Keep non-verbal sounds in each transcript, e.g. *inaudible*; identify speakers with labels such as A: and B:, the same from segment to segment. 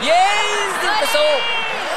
A: ¡Yes! Empezó.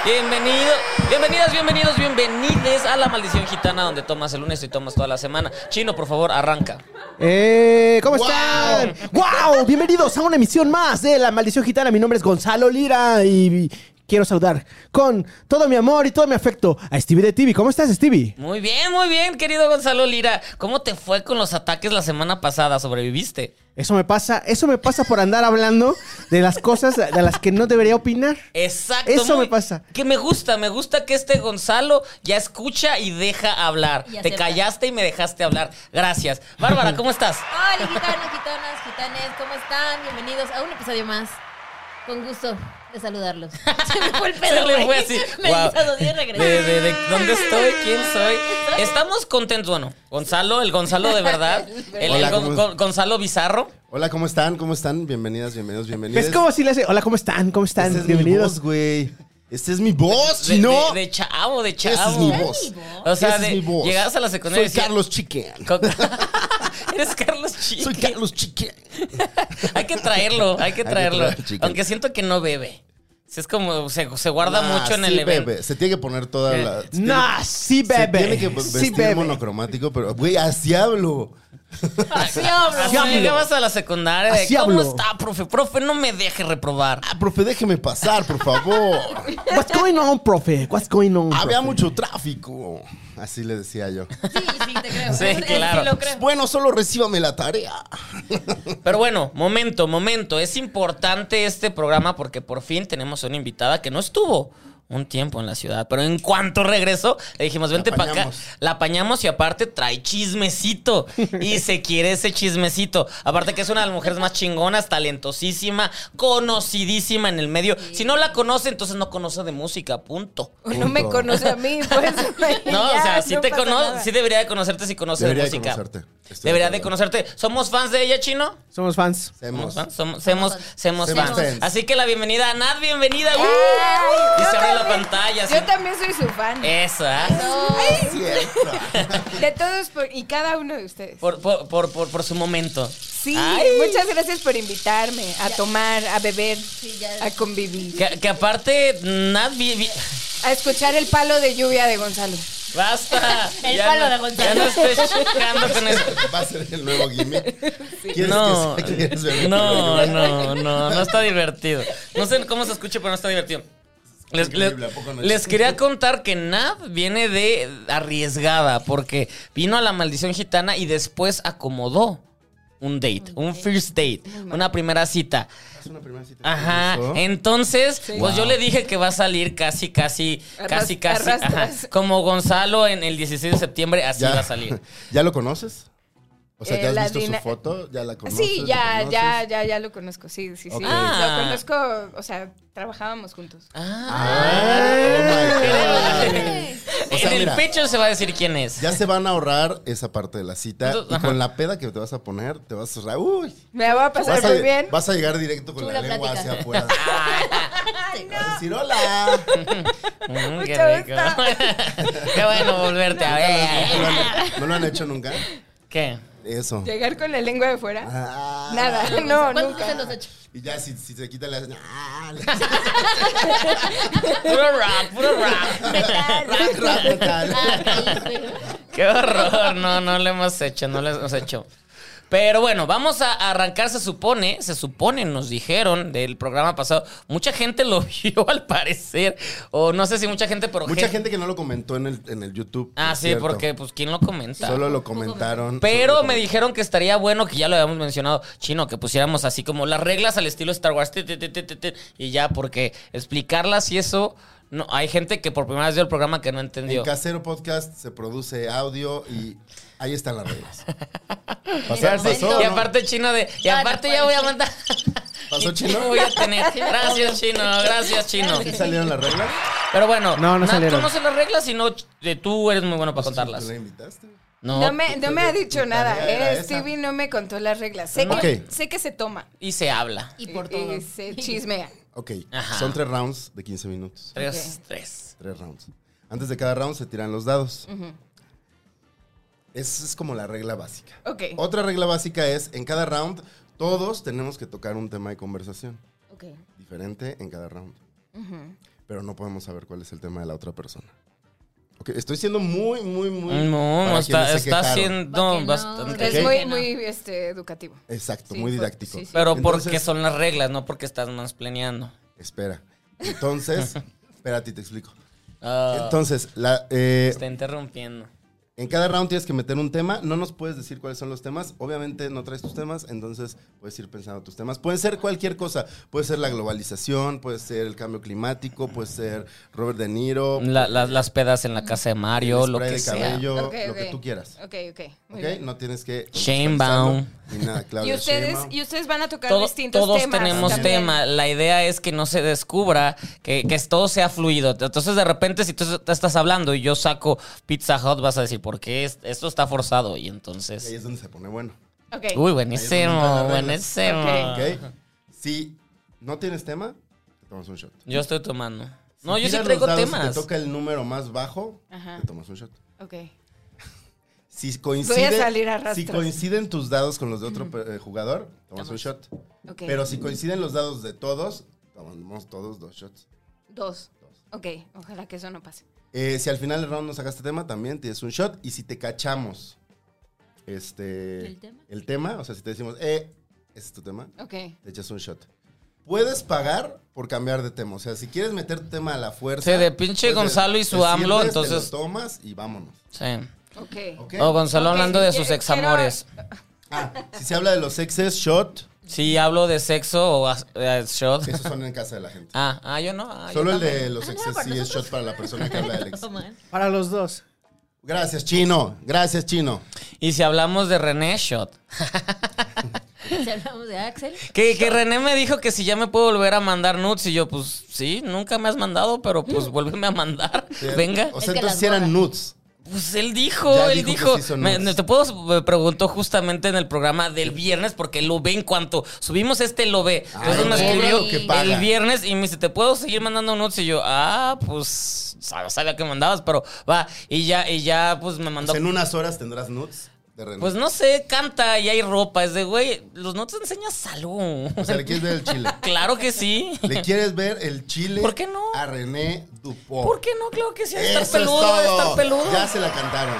A: Bienvenido, bienvenidas, bienvenidos, bienvenides a la maldición gitana donde tomas el lunes y tomas toda la semana. Chino, por favor, arranca.
B: ¡Eh! ¿Cómo están? ¡Wow! Bienvenidos a una emisión más de La Maldición Gitana. Mi nombre es Gonzalo Lira y quiero saludar con todo mi amor y todo mi afecto a Stevie de TV. ¿Cómo estás, Stevie?
A: Muy bien, muy bien, querido Gonzalo Lira. ¿Cómo te fue con los ataques la semana pasada? ¿Sobreviviste?
B: Eso me pasa, eso me pasa por andar hablando de las cosas de las que no debería opinar.
A: Exacto.
B: Eso me pasa.
A: Que me gusta, me gusta que este Gonzalo ya escucha y deja hablar.
C: Y
A: te
C: acepta.
A: callaste y me dejaste hablar. Gracias. *laughs* Bárbara, ¿cómo estás?
C: Hola gitanos, gitanas, gitanes, ¿cómo están? Bienvenidos a un episodio más. Con gusto de saludarlos. *laughs* Se me fue el
A: Se
C: pedo,
A: le
C: güey.
A: fue así.
C: *laughs* Me
A: Guau.
C: hizo y
A: De,
C: regresé.
A: de- de dónde
C: *laughs*
A: estoy, quién soy. Estamos contentos, bueno, Gonzalo, el Gonzalo de
C: *laughs*
A: verdad, el, el
D: Hola,
A: Gon-
D: ¿cómo es?
A: Gon- Gonzalo Bizarro.
D: Hola, ¿cómo están? ¿Cómo están? Bienvenidas, bienvenidos, bienvenidos.
B: Es como si le hace, hola, Pues, ¿cómo están? ¿Cómo están?
D: Esta es mi voz,
B: Bienvenidos.
D: güey. Este es mi voz,
A: De,
D: chino.
A: de, de chavo, de chavo.
D: Esa es mi voz.
A: O sea,
D: Esa
A: de,
D: es mi voz.
A: llegabas a la secundaria
D: Soy
A: y decías- *laughs*
D: Carlos Chiquen.
A: Co- *laughs* Eres Carlos Chique. *laughs*
D: Soy Carlos Chiquen.
A: Hay que traerlo, hay que
D: que
A: traerlo.
D: traer, chica.
A: Aunque siento que no bebe. Si Es como, se, se guarda
D: Nah,
A: mucho en
D: Ah, sí,
A: el evento. Eh,
D: bebe. Se tiene que poner toda la... se tiene-
B: Nah, sí,
D: se
B: bebé.
D: tiene que pues, vestir
B: sí, bebé.
D: monocromático, pero, güey, así hablo.
C: Así hablo.
A: Así
B: Diablo.
A: llegabas a la secundaria. de,
B: Así
A: ¿Cómo
B: hablo.
A: está, profe? Profe, no me deje reprobar.
D: Ah, profe, déjeme pasar, por favor.
A: *laughs*
B: What's going on, profe? What's going on?
D: Había
B: profe?
D: mucho tráfico. Así le decía yo.
C: Sí, sí, te creo.
A: Sí, claro.
C: Sí, lo creo.
D: Bueno, solo recíbame
A: *laughs*
D: la tarea.
A: Pero bueno, momento, momento. Es importante este programa porque por fin tenemos una invitada que no estuvo un tiempo en la ciudad. Pero en cuanto regresó, le dijimos, vente para acá.
D: apañamos.
A: La apañamos y aparte trae
D: *laughs*
A: chismecito. Y se quiere ese chismecito. Aparte que es una de las mujeres más chingonas, talentosísima, conocidísima en el medio. Si no la conoce, entonces no conoce de música, punto.
E: No me
D: Punto.
E: conoce a mí,
C: *laughs*
E: pues.
A: No,
E: *laughs* ya,
A: o sea, sí
E: no
A: te
E: pasa
A: conoce,
E: nada.
A: sí debería de conocerte si conoce
D: Debería
A: de
D: de
A: música.
D: conocerte. Estoy
A: Debería
D: de
A: de
D: acuerdo.
A: conocerte. ¿Somos fans de ella, Chino?
B: Somos fans.
A: Somos
D: Hacemos.
A: fans, somos, somos, somos
D: Somos
A: fans.
D: fans.
A: Así que la bienvenida a Nat, bienvenida. ¡Uh!
C: ¡Eh!
E: Ay,
A: y
E: yo
A: se abre la
E: también-
A: pantalla. así.
E: Yo también soy su fan.
A: Eso, ¿ah?
D: Cierto.
E: De todos por- y cada uno de ustedes.
A: Por, por, por, por- por su momento.
E: Sí,
A: Ay.
E: muchas gracias por invitarme a tomar, a beber,
C: ya.
E: a convivir,
A: Que, que aparte, Nat, vi- *laughs* vi-
E: a escuchar el palo de lluvia de Gonzalo.
A: basta.
C: El
A: Ya
C: palo
A: no-
C: de Gonzalo.
A: Ya no estés chocando con eso.
D: Va a ser el nuevo gimmick. ¿Quieres
A: No,
D: que sea- quieres ver?
A: no, no, no, no está divertido. No sé cómo se escuche, pero no está divertido. Les,
D: Increíble,
A: les-
D: ¿a poco no?
A: les quería contar que Nav viene de arriesgada porque vino a la maldición gitana y después acomodó un date, un first date, una primera cita.
D: Es una primera cita.
A: Ajá.
D: ¿Eso?
A: Entonces, pues yo
D: Wow.
A: le dije que va a salir casi, casi,
E: Arras-
A: casi, casi. ajá,
E: arrastras.
A: Como Gonzalo en el 16 de septiembre, así va a salir.
D: ¿Ya lo conoces? O sea,
E: Eh,
D: ¿ya has
E: la
D: visto
E: dina-
D: su foto? ¿Ya la conoces?
E: Sí,
D: ¿Lo
E: ya,
D: conoces?
E: ya, ya, ya lo conozco, sí, sí, sí.
D: Ok.
A: Ah.
E: Lo conozco, o sea, trabajábamos juntos.
D: Ah, oh my God. O sea,
A: en el
D: mira.
A: pecho se va a decir quién es.
D: Ya se van a ahorrar esa parte de la cita.
A: Entonces,
D: Y
A: ajá.
D: con la peda que te vas a poner, te vas a cerrar. Uy.
E: Me la voy a pasar
D: Vas a,
E: muy bien.
D: vas a llegar directo con
C: Chula
D: la lengua
C: plática.
D: hacia
E: *laughs*
D: afuera. Vas a decir hola.
A: Mm, qué
E: Mucho
A: rico. *laughs*
E: gusto.
A: qué bueno volverte a
D: ¿No lo
A: ver.
D: han- ¿No lo han hecho nunca?
A: ¿Qué?
D: Eso.
E: Llegar con la lengua de fuera.
D: Ah.
E: Nada, no,
C: ¿Cuántos se los
E: nunca.
C: he hecho?
D: Y ya si, si se quita la... Ah,
A: Puro rap, puro rap.
D: Rap, rap, metal.
C: Ah, ok, güey.
A: qué horror. No, no lo hemos hecho, no lo hemos hecho. Pero bueno, vamos a arrancar, se supone, se supone, nos dijeron del programa pasado. Mucha gente lo *laughs* vio al parecer, o no sé si mucha gente, pero
D: Mucha gente que no lo comentó en el, en el YouTube.
A: Ah,
D: es
A: sí,
D: cierto.
A: porque pues quién lo comenta.
D: Solo lo comentaron.
A: Pero
D: solo lo
A: me dijeron que estaría bueno, que ya lo habíamos mencionado, chino, que pusiéramos así como las reglas al estilo Star Wars. ti, ti, ti, ti, ti, ti, y ya, porque explicarlas y eso, no, hay gente que por primera vez vio el programa que no entendió.
D: En Casero Podcast se produce audio y ahí están
A: *laughs*
D: las reglas.
A: Y aparte-
D: pasó,
A: y
D: ¿no?
A: aparte chino de... Y
C: Bueno,
A: aparte
C: pues,
A: ya voy a
C: sí.
A: mandar...
D: *laughs*
A: *laughs*
D: ¿Pasó,
A: Y
D: Chino?
A: Voy a tener. Gracias chino, gracias chino.
D: ¿Sí salieron las reglas?
A: Pero bueno,
B: No, no
A: Nat
B: salieron.
A: conoce las reglas y no, de- tú eres muy bueno para contarlas.
D: ¿Tú la invitaste?
A: No,
E: No me, no me ha dicho
D: tu
E: nada.
D: tarea era
E: eh,
D: esa.
E: Stevie no me contó las reglas. Sé,
D: Ok.
E: que, sé que se toma
A: y se habla.
C: Y por
E: y-
C: todo.
E: y se chismea.
D: Ok,
A: Ajá.
D: son tres rounds de 15 minutos.
A: Tres, tres.
D: Tres rounds. Antes de cada round se tiran los dados. Esa es como la regla básica.
E: Ok.
D: Otra regla básica es, en cada round, todos tenemos que tocar un tema de conversación.
C: Ok.
D: Diferente en cada round. Pero no podemos saber cuál es el tema de la otra persona. Ok, estoy siendo muy, muy, muy...
A: No,
D: para
A: está,
D: quienes se
A: está
D: quejaron.
C: ¿Para
A: siendo
C: qué no?
A: bastante.
E: Es
D: Ok.
E: muy, muy este, educativo.
D: Exacto,
E: Sí,
D: muy
E: fue-
D: didáctico.
E: sí, sí.
A: Pero
D: Entonces-
A: porque son las reglas, no porque estás más planeando.
D: Espera.
A: *laughs*
D: Entonces, espérate y te explico. Entonces, la,
A: Ah, te
D: eh,
A: está interrumpiendo.
D: en cada round tienes que meter un tema. No nos puedes decir cuáles son los temas. Obviamente no traes tus temas, entonces puedes ir pensando tus temas. Pueden ser cualquier cosa. Puede ser la globalización, puede ser el cambio climático, puede ser Robert De Niro,
A: La- las- las pedas en la casa de
D: el
A: Mario, lo
D: spray
A: que
D: de
A: sea.
D: cabello,
E: Ok,
D: lo
E: ok.
D: que tú quieras.
E: Ok, ok. Muy
D: ¿Ok?
E: bien.
D: No tienes que...
A: Sheinbaum.
D: Ni nada, Claudia
E: *laughs* Y ustedes,
D: Sheinbaum.
E: y ustedes van a tocar
A: Todo-
E: distintos
A: todos
E: temas.
A: tenemos
E: también.
A: tema. La idea es que no se descubra, que, que todo sea fluido. Entonces, de repente, si tú te estás hablando y yo saco Pizza Hut, vas a decir, ¿por qué es- esto está forzado? Y
D: Y Ahí
A: entonces.
D: es donde se pone bueno.
A: Uy,
E: Ok.
D: Ahí es donde van
A: buenísimo,
D: las reglas.
A: buenísimo.
E: Ok.
D: ¿Ok? Si no tienes tema, te tomas un shot.
A: Yo estoy tomando. No,
D: Si
A: yo sí
D: tiras
A: traigo
D: los dados y
A: temas.
D: Te toca el número más bajo,
E: Ajá.
D: te tomas un shot.
E: Ok.
D: Si coincide,
E: salir a rastras.
D: si coinciden tus dados con los de otro eh, jugador, tomas un shot.
E: Ok.
D: Pero si coinciden los dados de todos, tomamos todos dos shots.
E: Dos. Ok. Ojalá que eso no pase.
D: Eh, si al final del round no sacaste tema, también tienes un shot. Y si te cachamos este,
C: ¿El tema?
D: el tema, o sea, si te decimos, eh, ese es tu tema,
E: Ok.
D: te echas un shot. Puedes pagar por cambiar de tema. O sea, si quieres meter tu tema a la fuerza.
A: Sí, de pinche
D: pues,
A: Gonzalo y su
D: te
A: AMLO,
D: te lo
A: entonces-
D: tomas y vámonos.
A: Sí.
E: Ok.
D: ¿ok?
A: O Gonzalo
E: Ok,
A: hablando de
E: quiero-
A: sus examores.
D: Ah, si se habla de los exes, shot.
A: Si hablo de sexo o as- eh, shot.
D: Esos son en casa de la gente.
A: Ah, ah, yo no. ah, yo
D: Solo el
A: también.
D: de los exes sí es shot para la persona que habla del
C: *laughs*
D: ex.
C: No, man.
B: Para los dos.
D: Gracias, chino. Gracias, chino.
A: Y si hablamos de René Shot.
C: Si hablamos de Axel.
A: Que, que René me dijo que si ya me puedo volver a mandar nudes. Y yo, pues sí, nunca me has mandado, pero pues
D: Mm.
A: vuélveme a mandar. Venga.
D: O
C: Es
D: sea,
C: que
D: entonces
C: las
D: sí eran
C: borra.
D: nudes.
A: Pues él dijo,
D: Ya
A: él
D: dijo que
A: dijo.
D: sí son
A: Me-
D: nudes.
A: te puedo, me preguntó justamente en el programa del viernes, porque lo ve en cuanto subimos este, lo ve. Entonces
D: Ay,
A: me
C: cobra
A: escribió
C: lo que
A: el
D: paga.
A: viernes y me dice, ¿te puedo seguir mandando nudes? Y yo, ah, pues sab- sabía que mandabas, pero va. Y ya, y ya, pues me
D: O
A: mandó.
D: sea, en unas horas tendrás nudes de René.
A: Pues no sé, canta y hay ropa. Es de, güey, los no te enseñas algo.
D: O sea, le quieres ver el chile.
A: *laughs* claro que sí.
D: Le quieres ver el chile
A: ¿Por qué no?
D: a René Dupont.
A: ¿Por qué no? Claro que sí. ha de Estar
D: Eso es
A: peludo, ha de estar
D: todo.
A: peludo.
D: Ya se la cantaron.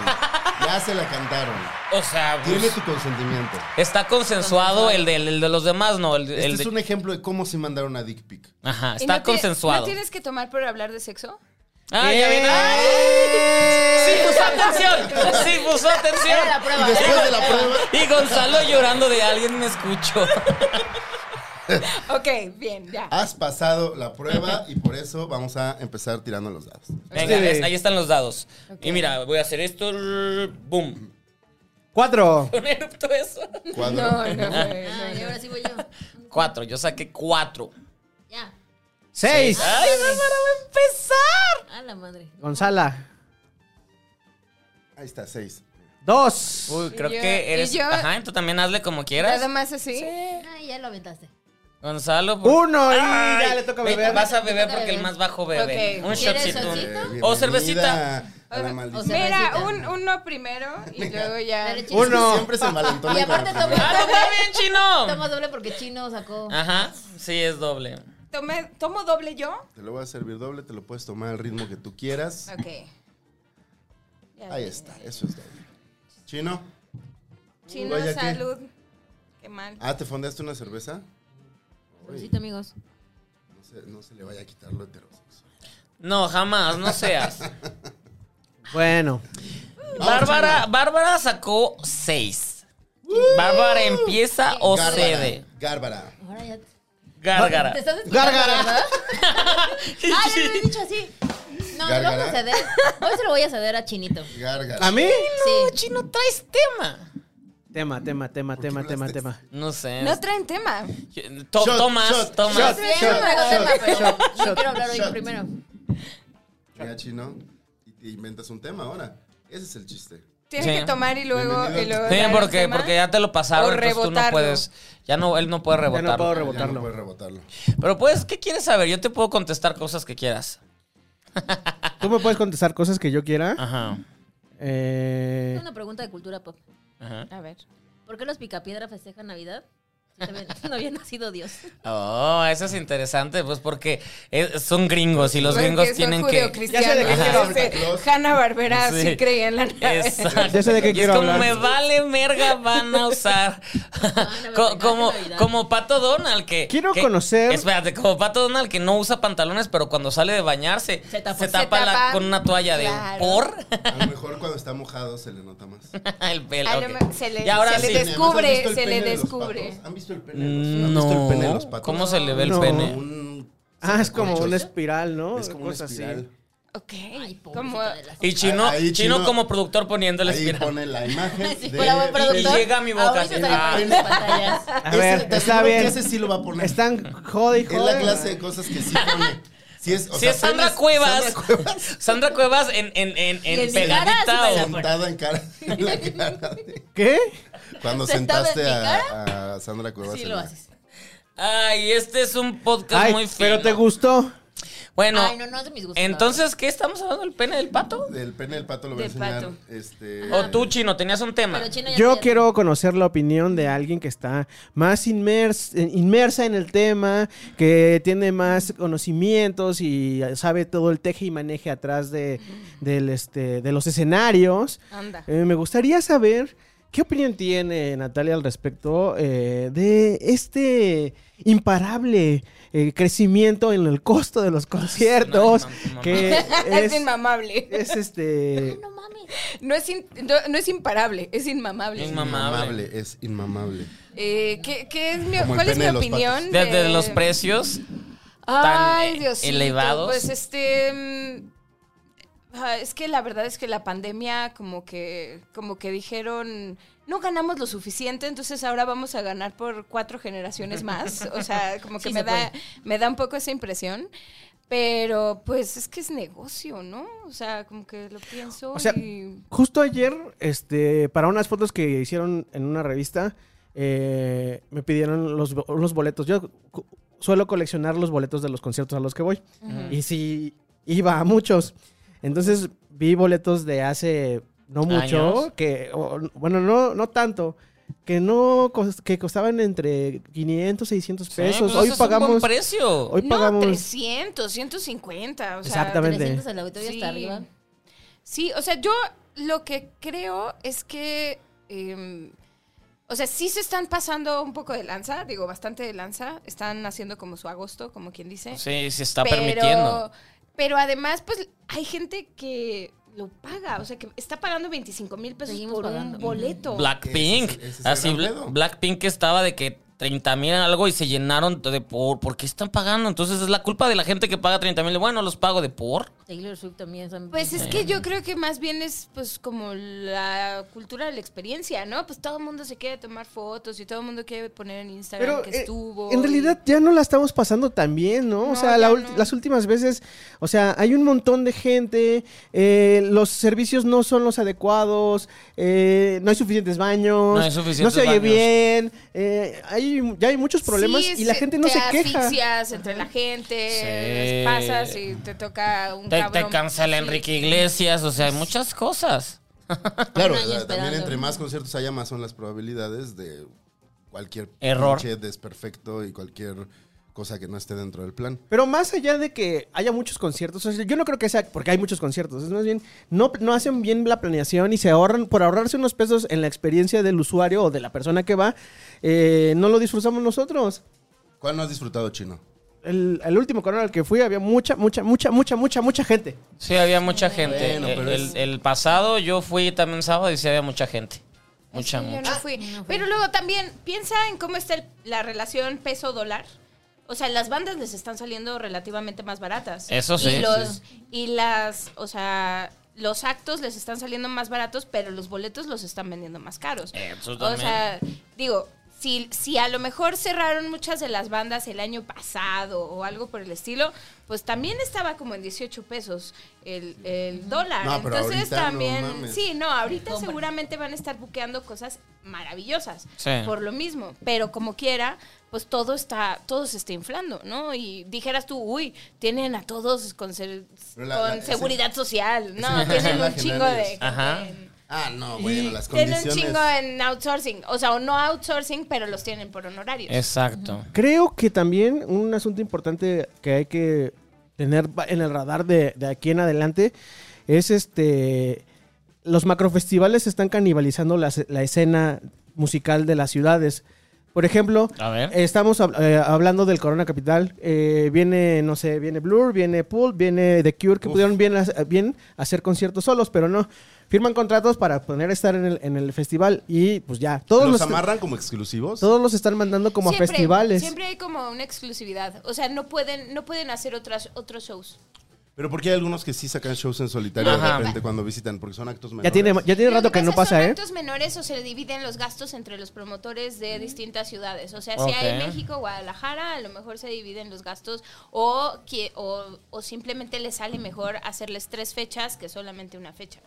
D: Ya se la cantaron.
A: O sea, pues,
D: Tiene tu consentimiento.
A: está consensuado el de, el de los demás, no. El,
D: Este
A: el
D: es
A: de-
D: un ejemplo de cómo sí mandar una dick pic.
A: Ajá,
E: ¿Y
A: está
E: no ti-
A: consensuado.
E: ¿No tienes que tomar por hablar de sexo?
A: Ah, ya
D: ¡Eh!
A: viene. ¡Ay! Sí, puso atención. Sí, puso atención.
C: Era la prueba.
D: Y después de la prueba,
A: Y Gonzalo llorando de alguien me escuchó.
D: Este
E: Ok, bien, ya.
D: has pasado la prueba y por eso vamos a empezar tirando los dados.
A: Venga, es- ahí están los dados. Y mira, voy a hacer esto. l- Boom.
B: Cuatro.
A: Un erupto eso.
D: Cuadro. *laughs*
E: No, no, güey, no,
C: Ah, y
E: no.
C: ahora sí voy yo.
A: Cuatro, yo saqué cuatro.
C: Ya.
B: Seis.
A: ¡Ay, Gonzalo va a empezar!
C: A la madre.
B: Gonzala.
D: Ahí está, seis.
B: Dos.
A: Uy, creo
E: yo-
A: que eres.
E: y yo-
A: Ajá, tú también hazle como quieras.
E: Nada más así.
C: Ah, ya lo aventaste.
A: Gonzalo. por-
B: Uno. Y
A: Ay,
B: ya le toca
A: ve-
B: beber.
A: Vas a beber
C: Toca
A: porque el
C: beber.
A: más bajo bebe.
E: Ok.
A: Un
C: ¿Quieres
A: shotcito.
C: shotcito?
D: Eh,
A: O
D: bienvenida
A: cervecita.
D: A la
C: O
D: maldición.
C: sea,
E: Mira,
C: cervecita.
E: un, uno primero y luego ya.
C: Dale, chino.
B: Uno.
D: Siempre se
A: *laughs*
D: envalentonan
C: Y
D: con la
C: aparte
D: primera.
C: tomó-
A: ¡Ah, no está bien, chino!
C: *laughs* Toma doble porque Chino sacó.
A: Ajá, sí, es doble.
E: Tomé- ¿Tomo doble yo?
D: Te lo voy a servir doble, te lo puedes tomar al ritmo que tú quieras.
E: Ok. Ya.
D: Ahí está, eso es doble. Chino,
E: Chino,
D: Vaya que-
E: salud. Qué mal.
D: Ah, ¿te fondeaste una cerveza? Uy,
C: Saludcita, amigos.
D: no, se, no se le vaya a quitar lo heterosexual.
A: No, jamás, no
B: *laughs*
A: seas.
B: Bueno.
A: Bárbara, Bárbara sacó seis. Bárbara empieza o cede.
D: Gárbara.
C: Ahora ya. Te
A: Gárgara.
C: ¿Te estás escuchando,
B: Gárgara.
C: ¿verdad? Ah, *laughs* ya lo he dicho así. No, se lo voy
D: Gárgara.
C: a ceder. Hoy se lo voy a ceder a Chinito.
D: Gárgara.
B: ¿A mí?
C: Sí.
A: Chino, traes tema.
B: Tema, tema, tema, tema, tema, tema.
A: No sé.
E: No traen tema.
A: To-
D: Shot,
A: tomas,
D: shot,
A: tomas.
D: shot.
C: Sí, yo traigo tema, pero yo
B: shot,
C: quiero hablar hoy
D: shot.
C: primero.
D: Mira, chino. Y te inventas un tema ahora. Ese es el chiste.
E: Tienes
A: Sí.
E: que tomar y luego.
D: Bienvenido.
E: y luego
A: Sí,
E: traer el
A: porque,
E: tema.
A: porque ya te lo
E: O
A: pasaron, entonces tú no
E: rebotarlo.
A: puedes. Ya no, él no puede
B: Ya
A: rebotar.
B: no puedo
D: Ya no puedes
B: rebotarlo.
D: rebotarlo.
A: Pero pues, ¿qué quieres saber? Yo te puedo contestar cosas que quieras.
B: Tú me puedes contestar cosas que yo
D: Ah.
B: quiera.
A: Ajá.
B: Eh,
C: Tengo una pregunta de cultura pop.
A: Ajá.
E: A ver.
C: ¿Por qué los picapiedra festejan Navidad? Si también *laughs* no había nacido Dios.
A: Oh, eso es interesante, pues porque eh, son gringos y los
E: Porque
A: gringos
E: son
A: tienen que.
E: judeocristianos,
B: Ya sé de qué quiero hablar.
E: entonces, Hanna-Barbera sí.
A: Sí.
E: creía en la nave.
A: Exacto.
B: Ya sé de qué
A: Y es
B: quiero
A: como
B: hablar.
A: me vale merga, van a usar.
C: Van a
A: Co-
C: ver,
A: como,
C: van a Navidad.
A: como Pato Donald que.
B: Quiero
A: que-
B: conocer-
A: Espérate, como Pato Donald que no usa pantalones, pero cuando sale de bañarse se
C: Se
A: tapa,
C: tapa.
E: Se tapa.
A: la- con una toalla de
E: Claro.
A: por
D: A lo mejor cuando está mojado se le
A: *laughs*
D: nota más.
A: el pelo.
E: A
A: ok.
E: lo mejor se le-
A: y ahora
E: se
A: sí.
E: le
D: Además, ¿has
E: descubre,
D: visto el
E: se
D: pene
E: le
D: de los
E: descubre.
D: patos? ¿Han visto el pene de los patos? ¿Han visto el pene de los
A: No.
D: patos?
A: ¿Cómo se le ve el
B: No.
A: pene?
D: Un-
B: ah, es como
D: Corcho.
B: una espiral, ¿no?
D: Es como una
B: Cosas así.
D: espiral.
E: Ok.
C: Ay,
E: como,
C: pobrecita de las- *laughs*
A: Y chino,
D: Ahí,
A: chino,
D: Chino-
A: como productor poniendo la
D: Ahí
A: espiral.
D: pone
C: *laughs*
D: la imagen
C: Si
D: de...
C: fuera buen productor,
A: y llega a mi boca,
C: ahorita
A: sí.
C: estaría
A: Ah.
C: poniendo en pantallas.
B: A
D: Ese-
B: ver,
D: te
B: está
D: aseguro que
B: bien.
D: Ese sí lo va a poner.
B: Están jode y
D: Es
B: jode.
D: la clase de cosas que sí pone. Si es, o
A: Si
D: sea,
A: es Sandra
D: apenas-
A: Cuevas.
D: Sandra Cuevas
A: Sandra Cuevas en, en, en, en
C: Y en mi
A: pegadita
C: cara, sí me
A: o-
C: la
D: sentada en cara. en la cara de-
B: ¿Qué?
D: cuando
C: ¿Sentada en
D: sentaste
C: mi
D: a, a Sandra Cuevas.
C: Sí
D: en
C: lo
D: la-
C: haces.
A: Ay, este es un podcast
B: Ay,
A: muy fino.
B: pero te gustó.
A: Bueno,
C: Ay, no, no es de mis gustos.
A: entonces, ¿qué estamos hablando del pene del pato?
D: Del pene del pato lo voy a
E: Del
D: enseñar.
E: pato.
D: Este,
C: Ah.
A: O Oh, tú, chino, tenías un tema.
C: Pero Chino ya
B: Yo
C: te-
B: quiero conocer la opinión de alguien que está más inmers- eh, inmersa en el tema, que tiene más conocimientos y sabe todo el teje y maneje atrás de, del, este, de los escenarios.
E: Anda.
B: Eh, me gustaría saber qué opinión tiene Natalia al respecto eh, de este imparable eh, crecimiento en el costo de los conciertos,
A: no, no, no, *laughs*
B: que
E: *laughs* Es,
B: es,
E: inmamable.
B: es este...
C: No mames.
E: No es, in- no, no es imparable, es inmamable.
A: Inma-
D: Inmamable, es inmamable.
E: Eh, ¿qué, qué es mi-
D: Como el
E: ¿Cuál es
D: pene
E: mi
D: de los patos.
E: opinión?
A: Desde
E: de-
A: los precios.
E: Ay,
A: eh,
E: Diosito,
A: elevados.
E: Pues este. mm, ah, Es que la verdad es que la pandemia, como que, como que dijeron, no ganamos lo suficiente, entonces ahora vamos a ganar por cuatro generaciones más. O sea, como que
C: Sí
E: me
C: se
E: da, me da un poco esa impresión. Pero pues es que es negocio, ¿no? O sea, como que lo pienso
B: O sea,
E: y.
B: Justo ayer, este, para unas fotos que hicieron en una revista, eh, me pidieron los, bo- los boletos. Yo cu- suelo coleccionar los boletos de los conciertos a los que voy. Y sí, iba a muchos. Entonces vi boletos de hace no mucho,
A: Años.
B: que, o- bueno, no, no tanto, que no cos- que costaban entre 500, 600
A: Sí,
B: pesos.
A: pues
B: hoy
A: eso es un buen
B: pagamos...
A: precio.
B: Hoy
E: No,
B: pagamos...
E: 300, 150. O sea,
B: Exactamente.
C: 300 al auditorio
E: Sí.
C: hasta arriba.
E: Sí, o sea, yo lo que creo es que. eh, o sea, sí se están pasando un poco de lanza, digo, bastante de lanza. Están haciendo como su agosto, como quien dice.
A: Sí, se está permitiendo.
E: Pero además, pues hay gente que lo paga, o sea, que está pagando 25 mil pesos
C: Seguimos
E: por
C: pagando.
E: un boleto.
A: Blackpink.
D: Ese es- ese es el
A: así,
D: gran
A: Bla-
D: pedo.
A: Blackpink que estaba de que 30 mil algo y se llenaron de por. ¿Por qué están pagando? Entonces es la culpa de la gente que paga 30 mil. Bueno, los pago de por.
C: Taylor Swift también. son-
E: Pues es que yo creo que más bien es pues como la cultura de la experiencia, ¿no? Pues todo el mundo se quiere tomar fotos y todo el mundo quiere poner en Instagram
B: Pero
E: que
B: eh,
E: estuvo.
B: en
E: y-
B: realidad ya no la estamos pasando tan bien, ¿no? o
E: No,
B: sea,
E: ya
B: la ulti-
E: no.
B: las últimas veces, o sea, hay un montón de gente, eh, los servicios no son los adecuados, eh, no hay suficientes baños,
A: No hay suficientes
B: no se oye
A: baños.
B: bien, eh, hay, ya hay muchos problemas
E: Sí,
B: y la
E: se-
B: gente no
E: te
B: se queja.
E: asfixias entre la gente,
A: Sí.
E: les pasas y te toca un
A: Te, te
E: cabrón.
A: cancela Enrique Iglesias. O sea, hay muchas cosas.
D: Claro,
C: Un año
D: o sea, también
C: esperando.
D: entre más conciertos haya, más son las probabilidades de cualquier
A: Error.
D: pinche desperfecto y cualquier cosa que no esté dentro del plan.
B: Pero más allá de que haya muchos conciertos, o sea, yo no creo que sea porque hay muchos conciertos, es más bien, no, no hacen bien la planeación y se ahorran, por ahorrarse unos pesos en la experiencia del usuario o de la persona que va, eh, no lo disfrutamos nosotros.
D: ¿Cuál no has disfrutado, Chino?
B: El, el último corona al que fui había mucha, mucha, mucha, mucha, mucha, mucha gente.
A: Sí, había mucha gente. Eh,
D: Bueno, pero
A: el,
D: es-
A: el pasado yo fui también sábado y sí había mucha gente. Mucha,
E: Sí, Ah, yo
A: mucha.
E: no fui. Pero luego también piensa en cómo está el- la relación peso-dólar. O sea, las bandas les están saliendo relativamente más baratas.
A: Eso sí,
E: Y, los- y las, o sea, los actos les están saliendo más baratos, pero los boletos los están vendiendo más caros.
A: Eh, Eso
E: o
A: también.
E: sea, digo, si, si a lo mejor cerraron muchas de las bandas el año pasado o algo por el estilo, pues también estaba como en 18 pesos el, el dólar.
D: No, pero
E: Entonces
D: ahorita no
E: también,
D: mames.
E: sí, no, ahorita seguramente van a estar buqueando cosas maravillosas
A: Sí.
E: por lo mismo, pero como quiera, pues todo está todo se está inflando, ¿no? Y dijeras tú, uy, tienen a todos con ser-
D: Pero la-
E: con
D: la- ese-
E: seguridad
D: *laughs*
E: social, no,
D: mensaje
E: tienen
D: la
E: un chingo de
D: generales.
A: Ajá.
D: Ah, no, bueno, las
E: tienen un
D: condiciones.
E: chingo en outsourcing, o sea, o no outsourcing, pero los tienen por honorarios.
A: Exacto.
B: Creo que también un asunto importante que hay que tener ba- en el radar de, de aquí en adelante es este. Los macrofestivales están canibalizando la, se- la escena musical de las ciudades. Por ejemplo,
A: A ver.
B: estamos hab- eh, hablando del Corona Capital. eh, viene, no sé, viene Blur, viene Pool, viene The Cure, que pudieron bien, hac- bien hacer conciertos solos, pero no. Firman contratos para poder estar en el, en el festival y pues ya. Todos
D: ¿Los
B: los,
D: amarran como exclusivos?
B: todos los están mandando como a festivales.
E: Siempre hay como una exclusividad, o sea, no pueden no pueden hacer otras otros shows.
D: Pero porque hay algunos que sí sacan shows en solitario de
A: Ajá.
D: repente cuando visitan, porque son actos menores.
B: Ya tiene, ya tiene
E: Lo
B: rato que no
E: pasa
B: pasa,
E: son
B: ¿eh?
E: actos menores o se dividen los gastos entre los promotores de distintas ciudades. O sea, si
A: Ok.
E: hay en México, Guadalajara, a lo mejor se dividen los gastos o, que, o, o simplemente les sale mejor hacerles tres fechas que solamente una fecha.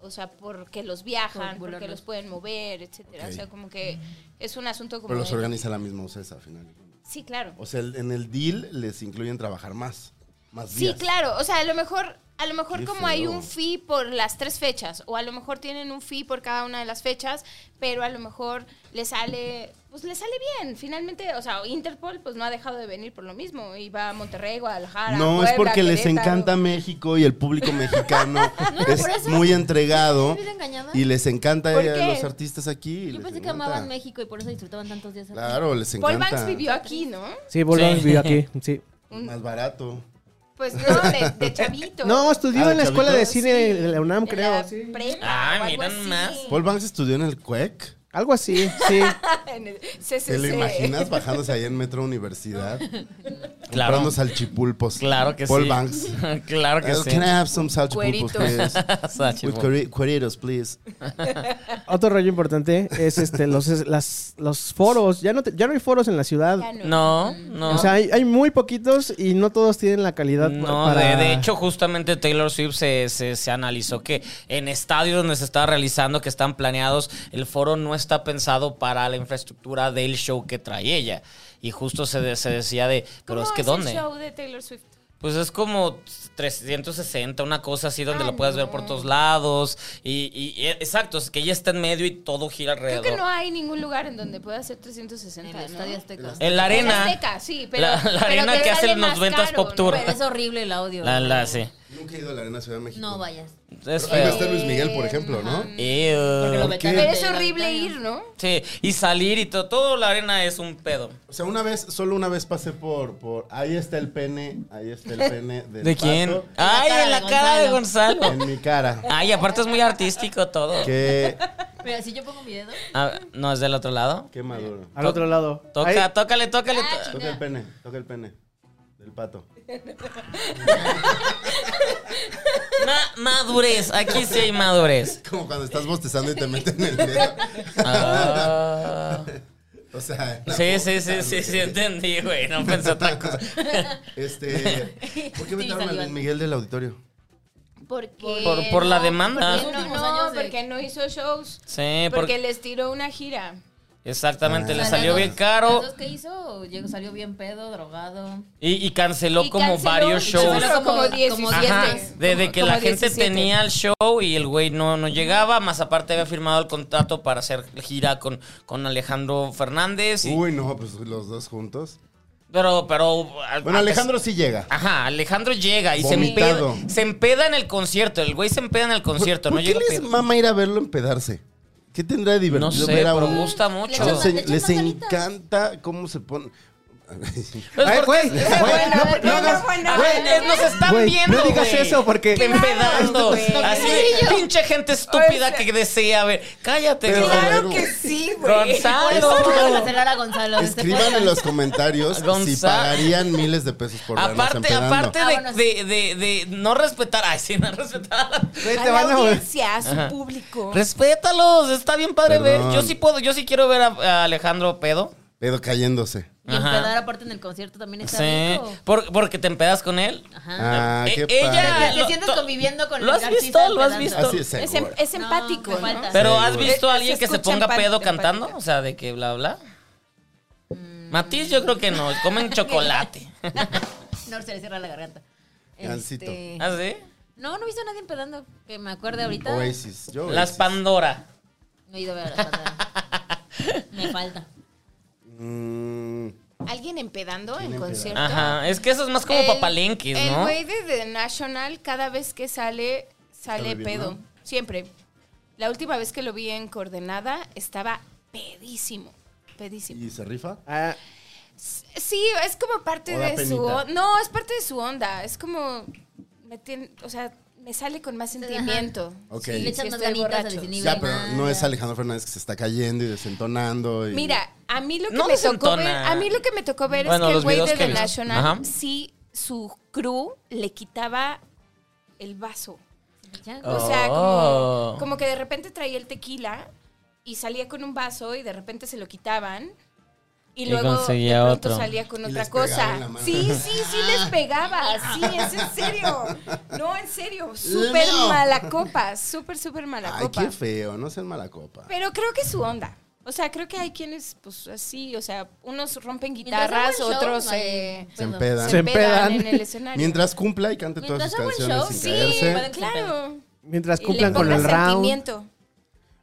E: O sea, porque los viajan,
C: Por
E: porque
C: volarlos.
E: los pueden mover, etcétera.
D: Ok.
E: O sea, como que es un asunto como...
D: Pero los
E: de-
D: organiza la misma UCESA al final.
E: sí, claro.
D: O sea, el- en el deal les incluyen trabajar más. Más
E: Sí,
D: días.
E: claro. O sea, a lo mejor, a lo mejor
D: Qué
E: como hay
D: feo.
E: un fee por las tres fechas, o a lo mejor tienen un fee por cada una de las fechas, pero a lo mejor le sale, pues le sale bien. Finalmente, o sea, Interpol pues no ha dejado de venir por lo mismo. Y va a Monterrey, Guadalajara.
D: No, es
E: Puebla,
D: porque les
E: Querétaro.
D: encanta México y el público
E: *laughs*
D: mexicano es
C: por eso.
D: muy entregado
C: ¿Me hubiera engañado?
D: y les encanta
E: ¿Por
D: eh,
E: qué?
D: a los artistas aquí.
C: Yo
D: les
C: pensé que
D: encanta.
C: amaban México y por eso disfrutaban tantos días. aquí.
D: Claro, les
E: Paul
D: encanta.
E: Banks vivió aquí, ¿no?
B: Sí, volvemos
A: Sí.
B: vivió aquí. Sí.
D: Más barato.
E: Pues no, de,
D: *laughs*
E: de chavito.
B: No, estudió
D: Ah,
B: en la escuela de
D: chavitos.
B: cine de la UNAM,
E: En
B: creo.
E: la
B: sí.
E: prepa
A: Ah,
E: o algo
A: miran
E: así. *laughs*
A: más.
D: Paul Banks estudió en el CUEC.
B: Algo así, sí.
E: En el
D: ¿Te lo
E: CCC.
D: imaginas bajándose ahí en Metro Universidad?
A: Claro.
D: Comprando salchipulpos.
A: Claro que
D: Paul
A: sí.
D: Banks.
A: *laughs* claro que
D: Uh,
A: sí.
D: Can I have some salchipulpos,
E: Cueritos.
D: please? With
A: Salchipulpos.
D: cueri- cueritos, please.
B: Otro rollo importante es este los, es- las, los foros. Ya no, te- ya no hay foros en la ciudad.
E: Ya no.
A: No, no.
B: O sea, hay, hay muy poquitos y no todos tienen la calidad pa-
A: No,
B: Pues, para...
A: de, de hecho, justamente Taylor Swift se, se- se analizó que en estadios donde se está realizando, que están planeados, el foro no está pensado para la infraestructura del show que trae ella. Y justo se, de- se decía de, pero
E: ¿Cómo
A: es que
E: el
A: ¿dónde?
E: show de Taylor Swift?
A: Pues es como 360, una cosa así donde
E: Ah,
A: lo puedes ver
E: no.
A: por todos lados. Y, y- y- exacto, es que ella está en medio y todo gira
E: Creo
A: alrededor.
E: que no hay ningún lugar en donde pueda hacer 360.
C: En
E: ¿no?
C: el Estadio Azteca.
A: En la
E: En
A: arena.
E: Azteca, sí, pero.
A: La- la
E: pero
A: arena
E: te
A: que hace
E: sale
A: los
E: más
A: 90s
E: caro,
A: Pop Tour.
E: ¿no?
C: Pero es horrible el audio.
A: La, la, sí.
D: Nunca he ido a la Arena Ciudad de México.
C: No vayas.
A: Es
D: Pero ahí va a
A: feo.
D: estar Luis Miguel, por ejemplo, ¿no?
C: Porque lo
A: Ew.
C: vetan
E: Pero
C: de
E: es
C: la
E: horrible
C: montaña.
E: ir, ¿no?
A: Sí, y salir y todo. Todo la arena es un pedo.
D: O sea, una vez, solo una vez pasé por, por ahí está el pene, ahí está
A: *laughs*
D: el pene del
A: ¿De quién?
D: pato
A: Ay, en la cara de
D: *laughs*
A: Gonzalo.
D: en mi cara.
A: Ay, aparte es muy artístico todo.
D: Qué,
C: Mira, si yo pongo mi dedo.
A: Ah, no, es del otro lado.
D: qué maduro.
B: Al otro lado.
A: Toca,
B: Ahí-
A: tócale, tócale. to-
D: Toca el pene, toca el pene del pato.
A: Ma- madurez, aquí sí hay madurez.
D: Como cuando estás bostezando y te meten el dedo.
A: Ah.
D: O sea, en la
A: Sí,
D: boca,
A: sí, sí, sí,
D: güey.
A: sí, entendí, güey. No pensé
D: *laughs*
A: otra cosa.
D: Este, ¿por qué vetaron a Luis
C: salivando.
D: Miguel del auditorio?
E: Porque.
A: Por- por la demanda.
E: porque
C: Los
E: No,
C: últimos años
E: no,
C: de-
E: porque no hizo shows.
A: Ah. Sí,
E: Porque
A: porque.
E: les tiró una gira.
A: Exactamente, le
D: Ah.
A: salió bien caro
C: ¿Sabes qué hizo? Llegó, pues, salió bien pedo, drogado.
A: y, y canceló
E: Y
A: como
E: canceló-
A: varios
E: y
A: shows.
E: canceló como
C: Como
E: 10
A: Ajá,
C: veces.
A: desde que la gente tenía
E: *laughs*
A: el show y el güey no, no llegaba, más aparte había firmado el contrato para hacer gira con, con Alejandro Fernández. y-
D: Uy, no, pues los dos juntos.
A: Pero, pero. a-
D: Bueno,
A: antes-
D: Alejandro sí llega.
A: Ajá, Alejandro llega y se
D: Vomitado.
A: empeda, se empeda en el concierto. El güey se empeda en el concierto.
D: ¿Por
A: no
D: qué
A: llega
D: les
A: pedo.
D: mama ir a verlo empedarse? ¿Qué tendrá de divertido
A: No sé,
D: ver a
A: pero
D: un-
A: gusta
D: Les,
A: mucho.
C: Le echan-
D: en-
C: le echan
D: les
C: manzanitas.
D: encanta cómo se pone.
A: Pues
F: Ay,
A: porque-
F: güey, güey, no,
E: bueno,
F: no
E: bueno,
F: hagas-
E: bueno,
F: güey,
E: bueno.
A: Nos están
F: Güey,
A: viendo.
F: no digas
A: güey.
F: eso porque-
A: Empedando.
C: Claro,
A: Así,
C: güey.
A: pinche gente estúpida que desea ver. Cállate,
D: Pero,
A: güey.
D: a ver,
E: Claro que sí, güey.
C: Por eso vamos a
A: Gonzalo.
C: cancelar a Gonzalo. de este
D: Escriban en
C: podcast.
D: los
A: *laughs*
D: comentarios si
A: Gonzalo.
D: pagarían miles de pesos por vernos
A: Aparte,
D: empedando.
A: aparte de,
C: Vámonos.
A: de, de, de no respetar. Ay, sí, no respetar.
F: güey,
E: A
F: te
E: la
F: van a joder.
E: audiencia, a su público.
A: Respétalos, está bien padre
D: Perdón.
A: ver. Yo sí puedo, yo sí quiero ver a, a Alejandro pedo.
D: Pero cayéndose.
C: Y empedar aparte en el concierto también está
A: Sí.
C: rico.
A: Por- porque te empedas con él.
C: Ajá.
D: Ah,
A: Eh,
D: qué
A: ella-
D: padre.
C: te,
A: lo-
C: sientes
A: to-
C: conviviendo con
A: ¿lo
C: el
A: has
C: artista
A: visto? ¿Lo has
C: empedando.
A: visto?
D: Así es,
E: Es,
D: seguro.
E: em- es
C: No,
E: empático.
C: me
E: ¿no?
C: falta.
A: Pero
D: Sí,
A: ¿has
D: güey.
A: visto a
E: Se
A: alguien que se
E: escucha
A: ponga
E: empática,
A: pedo cantando?
E: empática.
A: O sea, de que bla, bla.
E: Mm.
A: Matiz, yo creo que no.
E: *laughs*
A: Comen chocolate.
C: No, se le cierra la garganta.
D: Gansito.
C: Este,
A: ¿Ah, sí?
C: No, no he visto a nadie empedando que me acuerde ahorita.
D: Oasis. Yo
A: Las
D: Oasis.
A: Pandora.
C: No he ido a ver a las pasadas.
A: *laughs*
C: Me falta.
D: Mm,
E: ¿Alguien empedando en
D: empeda?
E: concierto?
A: Ajá. Es que eso es más como
E: El-
A: papalenques,
E: El
A: ¿no?
E: güey de The National, cada vez que sale, sale
D: Sale bien,
E: pedo.
D: ¿no?
E: Siempre. La última vez que lo vi en Coordenada, estaba pedísimo. Pedísimo.
D: ¿Y se rifa?
B: Ah,
E: Sí, es como parte
D: O da
E: de su...
D: penita.
E: on- No, es parte de su onda. Es como... me tien- o sea, me sale con más sentimiento.
D: Ok.
E: Sí,
C: Le echan
E: sí,
C: más
E: estoy
C: ganitas al
E: borracho.
C: desinhibe.
D: Ya, pero no es Alejandro Fernández que se está cayendo y desentonando. y-
E: Mira, a mí lo que
A: No
E: me tocó
A: desentona.
E: ver, a mí lo que me tocó ver
A: Bueno,
E: es que el
A: los
E: güey
A: videos
E: de
A: que
E: The
A: he visto.
E: National
A: Ajá.
E: sí su crew le quitaba el vaso.
C: Ya, pues,
A: Oh.
E: O sea,
A: Oh.
E: como, como que de repente traía el tequila y salía con un vaso y de repente se lo quitaban. Y,
A: Y
E: luego
A: conseguía
E: de pronto
A: otro.
E: salía con
D: Y
E: otra
D: les pegaba
E: cosa.
D: en la mano.
E: Sí, sí, sí les pegaba. Sí, es en serio. No, en serio. Súper
D: No.
E: mala copa. Súper, súper mala
D: Ay,
E: copa.
D: qué feo, no sean mala copa.
E: Pero creo que es su onda. O sea, creo que hay quienes, pues así, o sea, unos rompen
C: Mientras haga
E: guitarras,
C: buen show,
E: otros
C: no hay
E: eh,
D: Se
C: pedo.
D: empedan.
E: se
B: Se
E: empedan
B: empedan.
E: en el escenario.
D: Mientras cumpla y cante todas
C: Mientras
D: sus
C: haga buen
D: canciones
C: show,
D: sin
C: sí.
D: caerse.
C: pueden-
E: claro.
B: mientras
E: Y le
B: cumplan con
E: pongas
B: el round.
E: sentimiento.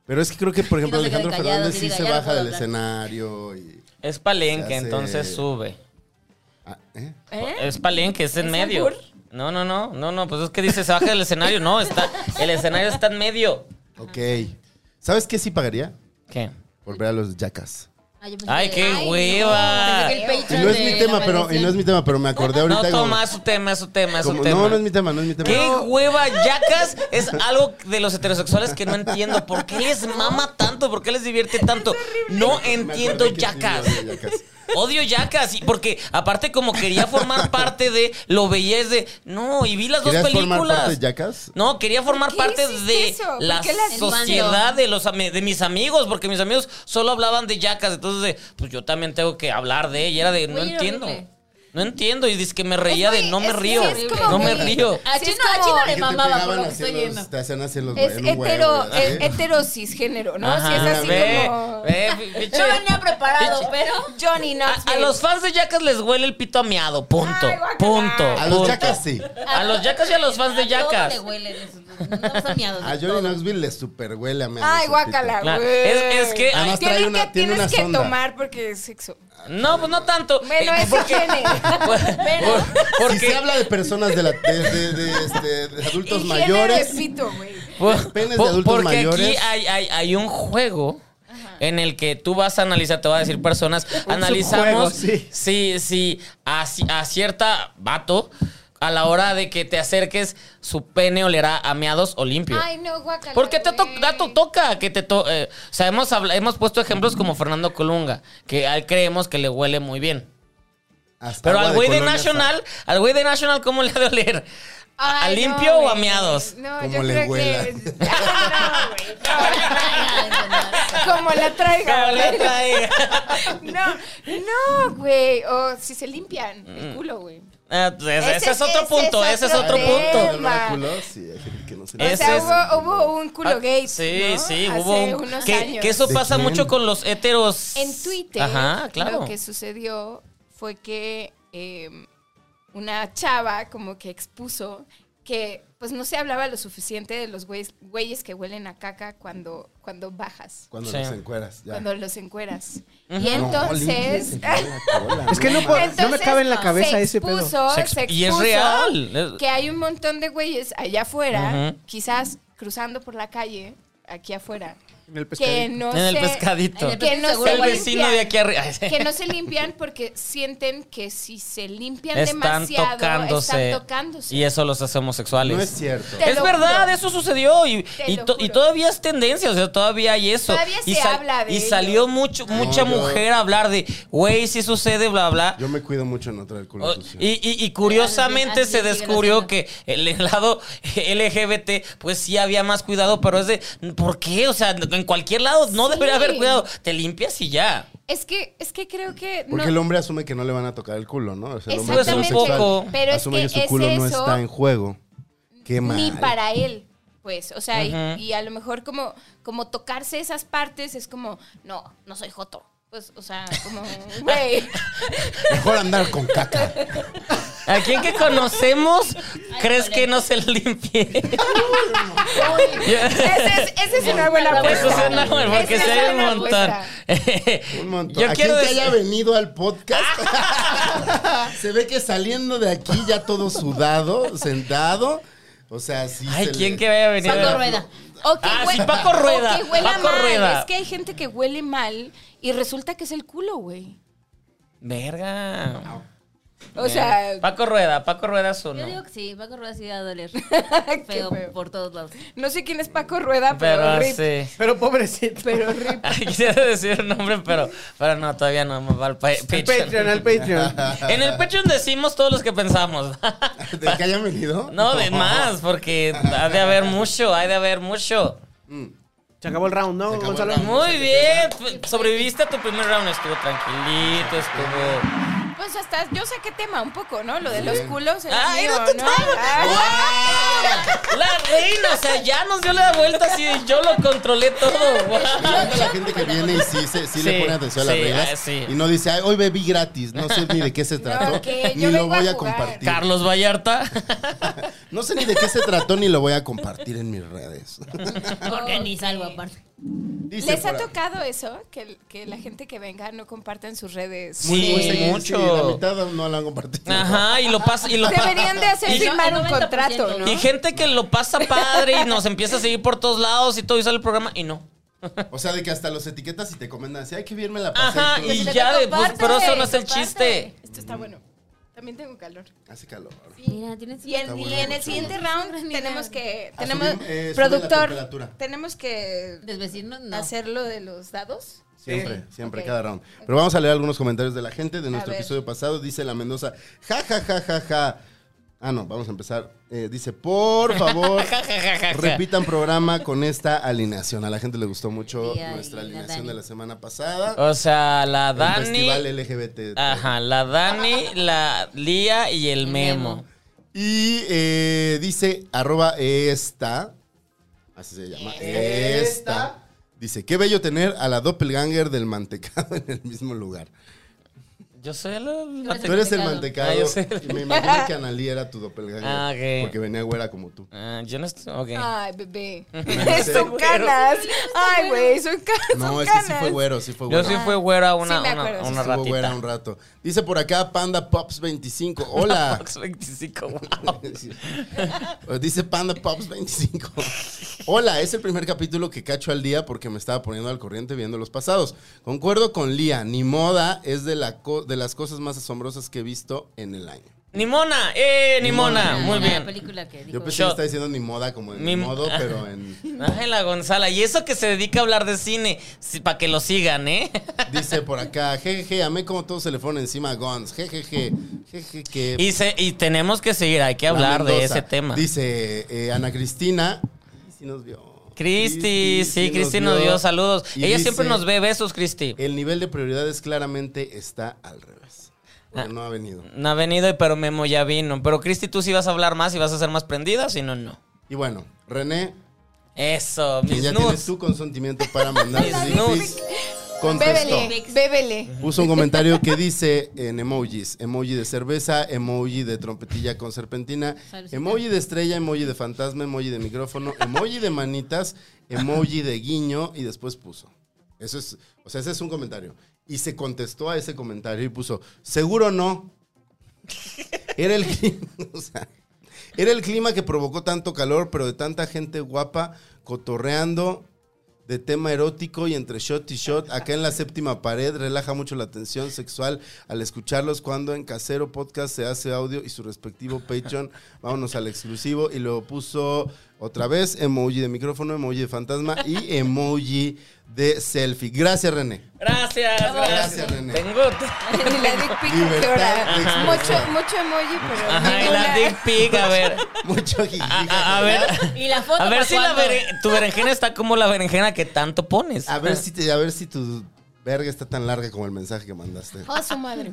D: Pero es que creo que, por ejemplo,
C: no se quede
D: Alejandro
C: callado,
D: Fernández
C: sí
D: sí
C: diga,
D: se
C: ya no
D: baja
C: puedo
D: del
C: hablar.
D: escenario y...
A: Es palenque,
D: Se hace-
A: entonces sube.
D: Ah, ¿eh?
E: ¿Eh?
A: Es palenque, es en
E: ¿Es
A: medio.
E: albur?
A: No, no, no, no, no, pues es que dice se baja del escenario, no, está, el escenario está en medio.
D: Ok. ¿Sabes qué sí pagaría?
A: ¿Qué?
D: Por ver a los yacas.
C: Ay, yo pensé
A: Ay,
C: que-
A: qué
C: Ay,
A: hueva.
C: pensé que el
D: Y
C: Patreon
D: no es
C: de
D: mi
C: la
D: tema, pero, y no es
C: maldición.
D: mi tema, pero me acordé ahorita.
A: No,
D: como-
A: toma, es su tema, es su tema, es su
D: como-
A: tema.
D: no, no es mi tema, no es mi tema.
A: ¿Qué
D: No.
A: hueva yacas? Es algo de los heterosexuales que no entiendo. ¿Por qué les mama tanto? ¿Por qué les divierte tanto? No
D: Me acordé
A: entiendo
D: que sí,
A: yacas.
D: lo de
C: *laughs*
D: yacas.
A: Odio yacas, y- porque aparte como quería
D: *laughs*
A: formar parte de, lo veía es de, no, y vi las dos
D: ¿Querías formar
A: películas.
D: parte de Jackass?
A: No, quería formar
E: qué
A: parte
E: hiciste
A: de
E: eso? ¿Por
A: la
E: qué la-
A: sociedad de los ami- de mis amigos, porque mis amigos solo hablaban de yacas, entonces de, pues yo también tengo que hablar de ella, era de, no
C: Oye,
A: entiendo.
C: horrible.
A: No entiendo, y dice que me reía de,
E: muy-
A: no me
E: es que
A: río,
E: es
C: como
A: no me
C: muy-
A: río.
C: A
E: Sí,
C: Chino,
E: es
C: a
E: como-
C: Chino le
D: Que te
C: mamaba por
D: pegaban
C: lo que
D: así
C: estoy
D: en los-
C: viendo.
D: Te hacían así en los
E: Es
D: en un huevo,
E: hetero,
D: así.
E: es heterosis género, *laughs* ¿no?
A: Ajá.
E: Si es así
A: Ve,
E: como *laughs*
A: ve, pinche-
C: Yo venía preparado, pero...
E: Johnny
A: a,
E: Knoxville.
A: a los fans de Jackas les huele el pito ameado, punto,
E: Ay, guácala.
A: punto.
D: A los
A: punto.
D: Jackass sí.
A: A los Jackas y a los fans de
C: A todo
A: Jackas.
C: le huelen esos- no son miados, de
D: A
E: *laughs*
D: Johnny
C: todo.
D: Knoxville le super huele a menos.
E: Ay, guácala,
A: Claro,
E: güey.
A: es- es que-
D: Además, trae
E: Tienes
D: una- tiene
E: que, tienes
D: una
E: que
D: sonda.
E: tomar porque es sexo.
A: No, pues no tanto. *laughs*
E: Bueno,
A: Eh,
E: eso tiene. *laughs*
A: por-
D: Porque
A: porque-
D: si se habla de personas de, la, de, de- de, este, de adultos
E: Higiene
D: mayores.
E: de pito, güey.
A: Por-
D: penes de
A: por-
D: adultos
A: porque aquí
D: mayores.
A: hay, hay- hay un juego en el que tú vas a analizar, te voy a decir
D: *laughs*
A: personas, analizamos
F: subjuego, sí.
A: si, si a, ci- a cierta vato, a la hora de que te acerques, su pene olerá a meados o limpio.
E: Ay, no, guácala.
A: Porque te to-
E: güey.
A: dato toca que te to- eh, o sea, hemos, habla- hemos puesto ejemplos como Fernando Colunga, que a él creemos que le huele muy bien.
D: Hasta
A: Pero
D: agua
A: al güey de,
D: colonia
A: National, al güey de National, ¿cómo le ha de oler? ¿A, a
E: Ay, no,
A: limpio o a
E: güey. *laughs*
A: miados?
E: No,
D: Como
E: yo
D: le
E: creo
D: huela.
E: que. Ah, *laughs* no, güey, no. Como la traiga.
A: ¿Cómo le trae?
E: *laughs* No, no, güey. O si se limpian el culo, güey.
A: Ah, pues ese, ese es otro
E: Ese es
A: punto, ese es otro
E: otro
D: Santa.
A: punto.
D: Del
E: tema.
D: oráculo, sí, hay gente que no se
E: O
A: Ese
E: sea,
A: es-
E: hubo, hubo un
A: Ah,
E: culo gay.
A: Sí,
E: ¿no?
A: sí,
E: Hace
A: hubo un-
E: unos
A: que,
E: años.
A: que eso
D: ¿De
A: pasa
D: quién?
A: mucho con los héteros.
E: En Twitter,
A: Ajá, claro.
E: lo que sucedió em, fue que eh, una chava como que expuso que pues no se hablaba lo suficiente de los güeyes, güeyes que huelen a caca cuando, cuando bajas,
D: Cuando
A: Sí.
D: los encueras. Ya.
E: cuando
A: *laughs*
E: los encueras. Y
D: No, Lin,
E: entonces...
D: se encuera, cola,
B: Es que no, puedo- no me
E: Entonces,
B: cabe en la cabeza
E: se
B: ese pedo.
E: expuso,
A: Se
E: se
A: exp- y es
E: expuso
A: real.
E: Que hay un montón de güeyes allá afuera,
A: Ujú.
E: quizás cruzando por la calle, aquí afuera,
B: En el
E: que
B: pescadito.
E: no
A: en el
E: se-
A: pescadito.
C: Ay,
E: Que no
C: Seguro
E: se
A: el vecino
E: limpian.
A: de aquí arriba. *laughs*
E: que no se limpian porque sienten que si se limpian
A: Están
E: demasiado
A: tocándose.
E: están tocándose.
A: Y eso los hace homosexuales.
D: No es cierto.
E: Te
A: es
E: lo
A: verdad,
E: juro.
A: eso sucedió y,
E: Te
A: y,
E: lo
A: to- y
E: juro.
A: todavía es tendencia, o sea, todavía hay eso.
E: Todavía
A: y
E: se habla de
A: Y
E: ello.
A: salió mucho, mucha
D: yo-
A: mujer a hablar de, güey, si sucede, bla, bla.
D: Yo me cuido mucho en no traer el culo
A: O-
D: sucio.
A: Y, y- y curiosamente
C: Así
A: se
C: sigue la
A: descubrió
C: escena.
A: que el lado LGBT, pues sí había más cuidado, pero es de, ¿por qué? O sea, en cualquier lado no
E: Sí.
A: debería haber cuidado. Te limpias y ya.
E: Es que, es que creo que no-
D: Porque el hombre asume que no le van a tocar el culo, ¿no? O sea, el hombre
A: Pues un
E: Exactamente.
A: homosexual poco.
E: Pero es
D: asume
E: que,
D: que su
E: es
D: culo
E: eso
D: no está en juego. Qué mal.
E: ni para él. Pues, o sea, y-
A: Ujú.
E: y, a lo mejor como, como tocarse esas partes es como, no, no soy joto. Pues, o sea,
A: *laughs*
E: como, güey.
D: Mejor andar con caca.
A: ¿A quién que conocemos crees que
C: colega.
A: no se
E: *laughs*
A: limpie?
E: Esa es, esa es una buena apuesta.
A: Eso es una- porque
E: Esa
A: se
E: es
A: hay un
E: una
A: montón.
E: apuesta.
D: *laughs* Un montón.
A: Yo
D: a
A: quiero
D: quien
A: decir-
D: que haya venido
A: *laughs*
D: al podcast, se ve que saliendo de aquí ya todo sudado, sentado. O sea, sí.
A: Ay,
D: se
A: ¿quién
D: le-
A: que
D: *laughs*
A: vaya a venir?
C: Paco Rueda.
E: O que
A: Ah,
E: hue-
A: sí, Paco Rueda,
E: o que huela
A: Paco
E: mal.
A: Rueda.
E: Es que hay gente que huele mal y resulta que es el culo, güey.
A: Verga.
E: O sea,
A: Paco Rueda, Paco Rueda es
C: Yo
A: uno.
C: digo que sí, Paco Rueda sí va a doler. *laughs*
E: *laughs* Qué
C: Feo
E: feo.
C: por todos
E: *laughs*
C: lados.
E: no sé quién es Paco Rueda, pero,
A: Pero
E: rip,
A: sí.
B: Pero pobrecito.
E: pero rip.
A: *laughs* Ay, Quisiera decir un nombre, pero, pero no, todavía no me va al pa-
B: Al
A: Patreon.
B: Patreon, al Patreon.
D: *laughs*
A: En el Patreon decimos todos los que pensamos. *laughs*
D: ¿De que haya venido?
A: No,
D: *laughs*
A: de más, porque ha de haber mucho, hay de haber mucho.
B: Se acabó el round, ¿no,
D: acabó el
B: Gonzalo?
D: round.
A: Muy bien, p- sobreviviste a tu primer round, estuvo tranquilito, estuvo...
E: Pues hasta yo saqué tema un poco, ¿no? Lo de los culos. era
A: ¡Ay,
E: mío,
A: no te
E: ¿no?
A: tomes!
E: Ah,
A: ¡Guau! La reina, o sea, ya nos dio la vuelta así, de yo lo controlé todo.
D: Me *laughs*
A: ¡Guau!
D: encanta la gente que viene y sí, se- sí
A: Sí,
D: le pone atención a las
A: sí,
D: reglas
A: ah, sí.
D: y no dice, "Ay, hoy bebí gratis, no sé ni de qué se trató,
E: que
D: ni
E: yo
D: lo
E: vengo a
D: voy a,
E: jugar.
D: compartir.
A: Carlos Vallarta.
D: *laughs* No sé ni de qué se trató, ni lo voy a compartir en mis redes. *laughs*
C: Porque ni salgo aparte.
D: Dice
E: ¿Les
D: por
E: ha
D: ahí.
E: tocado eso? Que, que la gente que venga no comparta en sus redes.
A: Sí,
D: seguido,
A: mucho.
D: sí, la mitad no la han compartido.
A: Ajá, y lo pasa. Y lo pa-
E: Deberían de
A: *laughs*
E: hacer
A: Y-
E: firmar
C: el
E: un
C: 90%,
E: contrato, ¿no?
A: Y gente que lo pasa padre y nos empieza a seguir por todos lados y todo y sale el programa y no.
D: O sea, de que hasta los etiquetas y te comentan así, ay, qué bien me la pasé.
A: Ajá,
D: todo".
A: y
C: Pero
A: ya,
C: te
A: de- pues,
C: comparte,
A: pero eso no es el
C: comparte.
A: chiste.
E: Esto está bueno. También tengo calor.
D: Hace calor.
C: Mira, tienes
E: Y en,
D: Está
E: y
D: bueno,
E: en el
D: bueno.
E: siguiente round tenemos que.
D: Ah,
E: Tenemos,
D: subimos, eh, sube la
E: productor,
D: temperatura.
E: tenemos que
C: Desvecirnos, no.
E: hacer lo de los dados.
D: Siempre, siempre,
E: Ok.
D: cada round. Pero vamos a leer algunos comentarios de la gente de nuestro
E: ver.
D: episodio pasado. Dice la Mendoza, ja, ja, ja, ja, ja. Ah, no, vamos a empezar. Eh, dice, por favor, repitan programa con esta alineación. A la gente le gustó mucho
C: Sí, ay,
D: nuestra
C: la
D: alineación
C: Dani.
D: de la semana pasada.
A: O sea, la
D: El
A: Ah, Dani.
D: festival LGBT.
A: Ajá, la Dani, la Lía y el Memo.
D: Y eh, dice, arroba esta. Así se llama. Esta. Dice, qué bello tener a la doppelganger del mantecado en el mismo lugar.
A: Yo soy la. la
E: Pues
C: Gracias.
D: Tú eres el
A: Ah,
D: mantecado.
A: yo sé.
D: y me imagino que Analí era tu doppelganger.
A: Ah, ok.
D: Porque venía güera como tú.
A: Ah, yo no estoy. Ok.
E: Ay,
A: *laughs*
E: bebé.
D: sé.
E: son canas. Ay, güey, son canas.
D: No,
E: son
D: es que sí
E: canas.
D: fue güero, sí fue
A: yo
D: güero.
A: sí fui güera una,
E: Sí, me
A: una-
E: acuerdo, sí,
A: una
D: Estuvo
A: ratita.
D: güera un rato. Dice por acá Panda Pops 25. Hola.
A: *laughs* Fox 25, wow.
D: *laughs* Dice Panda Pops 25. Hola, es el primer capítulo que cacho al día porque me estaba poniendo al corriente viendo los pasados. Concuerdo con Lía, ni moda es de, la co- de las cosas más asombrosas que he visto en el año.
A: Nimona, eh, Nimona.
C: Ah,
A: Muy
C: la
A: bien.
C: película que dijo.
D: Yo pensé
A: Shot.
D: que estaba diciendo ni moda como en
A: Ni-
D: ni modo,
A: *laughs*
D: pero en...
A: Ángela Gonzala. Y eso que se dedica a hablar de cine. para que lo sigan, ¿eh?
D: Dice por acá, jejeje, amé como todos se le fueron encima a Guns. Jejeje, jejeje. que-
A: Y, se- y tenemos que seguir, hay que
D: La
A: hablar de
D: Mendoza.
A: ese tema.
D: Dice eh, Ana Cristina. Sí nos vio.
A: Cristi, sí, Cristi nos dio saludos.
D: Y
A: Ella
D: dice, "Eh,
A: siempre nos ve besos, Cristi.
D: El nivel de prioridades claramente está al revés. Porque
A: Ah.
D: No ha venido.
A: No ha venido, pero Memo ya vino. Pero Cristi, tú sí vas a hablar más y vas a ser más prendida, si no, no.
D: Y bueno, René,
A: Eso,
D: quien
A: mis
D: ya tienes
A: nudes.
D: tu consentimiento para mandar
A: Mis
D: dick
A: nudes.
D: pics, contestó.
E: Bébele, bébele.
D: Puso un comentario que dice en emojis, emoji de cerveza, emoji de trompetilla con serpentina,
C: Salucita.
D: emoji de estrella, emoji de fantasma, emoji de micrófono, emoji de manitas, emoji de guiño y después puso. Eso es, o sea, ese es un comentario. Y se contestó a ese comentario y puso, seguro no. Era el clima, *laughs* o sea, era el clima que provocó tanto calor, pero de tanta gente guapa cotorreando de tema erótico y entre shot y shot, acá en la séptima pared, relaja mucho la tensión sexual al escucharlos cuando en Casero Podcast se hace audio y su respectivo Patreon. Vámonos al exclusivo. Y luego puso otra vez emoji de micrófono, emoji de fantasma y emoji de selfie. Gracias, René.
A: Gracias, gracias.
D: Gracias, René.
A: Tengo.
E: Y la dick pic
D: Libertad
E: ¿a qué hora?
D: de expresión.
E: Mucho, mucho emoji, pero
A: Ajá, y la
E: ninguna-
A: dick pic, a ver.
D: Mucho jiji,
A: A, a- a ver.
C: Y la foto.
A: A ver
C: ¿para
A: si la
C: cuándo?
A: beren- tu berenjena está como la berenjena que tanto pones.
D: A ver si te- a ver si tu verga está tan larga como el mensaje que mandaste.
C: Oh, su madre.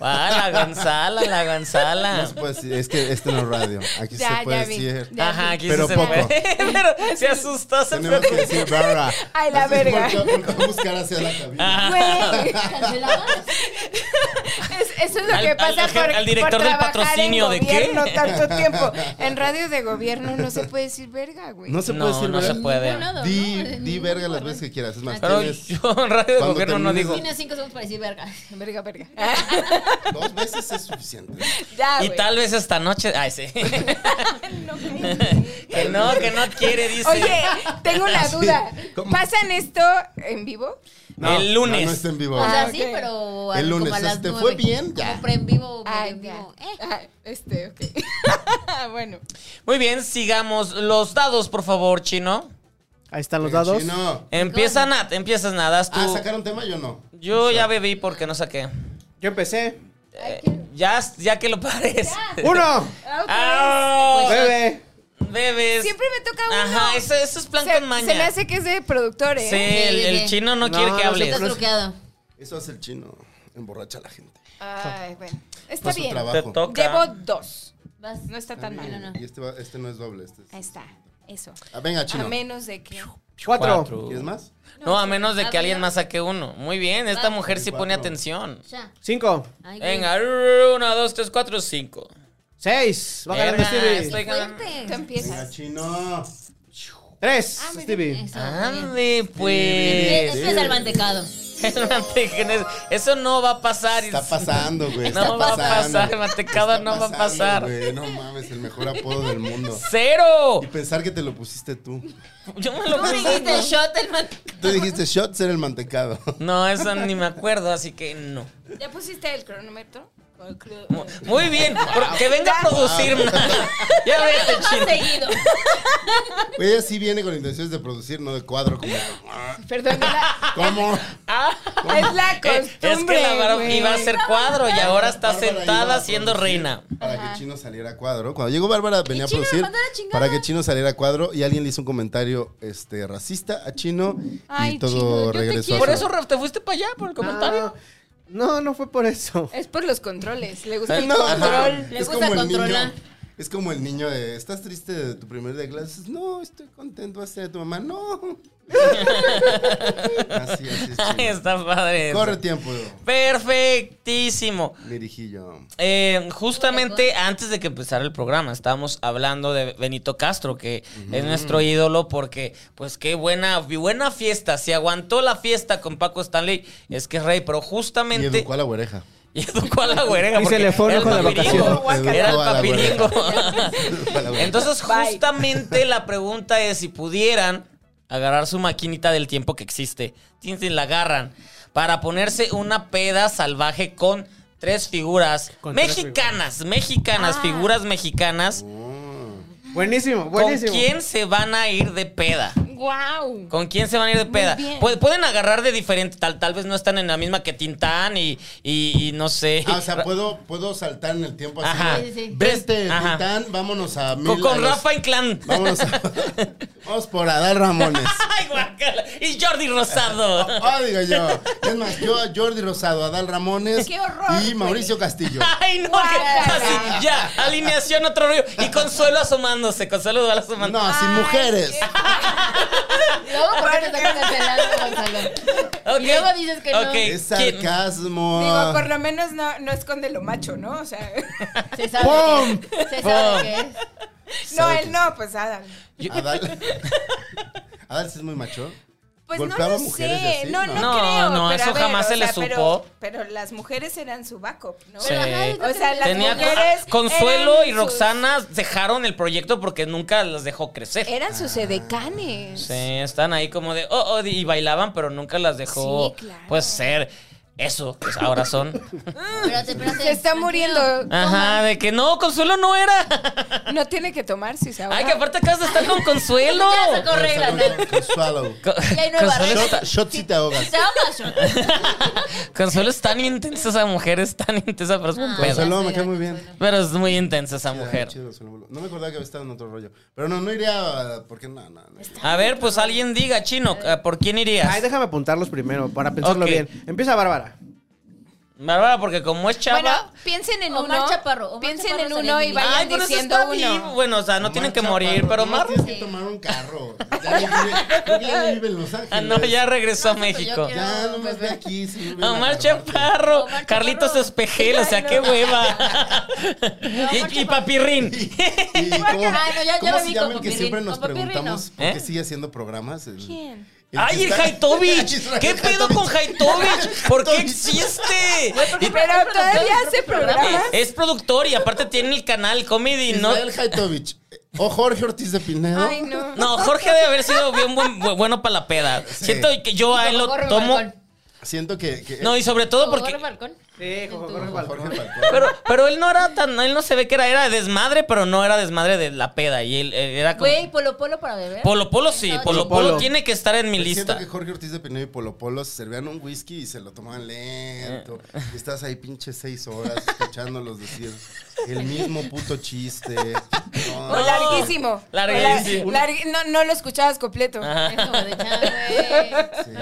A: Ah, la Gonzala, la
D: No se
A: Gonzala.
D: puede decir, es que este no es radio. Aquí
E: Ya,
D: se
E: ya
D: puede
E: vi.
D: decir.
E: Ya.
A: Ajá, aquí
D: Pero
A: sí se
D: poco.
A: puede. *laughs* Pero se asustó, se
D: Tenemos que
A: preocupó.
D: decir verga.
E: Ay, la verga.
D: Porque, porque a buscar hacia la cabina.
A: Ah,
E: Güey, *laughs*
C: ¿Canceladas?
E: es- eso es lo
A: Al-
E: que
A: al-
E: pasa
A: al
E: por,
A: gen- al director
E: por
A: del
E: trabajar
A: patrocinio,
E: en
A: ¿de qué?
E: gobierno
A: *laughs*
E: tanto tiempo. En radio de gobierno no se puede decir verga, güey.
D: No se puede
A: No,
D: decir
A: no
D: verga.
A: se puede.
C: Ningún lado,
D: Di,
C: ¿no? En
D: di
C: ningún
D: verga las
C: lugar.
D: veces que quieras. Es más,
A: Pero
D: tienes
A: yo en radio de
D: Cuando
A: gobierno no
D: termines-
A: digo.
C: Tienes cinco segundos para decir verga.
E: *laughs*
C: *laughs*
E: Verga, verga.
D: dos veces es suficiente.
E: *laughs*
A: *laughs*
E: ya,
A: Y
E: güey. *laughs*
A: tal vez esta noche. Ay, sí. *laughs* que no, que no quiere, dice.
E: Oye,
A: *laughs*
E: tengo una duda. ¿Pasan esto en vivo?
D: No,
A: el
D: No,
A: lunes.
D: no está en vivo.
C: O sea,
E: Ah,
C: sí,
E: ok.
C: pero. a-
D: El lunes,
C: Como a las
D: este,
C: nueve.
D: fue bien, ya.
C: Como pre en vivo, medio
E: Ah,
C: en
E: ya.
C: vivo. Eh.
E: Ah, este, ok. *laughs* bueno.
A: Muy bien, sigamos. Los dados, por favor, chino.
B: Ahí están los
D: Venga,
B: dados.
D: chino.
A: Empieza nada, empiezas nada.
D: Ah, ¿sacaron tema? Yo no.
A: Yo ya bebí porque no saqué.
B: Yo empecé.
A: Eh, ya, ya que lo pares. *laughs*
B: ¡Uno!
A: ¡Au!
B: ¡Bebe!
A: pues, Bebes.
E: Ah, Pues, Siempre me toca uno.
A: Ajá, eso, eso es plan
E: se,
A: con maña.
E: se me hace que es de productor, ¿eh?
A: Sí, el, el
C: sí.
A: chino no,
B: No,
A: quiere que
B: no
A: hables.
C: Estás bloqueado.
D: Eso hace el chino. Emborracha a la gente.
E: Ay, bueno. Está
D: Está su
E: bien.
A: Te
D: trabajo.
A: Pues toca.
E: Llevo dos.
C: Vas.
E: No está tan mal.
C: no.
D: Y este, va- este no es doble. Este es-
E: Ahí está. Eso.
D: Ah, venga,
E: A
D: chino.
E: menos de que.
B: Cuatro.
D: ¿Quieres más?
A: No, a menos de que
C: Ah,
A: alguien
C: bueno.
A: más saque uno. Muy bien, esta
C: Ah.
A: mujer sí pone
D: Cuatro.
A: atención.
C: Ya.
B: Cinco.
C: Ay, güey.
A: Venga, rrr, una, dos, tres, cuatro, cinco.
B: Seis. Va ganando
A: Verga,
B: Stevie.
A: estoy ganando.
E: Tú
C: Fuerte.
E: empiezas.
D: Venga, chino.
B: Tres.
C: Ah, muy
B: Stevie.
C: bien. Eso, muy bien.
A: Ande,
C: Eh,
A: pues.
C: Esto es el mantecado.
A: *laughs* El mantecado- Eso no va a pasar.
D: Está pasando, güey.
A: No
D: está
A: va a
D: pasando.
A: pasar, mantecada
D: Está
A: no va a
D: pasando,
A: pasar.
D: güey. No mames, el mejor apodo del mundo.
A: ¡Cero!
D: Y pensar que te lo pusiste tú.
A: Yo me lo
C: Tú dijiste shot el mantecado.
D: Tú dijiste shots era el mantecado. *laughs*
A: No, eso ni me acuerdo, así que no.
E: ¿Ya pusiste el cronómetro? El cro-
A: Mu- Muy bien, por- que venga a producir más. Ya vete,
C: Más
A: chino.
C: seguido.
D: Güey, Ella sí viene con intenciones de producir, no de cuadro. Como,
E: *laughs* Perdón, la-
D: ¿Cómo?
E: es la
A: Eh,
E: costumbre.
A: Es que la barba
E: güey.
A: iba a ser cuadro y ahora está
D: Bárbara iba
A: sentada
D: a
A: siendo
D: producir
A: reina.
D: Para que Chino saliera a cuadro. Cuando llegó Bárbara venía a
C: Chino lo
D: producir.
C: mandó a la chingada.
D: Para que Chino saliera a cuadro y alguien le hizo un comentario este, racista a Chino
E: Ay,
D: y todo
E: Chino, yo te
D: regresó. a
E: quiero.
A: Por
D: su-
A: eso Raf, te fuiste para allá, por el comentario.
B: Ah, No, no fue por
E: *laughs*
B: eso. *laughs*
E: Ah, Es por los controles. Le gusta
A: Eh,
E: el
A: no.
E: control.
C: Le
D: Ah, es
C: gusta
D: como el
C: controlar.
D: niño. Es como el niño de, ¿estás triste de tu primer día de clases? No, estoy contento, vas a ser tu mamá. No. así, así es.
A: Ay,
D: Chino.
A: *laughs* está padre. eso.
D: Corre tiempo,
A: Perfectísimo.
D: mirijillo.
A: Eh, justamente antes de que empezara el programa, estábamos hablando de Benito Castro, que es nuestro ídolo, porque, pues, qué buena, buena fiesta. Si aguantó la fiesta con Paco Stanley, es que es rey, pero
D: Y
A: justamente.
D: educó a la oreja.
A: *laughs* Y educó a la güerenga,
B: Y se
A: porque
B: le fue un
A: era
B: ojo
A: el
B: de
A: papiringo.
D: vacaciones.
A: Era el
D: Educó a la
A: papiringo.
D: Educó *laughs* a la oreja.
A: Entonces,
E: Bye.
A: justamente la pregunta es si pudieran agarrar su maquinita del tiempo que existe. Tin, tin, la agarran. Para ponerse una peda salvaje con tres figuras
B: Con tres
A: mexicanas. Mexicanas,
E: Ah.
A: figuras mexicanas.
B: Buenísimo,
A: ¿Con
B: buenísimo.
A: quién se van a ir de peda?
E: ¡Wow!
A: ¿Con quién se van a ir de peda?
E: bien.
A: Pu- Pueden agarrar de diferente, tal, tal vez no están en la misma que Tintán y, y- y no sé.
D: Ah, o sea, puedo, puedo saltar en el tiempo así.
A: Ajá.
D: Vente,
A: Ajá.
D: Tintán, vámonos a
A: Con,
D: mil
A: con
D: años.
A: Rafa Inclán.
D: Vámonos a, *laughs* Vamos por Adal Ramones.
A: *laughs* ¡Ay, guacala! Y Jordi
D: *laughs*
A: Rosado.
D: Ah, digo yo. Es más, yo a Jordi Rosado, Adal Ramones
E: ¡Qué horror,
D: y Mauricio Castillo.
A: *laughs* Ay, no,
E: Guácala.
A: que- así, ya, alineación otro rollo. Y Consuelo asomándose, Consuelo Duval asomándose.
D: No, sin mujeres. Ah.
C: Luego, ¿por qué te están cancelando, Gonzalo?
A: Ok.
C: Luego dices que no.
A: Ok.
D: Es
A: ¿Quién?
D: sarcasmo.
E: Digo, por lo menos no, no esconde lo macho, ¿no? O sea, *laughs*
C: Se sabe.
A: *laughs*
D: ¡Pum!
C: que- Se sabe
A: ¡Pum!
C: que es.
E: no,
D: ¿Sabe
E: él no, pues Adam.
D: Adal. *laughs* Adal sí es muy macho.
E: Pues no
D: ¿Golpeaba
E: lo
D: mujeres y
E: sé,
D: así?
E: no, no,
A: No,
E: creo.
A: no,
E: pero a
A: eso
E: ver,
A: jamás
E: o
A: se le
E: sea, pero-
A: supo.
E: Pero, las mujeres eran su backup, ¿no?
A: Sí.
C: ajá, es lo
E: O
C: que
E: sea,
C: te-
E: las
A: Tenía
E: mujeres
A: Consuelo
E: eran
A: y
E: sus-
A: Roxana dejaron el proyecto porque nunca las dejó crecer.
E: Eran sus edecanes.
A: Sí, están ahí como de, oh, oh, y bailaban, pero nunca las dejó,
E: Sí, claro.
A: pues, ser eso, pues ahora son.
C: Espérate, espérate.
E: Se está
C: tranquilo.
E: muriendo.
A: *laughs* Ajá, de que no, Consuelo no era.
E: No tiene que tomarse, ¿sabes?
A: Ay, que aparte acabas de estar con Consuelo.
C: Ya sacó reglas. ¿no?
D: Con- con Swallow.
A: Co-
C: Y hay nueva
A: Consuelo,
C: regla.
A: está,
D: Shot, shot si te ahogas.
C: Se habla, Shon.
A: Consuelo es tan intensa esa mujer, es tan intensa, pero es
C: Ah.
A: un pedo.
D: Consuelo Pues, me cae muy bien.
A: Pero es muy intensa esa mujer.
D: Chido, Consuelo. No me acordaba que había estado en otro rollo. Pero no, no iría ah, porque no, no, no.
A: A ver, pues alguien diga, Chino, eh, ¿por quién
B: Ay,
A: irías?
B: déjame apuntarlos primero para pensarlo
A: Ok.
B: bien. Empieza Bárbara.
A: Bárbara, porque como es chava...
E: Bueno, piensen en
C: Omar
E: uno.
C: Chaparro, Omar
E: piensen
C: Chaparro
E: en
C: estaría
E: uno y
C: bien.
E: vayan
A: Ay, pero eso
E: diciendo
A: está bien.
E: uno.
A: Bueno, o sea, no tienen que
D: Omar
A: morir,
D: Chaparro,
A: pero
D: nomás
A: Mar...
D: Tienes que tomar un carro. Ya no vive, creo que ya no vive en Los Ángeles.
A: Ah, no, ya regresó a
C: No, pero yo
A: México.
C: quiero-
D: Ya no más de aquí. sí vive en
A: Omar
D: Navarrete.
A: Chaparro,
C: Omar Chaparro.
A: Carlitos Espejel, o sea, qué hueva. *laughs* y, y
D: *laughs*
A: Papirrín.
D: ¿Y cómo,
C: Ah, no, ya- ya
D: cómo
C: lo
D: se
C: vi
D: llama
C: con
D: el que
C: Papirrín.
D: siempre nos
C: Con Papirrín,
D: preguntamos
A: no.
D: por qué
A: ¿Eh?
D: sigue haciendo programas? El-
E: ¿Quién?
D: el que
A: ¡Ay, el
D: está- *laughs*
A: Haitovich!
D: Israel
A: ¿Qué pedo con Haitovich? ¿Por qué existe?
E: Pero todavía hace programas.
A: *laughs* Es productor y aparte tiene el canal Comedy, ¿no?
D: Israel Haitovich. O Jorge Ortiz de Pinedo.
E: Ay, no. *laughs*
A: No, Jorge ha de haber sido bien buen- bu- bueno para la peda. Siento que yo a él lo
C: Jorge
A: tomo.
C: Falcón.
D: Siento que. que
A: No, y sobre todo
C: Jorge
A: porque. Ah,
C: Falcón.
B: Sí,
D: Jorge Falcón.
A: Pero, pero él no era tan. Él no se ve que era, era desmadre, pero no era desmadre de la peda. Y él, él era como.
C: Güey, ¿eh? Polo Polo para beber.
A: Polo Polo sí, Polo Polo
B: Polo.
A: tiene que estar en mi
D: Pues Siento
A: lista.
D: que Jorge Ortiz de Pinedo y Polo Polo se servían un whisky y se lo tomaban lento.
A: Eh.
D: Y estás ahí pinche seis horas escuchándolos decir el mismo puto chiste. No,
E: O larguísimo.
A: Larguísimo. Ah.
E: O lar- largui- no, no lo escuchabas completo.
A: Ajá.
C: Es como de chale.
D: Sí,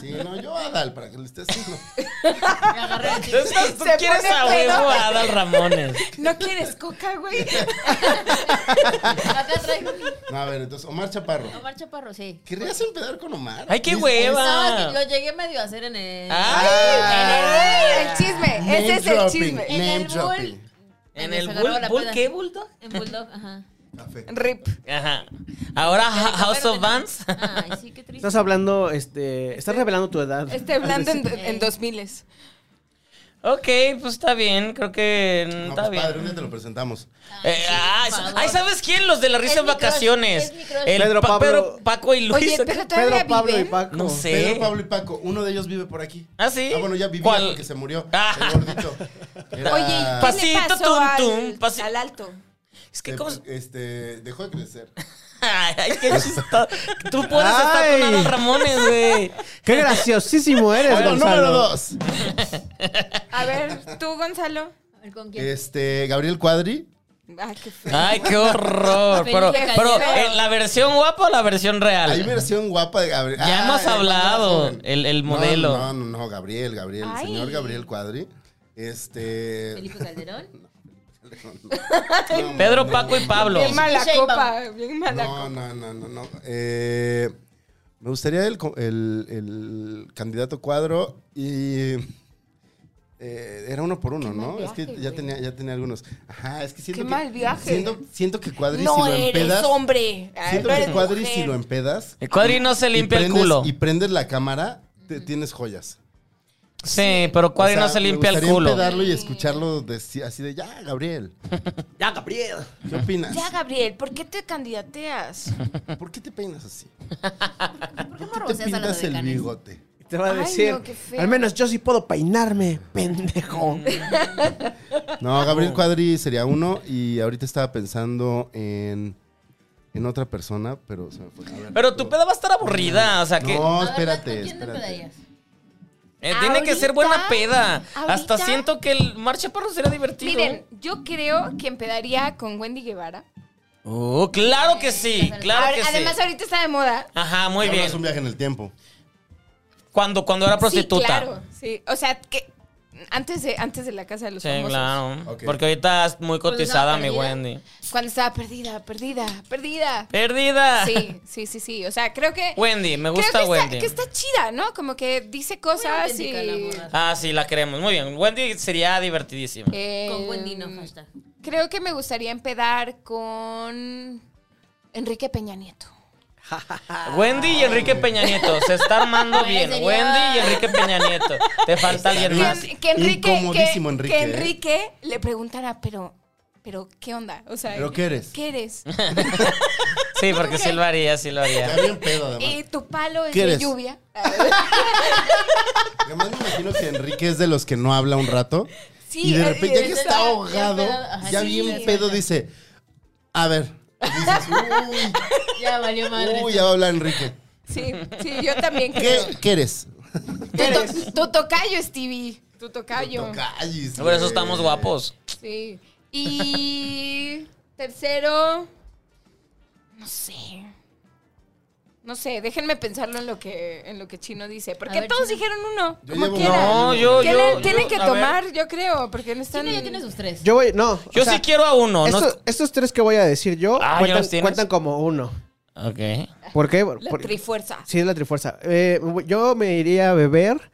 D: sí, no, yo Adal, para que lo estés haciendo.
C: Me agarré así.
A: *laughs* Entonces, tú
E: Se
A: quieres
E: pone
A: a huevo
E: pedo.
A: a Adal Ramones.
E: ¿No quieres coca,
A: *laughs*
E: güey?
C: Acá traigo.
D: No, a ver, entonces, Omar Chaparro.
C: Omar Chaparro, sí.
D: ¿Querías empezar con Omar?
A: Ay, qué Ah.
D: Es-
C: Pensaba que
A: hueva.
C: lo llegué medio a hacer *laughs* en el.
A: Ay,
E: El chisme.
D: ¡Eh! Name
E: Ese es el
D: dropping,
E: chisme.
C: En
D: Name
C: el
D: dropping.
A: En
C: Cuando
A: el
C: se agarró
A: bull,
C: la
A: bull-
C: peda.
A: ¿qué bulldog?
C: En Bulldog, ajá.
D: Café.
A: Mm,
E: Rip.
A: Ajá. Ahora Ha- House of Bands.
C: Ay, sí, qué triste.
B: Estás hablando, este. Estás revelando tu edad. *laughs*
E: Este hablando en, en 2000
A: Ok, pues está bien, creo que mm,
D: No,
A: está
D: pues,
A: bien.
D: padre, un día te lo presentamos.
A: Eh, ah,
C: por favor.
A: ay, ¿sabes quién? Los de la risa
C: Es
A: en
C: mi crush,
A: vacaciones.
C: es mi crush.
A: El
B: Pedro,
A: Pa-
B: Pablo.
A: Pedro, Paco y Luis.
E: Oye, pero todavía
B: Pedro, Pablo y
E: viven?
B: Paco.
A: no sé.
D: Pedro, Pablo y Paco, uno de ellos vive por aquí.
A: ¿Ah, sí?
D: Ah, bueno, ya vivía
A: ¿Cuál?
D: porque se murió.
A: Ah.
D: El
A: *laughs*
D: gordito. Era-
E: Oye, ¿y ¿qué
A: Pasito,
E: le pasó
A: tum,
E: al-
A: tum, pasi-
E: al alto?
A: Es que
D: Este,
A: cómo. se-
D: este, dejó
A: *laughs*
D: de crecer.
A: Ay, ay, qué chistoso. Tú puedes estar
B: Ay.
A: con Adal Ramones, güey.
B: Qué graciosísimo eres,
D: Bueno,
B: Gonzalo.
D: número dos.
E: A ver, tú, Gonzalo.
C: A ver, ¿Con quién?
D: Este, Gabriel Cuadri.
E: Ay, qué feo.
A: Ay, qué horror. Pero,
C: Felipe
A: pero
C: Calderón.
A: eh, ¿la versión guapa o la versión
D: Hay
A: real?
D: versión guapa de Gabriel.
A: Ya hemos
D: era
A: hablado,
D: más joven.
A: el- el
D: No,
A: modelo.
D: No, no, no, Gabriel, Gabriel. El
E: Ay.
D: señor Gabriel Cuadri. Este.
C: Felipe Calderón.
D: No,
A: Pedro,
D: no,
A: Paco y Pablo.
E: Bien mala
C: Sheinbaum.
E: copa, bien mala
D: No, no, no, no, no. Eh, me gustaría el, co- el- el candidato cuadro y. eh, era uno por uno, ¿no? Es que ya tenía, ya tenía algunos. Ajá, es que siento
E: Qué
D: que.
E: mal viaje.
D: Siento, siento que
E: copa.
D: cuadri
E: No
D: si lo
E: eres
D: empedas.
E: hombre. Ay,
D: siento
E: no
D: que
E: eres
D: cuadri
E: mujer.
D: si lo empedas.
A: El cuadri no se
D: y
A: limpia el
D: prendes-
A: culo.
D: Y prendes la cámara, te- tienes joyas.
A: Sí, pero cuadri
D: O sea,
A: no se
D: me
A: limpia el
D: gustaría
A: culo.
D: empedarlo y escucharlo deci- así de ya, Gabriel.
B: Ya, Gabriel.
D: ¿Qué opinas?
E: Ya, Gabriel, ¿por qué te candidateas?
D: ¿Por qué te peinas así?
C: ¿Por qué no
D: ¿Por qué te
C: roceas a las
D: pintas el
C: decanes?
D: bigote?
B: Te va a
E: Ay,
B: decir.
E: no, qué feo.
B: Al menos yo sí puedo peinarme, pendejo.
D: No, Gabriel Cuadri sería uno y ahorita estaba pensando en, en otra persona, pero se me fue. A ver,
A: Pero tu peda va a estar aburrida, o sea que.
D: No,
C: A ver, ¿con
D: espérate,
C: quién te
D: espérate.
C: empedarías?
A: Eh, tiene que ser buena
E: Ahorita,
A: peda. Hasta
E: ahorita.
A: siento que el Mar Chaparro será divertido.
E: Miren, yo creo que empedaría con Wendy Guevara.
A: Oh, claro que sí, claro que
E: Ahora- Además,
A: sí.
E: ahorita está de moda.
A: Ajá, muy
D: Ahora Es un
A: bien.
D: viaje en el tiempo.
A: Cuando, cuando era prostituta.
E: Sí, claro. Sí. O sea, que antes de, antes de la casa de los
A: Sí,
E: famosos. Pues
A: claro.
D: Ok.
A: Porque ahorita es muy
C: Cuando
A: cotizada
C: estaba
A: mi
C: perdida.
A: Wendy.
E: Cuando estaba perdida, perdida,
A: *laughs*
E: perdida.
A: Perdida.
E: Sí, sí, sí, sí. O sea, creo que.
A: Wendy, me
E: creo
A: gusta
E: que
A: Wendy.
E: Está, que está chida, ¿no? Como que dice cosas
C: Muy auténtica
E: y.
C: la morra.
A: *laughs* Ah, sí, la queremos. Muy bien. Wendy sería divertidísima.
E: eh,
C: Con buen dino, hashtag.
E: Creo que me gustaría empedar con. Enrique Peña Nieto. Ah.
A: Wendy y Enrique Peña Nieto. Se está
E: *laughs*
A: armando
C: Güey,
A: bien.
C: sería-
A: Wendy y Enrique Peña Nieto. Te falta
E: Que,
A: alguien más.
E: que Enrique, que,
D: Incomodísimo Enrique,
E: que
D: ¿eh?
E: Enrique le preguntara, pero, pero ¿qué onda? O sea,
D: ¿Pero qué eres?
E: ¿Qué eres?
A: Sí, porque sí lo haría, sí lo haría.
D: Está bien pedo, además.
E: *laughs* Y tu palo es
D: ¿Qué
E: de
D: eres? *laughs*
E: lluvia.
D: Además, me imagino que Enrique es de los que no habla un rato.
E: Sí,
D: y de
E: eh,
D: repente, ya que
E: eh,
D: está
E: está-
D: ahogado,
C: ya pedo, ajá,
D: ya
C: sí,
D: bien
C: sí,
D: pedo,
C: sí.
D: dice: A ver.
C: *laughs*
D: Y dices,
C: Ya valió madre.
D: uy, uy, ya va a hablar Enrique.
E: Sí, sí, yo también creo.
D: ¿Qué,
C: *laughs*
D: qué eres?
E: Tu, to- tu tocayo, Stevie. Tu tocayo.
D: Tocayis,
A: Por eso
D: güey.
A: estamos guapos.
E: Sí. Y tercero, no sé. No sé, déjenme pensarlo en lo que, en lo que Chino dice. Porque
C: A ver,
E: todos
C: Chino.
E: dijeron uno.
D: Yo
E: Como
D: llevo
E: quiera.
A: No, yo,
E: ¿Qué
A: yo.
E: le- tienen
A: yo-
E: que
A: a ver,
E: tomar, yo creo, porque no están.
C: Chino ya tiene sus tres.
B: Yo voy, no.
A: Yo
B: o sea,
A: sí quiero a uno. no-
B: estos, estos tres que voy a decir yo
A: Ah, ¿ya
B: cuentan,
A: los tienes?
B: cuentan como uno.
A: Ok.
B: ¿Por qué?
E: La
B: Por-
E: trifuerza.
B: sí, es la trifuerza. Eh, yo me iría a beber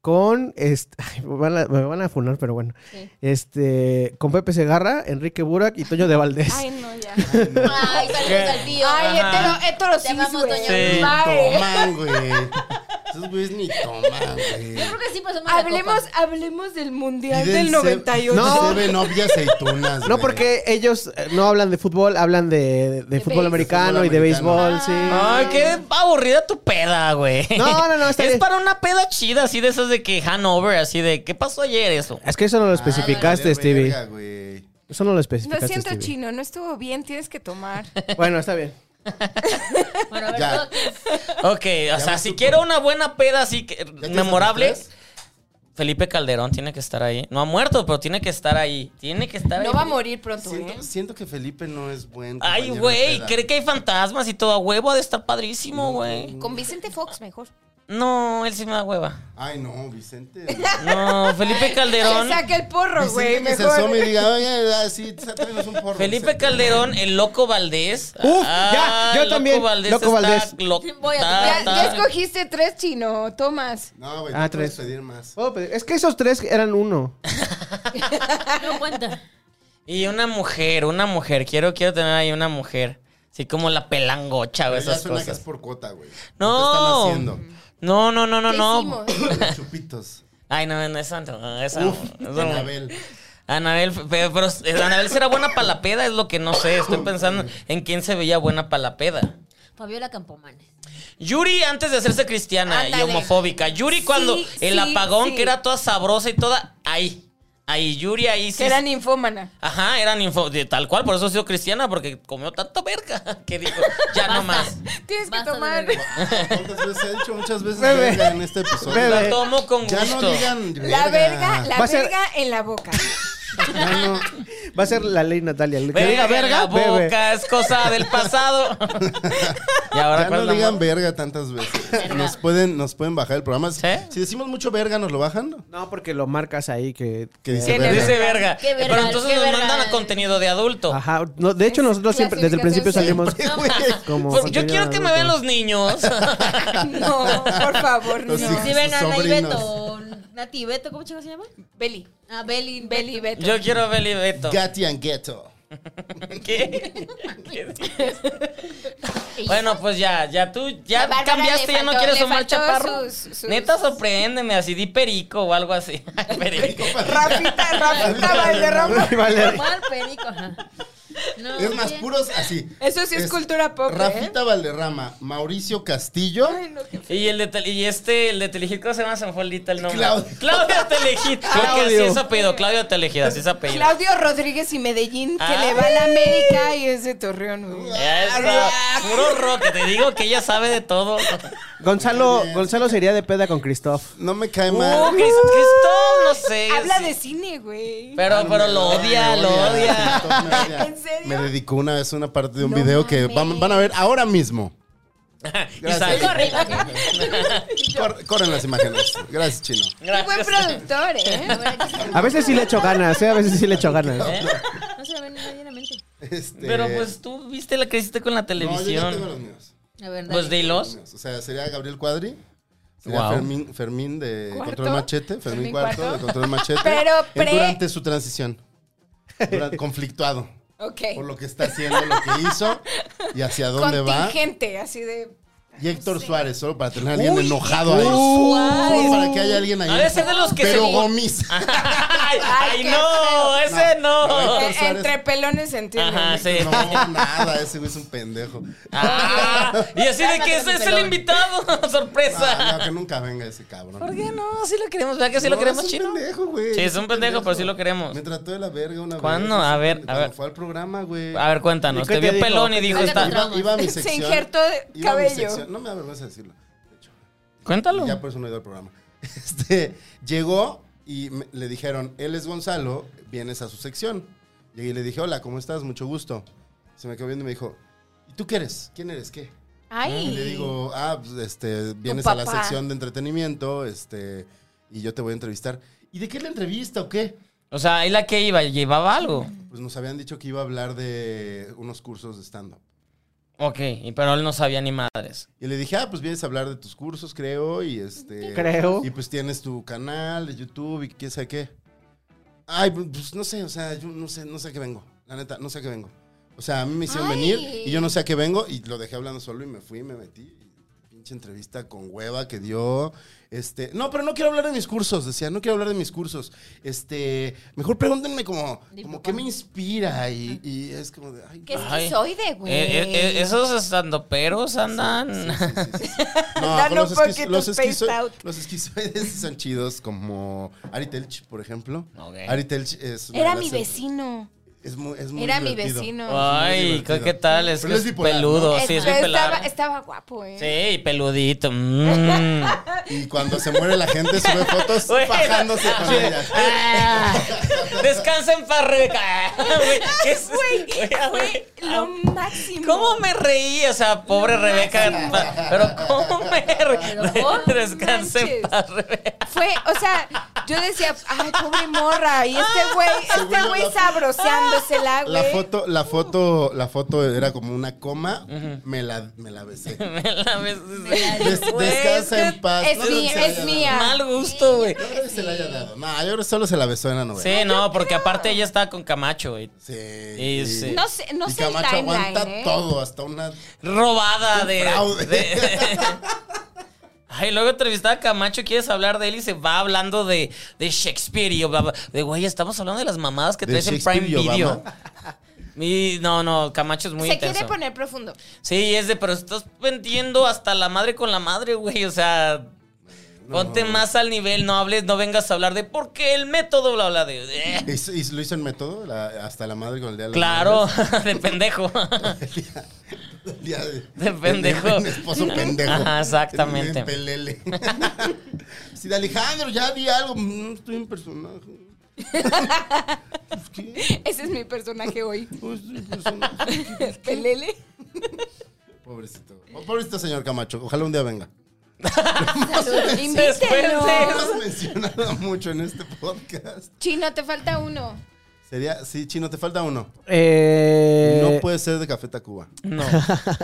B: con. Este, *laughs* ay, me, van a, me van a funar, pero bueno.
C: Sí.
B: Este, con Pepe Segarra, Enrique Burak y Toño de Valdés.
E: Ay, no, ya.
C: *laughs* Ay, saludos al tío.
E: Ay,
A: Ajá.
E: hétero, hétero
C: Te
E: cis,
C: amamos,
E: güey.
C: doña
A: Sí.
E: Bye.
D: Toman, güey. Esos güeyes ni toman, güey.
C: Yo creo que sí pasamos la
E: Hablemos,
C: copa.
E: hablemos del mundial
D: Piden
E: del
D: se-
E: 98.
B: No.
D: Seven up y aceitunas.
B: No,
D: güey.
B: porque ellos eh, no hablan de fútbol, hablan de, de fútbol
E: béis-
B: americano
D: De fútbol
B: y de béisbol,
D: americano.
B: sí.
A: Ay, qué aburrida tu peda, güey.
B: No, no, no, está
A: Es
B: bien.
A: para una peda chida, así de esas de que Hanover, así de ¿qué pasó ayer eso?
B: Es que eso no lo
D: Ah,
B: especificaste,
D: vale,
B: Stevie.
D: verga, güey.
B: Eso no lo
E: Lo
B: especificaste.
E: siento,
B: Stevie.
E: Chino, no estuvo bien, tienes que *laughs* tomar.
B: Bueno, está bien.
C: Bueno, a ver,
D: Ya.
C: todos que-
A: Ok, o sea, si quiero una buena peda así que
D: tienes
A: memorable,
D: otros
A: Felipe Calderón tiene que estar ahí. No ha muerto, pero tiene que estar ahí. Tiene que estar ahí.
E: No va a morir pronto, ¿eh?
D: Siento, siento que Felipe no es buen.
A: Ay,
D: compañero de
A: güey,
D: peda.
A: cree que hay fantasmas y todo a huevo ha de estar padrísimo, güey.
E: Con Vicente Fox, mejor.
A: No, él sí me da hueva.
D: Ay, no, Vicente.
A: No,
C: *laughs*
E: *laughs*
A: Felipe Calderón.
E: Que saque el porro, güey,
D: Vicente que se
E: mejor.
D: asome y diga, oye, ah, sí, tráenos un porro.
A: Felipe
D: Vicente".
A: Calderón, el loco Valdés.
B: Uf, ya, yo
A: el
B: también, Loco
A: está
B: Valdés.
A: lo-
C: Sí, voy a-
A: está-
E: Ya, ya
A: está-
E: escogiste tres, Chino, Tomás.
D: No, güey,
B: Ah,
D: no puedes
B: tres.
D: pedir más.
A: Oh,
B: Puedo pedir- Oh, pues, Es que esos tres eran uno.
C: No cuenta.
A: Y una mujer, una mujer. Quiero, quiero tener ahí una mujer. Así como la pelangocha o
D: Pero ya
A: esas
D: suena que es
A: cosas.
D: por cuota, güey.
A: No.
D: ¿Qué están haciendo?
A: No, no, no, no,
E: ¿Qué
A: no. *laughs*
E: hicimos?
D: Los chupitos.
A: Ay, no, no, esa no, esa no,
D: Uf,
A: esa no.
D: Anabel.
A: Anabel, pero, pero eh, Anabel será buena para la peda, es lo que no sé. Estoy pensando en quién se veía buena para la peda.
C: Fabiola Campomanes.
A: Yuri antes de hacerse cristiana y
E: Ándale.
A: homofóbica. Yuri cuando
E: Sí,
A: el
E: sí,
A: apagón
E: sí.
A: que era toda sabrosa y toda ahí. Ahí Yuri ahí sí.
E: Que era ninfómana.
A: Ajá, eran info de tal cual, por eso ha sido cristiana porque comió tanta verga *laughs* que dijo, ya no más.
E: Tienes que
C: Basta de
E: tomar.
C: beber.
D: ¿Cuántas veces he dicho? Muchas veces
B: Bebe.
D: verga en este
B: *laughs*
D: episodio.
B: Bebe.
A: La tomo con
D: Ya no
A: gusto.
D: digan
E: La verga,
D: *laughs*
E: la
B: Va a ser-
E: verga en la boca.
D: Ya no.
B: Va a ser la ley Natalia. El que
A: Verga,
B: diga
A: en la
B: verga, bebe.
A: boca, es
B: *laughs*
A: cosa del pasado. y ahora
D: Ya
A: ¿cuál es
D: no
A: la
D: digan
A: mo-
D: verga tantas veces. Nos pueden, nos pueden bajar el programa. Si-
A: ¿Sí?
D: Si decimos mucho verga, ¿nos lo bajan?
B: No, porque lo marcas ahí que...
D: Que dice
E: Tiene
D: verga.
A: Dice verga.
C: Qué verga,
A: Pero entonces
C: qué
A: nos
C: verga.
A: mandan a contenido de adulto.
B: Ajá. No, de hecho,
E: Es
B: nosotros siempre, desde el principio
E: clasificación
B: salimos
E: *laughs*
B: como...
A: Pues yo
B: contenido
A: quiero que me
B: adulto. *laughs*
A: vean los niños.
E: No, por favfavor, no.
D: Los hijos.
C: Si ven a Ana y
D: sobrinos.
C: Beto. Nati y Beto, ¿cómo chicos se llama?
E: Beli.
C: Ah, Beli.
E: Beli, Beto.
A: *laughs* yo quiero a Beli Beto.
D: Gatti and Ghetto.
A: ¿Qué? *laughs* ¿Qué
E: *laughs*
A: dices? bueno, pues ya, ya tú,
E: A
A: ya
E: Bárbara
A: cambiaste,
E: le
A: ya no
E: faltó-
A: quieres
E: le
A: Omar
E: faltó
A: Chaparro.
E: sus- sus-
A: Neta, sorpréndeme, así di perico o algo así. *laughs* Ay, perico.
E: Rafita, Rafita Valderrama.
B: Y
A: *laughs*
B: vale.
C: Mal perico. ajá. No,
D: Es más,
C: bien.
D: puros así.
E: Eso sí es cultura pop, ¿eh?
D: Rafita Valderrama, Mauricio Castillo.
E: Ay, no, qué-
A: Y el de Tel- y este, el de Telehit, ¿cómo se llama? Se me fue ahorita el nombre.
D: Claudio.
A: Claudio
D: *laughs*
A: Telehit. Porque así
B: Claudio.
A: es apellido, Claudio Telehit, así es apellido.
E: Claudio Rodríguez y Medellín, que
A: Ay.
E: le va a la América y es de Torreón, güey.
A: Eso, puro rock, te digo que ella sabe de
D: *laughs*
A: todo.
B: Gonzalo, Gonzalo sería de peda con Christoph.
D: No me cae
A: Uh,
D: mal.
A: Cris- Cristóbal, no sé.
E: *laughs* Habla
A: sí.
E: de cine, güey.
A: Pero, pero lo
D: Me
A: odia, lo
D: odia. *laughs*
A: odia.
E: *laughs*
D: Me odia.
E: ¿En serio?
D: Me dedicó una vez una parte de un
C: No
D: video que van,
C: mames.
D: van a ver ahora mismo.
A: Y sale.
C: Corre.
D: Cor- corren las imágenes. Gracias, Chino.
E: Qué buen
A: Gracias. *laughs*
E: productor,
C: La
E: ¿eh?
C: verdad que sí,
B: A veces sí le echo ganas, ¿eh? A veces sí le echo ganas.
A: ¿Eh?
C: No se la ven medianamente.
D: Este,
A: Pero pues tú viste la que hiciste con la
D: No, yo ya tengo
A: televisión.
D: los míos.
C: La verdad.
A: Pues
D: Los
A: dilos.
D: míos. O sea, sería Gabriel Cuadri. Sería
A: Guau.
D: Fermín, Fermín de
E: ¿Cuarto?
D: Control Machete. Fermín,
E: Fermín
D: Cuarto,
E: Cuarto.
D: de Control Machete.
E: *laughs* Pero
D: Él
E: pre-
D: Durante su transición. Dura- conflictuado.
E: Ok.
D: Por lo que está haciendo, lo que hizo y
E: *laughs*
D: hacia dónde va.
E: Contingente, así de.
D: Y Héctor Suárez, solo para tener a alguien
A: Uy,
D: enojado ahí.
A: Héctor Suárez.
D: Solo para que haya alguien ahí.
A: Ha de ser de los que
D: Pero
A: se- Ah,
D: gomis. *laughs*
A: Ay, ay,
E: qué
A: no,
E: feo.
A: ese no.
D: No, este
E: eh,
D: Héctor Suárez.
E: entre pelones entiendo.
A: Ajá, sí.
D: No, nada, ese güey es un pendejo.
A: Ah, y así de que ese es el invitado. *laughs*
D: Ah,
A: Sorpresa.
D: no, que nunca venga ese cabrón.
A: ¿Por qué no? Sí lo queremos, ¿verdad que sí lo
D: No,
A: queremos,
D: es un
A: chino?
D: pendejo, güey.
A: Sí, es un pendejo, pero sí lo queremos.
D: Me trató de la verga una vez.
A: ¿Cuándo? A ver, a
D: Cuando
A: ver.
D: Fue al programa, güey.
A: A ver, cuéntanos.
B: ¿Y qué te
A: Te vio
B: dijo?
A: pelón y dijo,
C: Saca
A: está.
C: tus
D: Iba, iba a mi
E: *laughs* Se
D: sección.
E: injertó de
D: iba a mi
E: cabello.
D: sección. No me da vergüenza decirlo. de hecho.
A: Cuéntalo.
D: Ya pues. por eso no he ido al programa. *laughs* Este, llegó y me- le dijeron, él es Gonzalo, vienes a su sección. Llegué y le dije, hola, ¿cómo estás? Mucho gusto. Se me quedó viendo y me dijo, ¿y tú qué eres? ¿Quién eres? ¿Qué?
E: Ay.
D: Y le digo, ah, pues, este, vienes
E: Tu
D: a la
E: papá.
D: sección de entretenimiento, este, y yo te voy a entrevistar. ¿Y de qué es la entrevista o qué?
A: O sea, ¿y la que iba? ¿Llevaba algo?
D: Pues nos habían dicho que iba a hablar de unos cursos de stand-up.
A: Ok, y- pero él no sabía ni madres.
D: Y le dije, ah, pues vienes a hablar de tus cursos, creo, y este...
B: Creo.
D: Y pues tienes tu canal de YouTube y quién sabe qué. Ay, pues no sé, o sea, yo no sé, no sé a qué vengo. La neta, no sé a qué vengo. O sea, a mí me hicieron
C: Ay.
D: venir y yo no sé a qué vengo y lo dejé hablando solo y me fui y me metí. Y Pinche entrevista con hueva que dio. Este, no, pero no quiero hablar de mis cursos, decía, no quiero hablar de mis cursos. Este, mejor pregúntenme como,
C: Di
D: como
C: papá.
D: qué me inspira y, y es como de, ay,
E: ¿Qué es
A: Ay.
E: que soy de, güey?
A: Eh, eh, eh, esos estandoperos andan.
D: Sí, sí, sí, sí, sí. No,
E: Dan
D: pero
E: un
D: los, esquizo-
E: poquito
D: los
E: spaced
D: esquizo-
E: out.
D: los esquizoides sí son chidos, como Ari Telch, por ejemplo.
A: Ok.
D: Ari Telch es. una
E: Era
D: de las-
E: mi vecino.
D: Es muy, es muy
E: Era mi
D: divertido.
E: vecino.
A: Ay,
D: muy divertido.
A: ¿qué tal? Es
D: Pero
A: que
D: es
A: es
D: bipolar,
A: peludo.
E: Es-
A: Oh, Sí, es
E: pero estaba,
A: bipolar.
E: estaba guapo, ¿eh? *laughs*
A: Sí, *laughs* peludito. mm.
D: Y cuando se muere la gente,
A: *laughs*
D: sube fotos
A: Bueno.
D: bajándose con ella. *laughs*
A: Ah, Descansa en paz, Rebeca. Ah, Güey, ¿qué es-
E: Güey,
A: *laughs* Güey,
E: fue
A: güey,
E: lo máximo.
A: ¿Cómo me reí? O sea, pobre Rebeca. pa- Pero ¿cómo me reí?
C: ¿cómo?
A: *laughs* Descansa en
E: Manches.
A: paz, Rebeca.
E: Fue, o sea, yo decía, ay, pobre morra. Y este güey, este
D: Según
E: güey
D: yo, la-
E: sabroseándosela, güey.
D: La foto, la foto, la foto era como una coma, me la, me la besé.
A: *laughs* Me la ves-
D: Des-
A: Güey,
D: descansa
A: es
D: en paz.
E: es
D: No creo que
E: mía,
D: se la
E: es
D: haya
E: mía.
A: Mal gusto, güey.
D: dado. No creo que se la haya dado. No, yo creo que solo se la besó en la novela.
A: Sí, no, porque aparte ella estaba con Camacho, güey.
D: Sí.
A: Y sí.
E: No sé, no
D: y
E: sé el
D: Camacho aguanta
E: timeline, ¿eh?
D: todo, hasta una
A: Robada de.
D: fraude.
A: de- *laughs* Ay, luego entrevistaba a Camacho, quieres hablar de él y se va hablando de, de Shakespeare y Obama. De güey, estamos hablando de las mamadas que
D: De
A: traes en
D: Shakespeare
A: Prime
D: y
A: Video.
D: Obama.
A: Y no, no, Camacho es muy
E: Se
A: intenso.
E: quiere poner profundo.
A: Sí, es de, pero estás vendiendo hasta la madre con la madre, güey. O sea, ponte más al nivel, no hables, no vengas a hablar de por qué el método, bla, bla, de. eh, de-
D: ¿Y, s- y s- lo hizo en método? La- hasta la madre con el día de las
A: Claro, *laughs*
D: madres. *laughs*
A: de pendejo.
D: El día- el día
A: De pendejo.
D: Un esposo pendejo.
A: Ajá, exactamente.
D: En un pelele.
A: *laughs*
D: Si de Alejandro ya di algo, mm, estoy en personaje. Pues, ¿Qué?
E: *laughs* Ese es mi personaje *laughs* hoy.
D: No estoy en personaje.
E: Pelele.
D: Pobrecito. Oh, Pobrecito señor Camacho. Ojalá un
A: *laughs*
D: día venga.
A: Después
E: *laughs* Invítelo.
D: No
A: de-
D: has mencionado mucho en este podcast.
E: Chino, te falta uno.
D: Sería, sí, Chino, te falta uno.
B: Eh,
D: no puede ser de Café Tacuba.
A: No.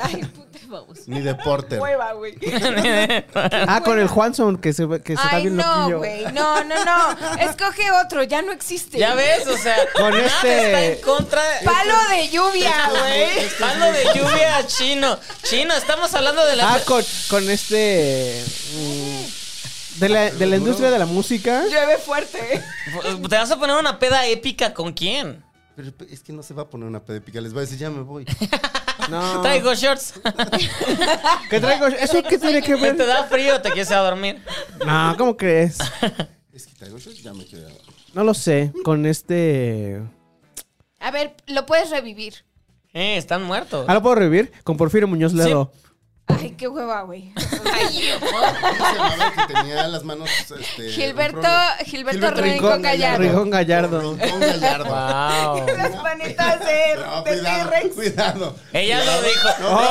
E: Ay, puta vamos.
D: Ni de Porter.
E: Hueva, güey. *laughs*
B: Ah, con el Juanson, que se, que se está
E: Ay,
B: bien
E: no,
B: loquillo.
E: güey. No, no, no. Escoge otro. Ya no existe.
A: Ya ves, o sea,
B: Con
A: nada
B: este-
A: está en contra. Este
E: Palo de Este lluvia, güey.
A: Palo de lluvia chino. Chino, estamos hablando de la.
B: Ah, con, con este. mm, De la, de la industria de la música.
E: Llueve fuerte.
A: ¿Te vas a poner una peda épica con quién?
D: Pero es que no se va a poner una pedepica. Les va a decir, ya me voy.
B: No.
A: Traigo shorts. *laughs*
B: ¿Qué traigo? ¿Eso qué tiene que
A: ¿Te
B: ver?
A: da frío? ¿Te quieres ir a dormir?
B: No, ¿cómo crees?
D: Es que traigo shorts, ya me quedé.
B: No lo sé. Con este.
E: A ver, lo puedes revivir.
A: Eh, están muertos.
B: Ah, lo puedo revivir. Con Porfirio Muñoz Ledo.
E: Ay, qué hueva, güey.
D: ¿Cómo se llamaba el Ah, que tenía las manos. Este,
E: Gilberto,
D: un problema?
E: Gilberto Rincón Gallardo.
B: Rincón Gallardo.
D: Rincón Gallardo.
A: Wow.
E: *laughs* Las
A: *laughs*
E: manitas de,
D: No,
E: de
D: cuidado,
E: T-Rex.
D: cuidado.
A: Ella lo dijo. Oh.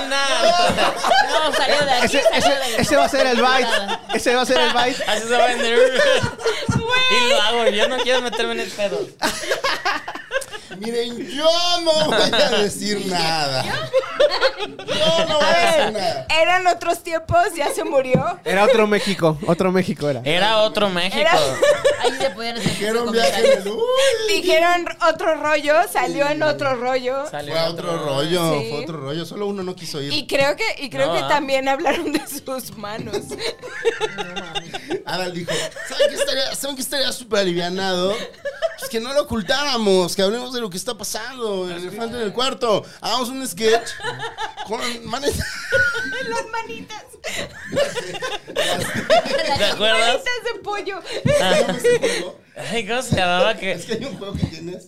A: Lo dijo Nat. Lo dijo Nat.
C: No, salió de aquí.
B: Ese, ese- ese va a ser el bite. Ese va a ser el bite.
A: Así se va a vender. Y lo hago. Yo no quiero meterme en el pedo.
D: Miren, yo no voy a decir nada. Yo no voy a decir nada.
E: Eran otros tiempos, ya
A: *laughs*
E: se murió.
B: Era otro México. Otro México
D: Eh,
B: era.
A: Era otro México.
C: Ahí se podían hacer
D: Quiero un
C: muchos
D: viaje
C: comentarios.
D: en el. Uy,
E: Dijeron otro rollo, salió en otro rollo.
A: Salió
D: Fue a otro rollo,
E: Sí.
D: fue a otro rollo. Solo uno no quiso ir.
E: Y creo que, y creo
A: No,
E: que
A: ah.
E: también hablaron de
A: *laughs*
E: sus manos.
D: Adal dijo, ¿saben qué estaría, ¿saben qué estaría súper alivianado? Pues que no lo ocultáramos, que hablemos de lo que está pasando, el elefante en el cuarto. Hagamos un sketch con manes... *laughs*
E: Las manitas,
A: *laughs* ¿Te acuerdas? Ah.
E: manitas de pollo. *laughs*
D: ¿Cómo es el juego?
A: Ay, ¿cómo se llamaba
D: Es
A: que?
D: que hay un juego que tienes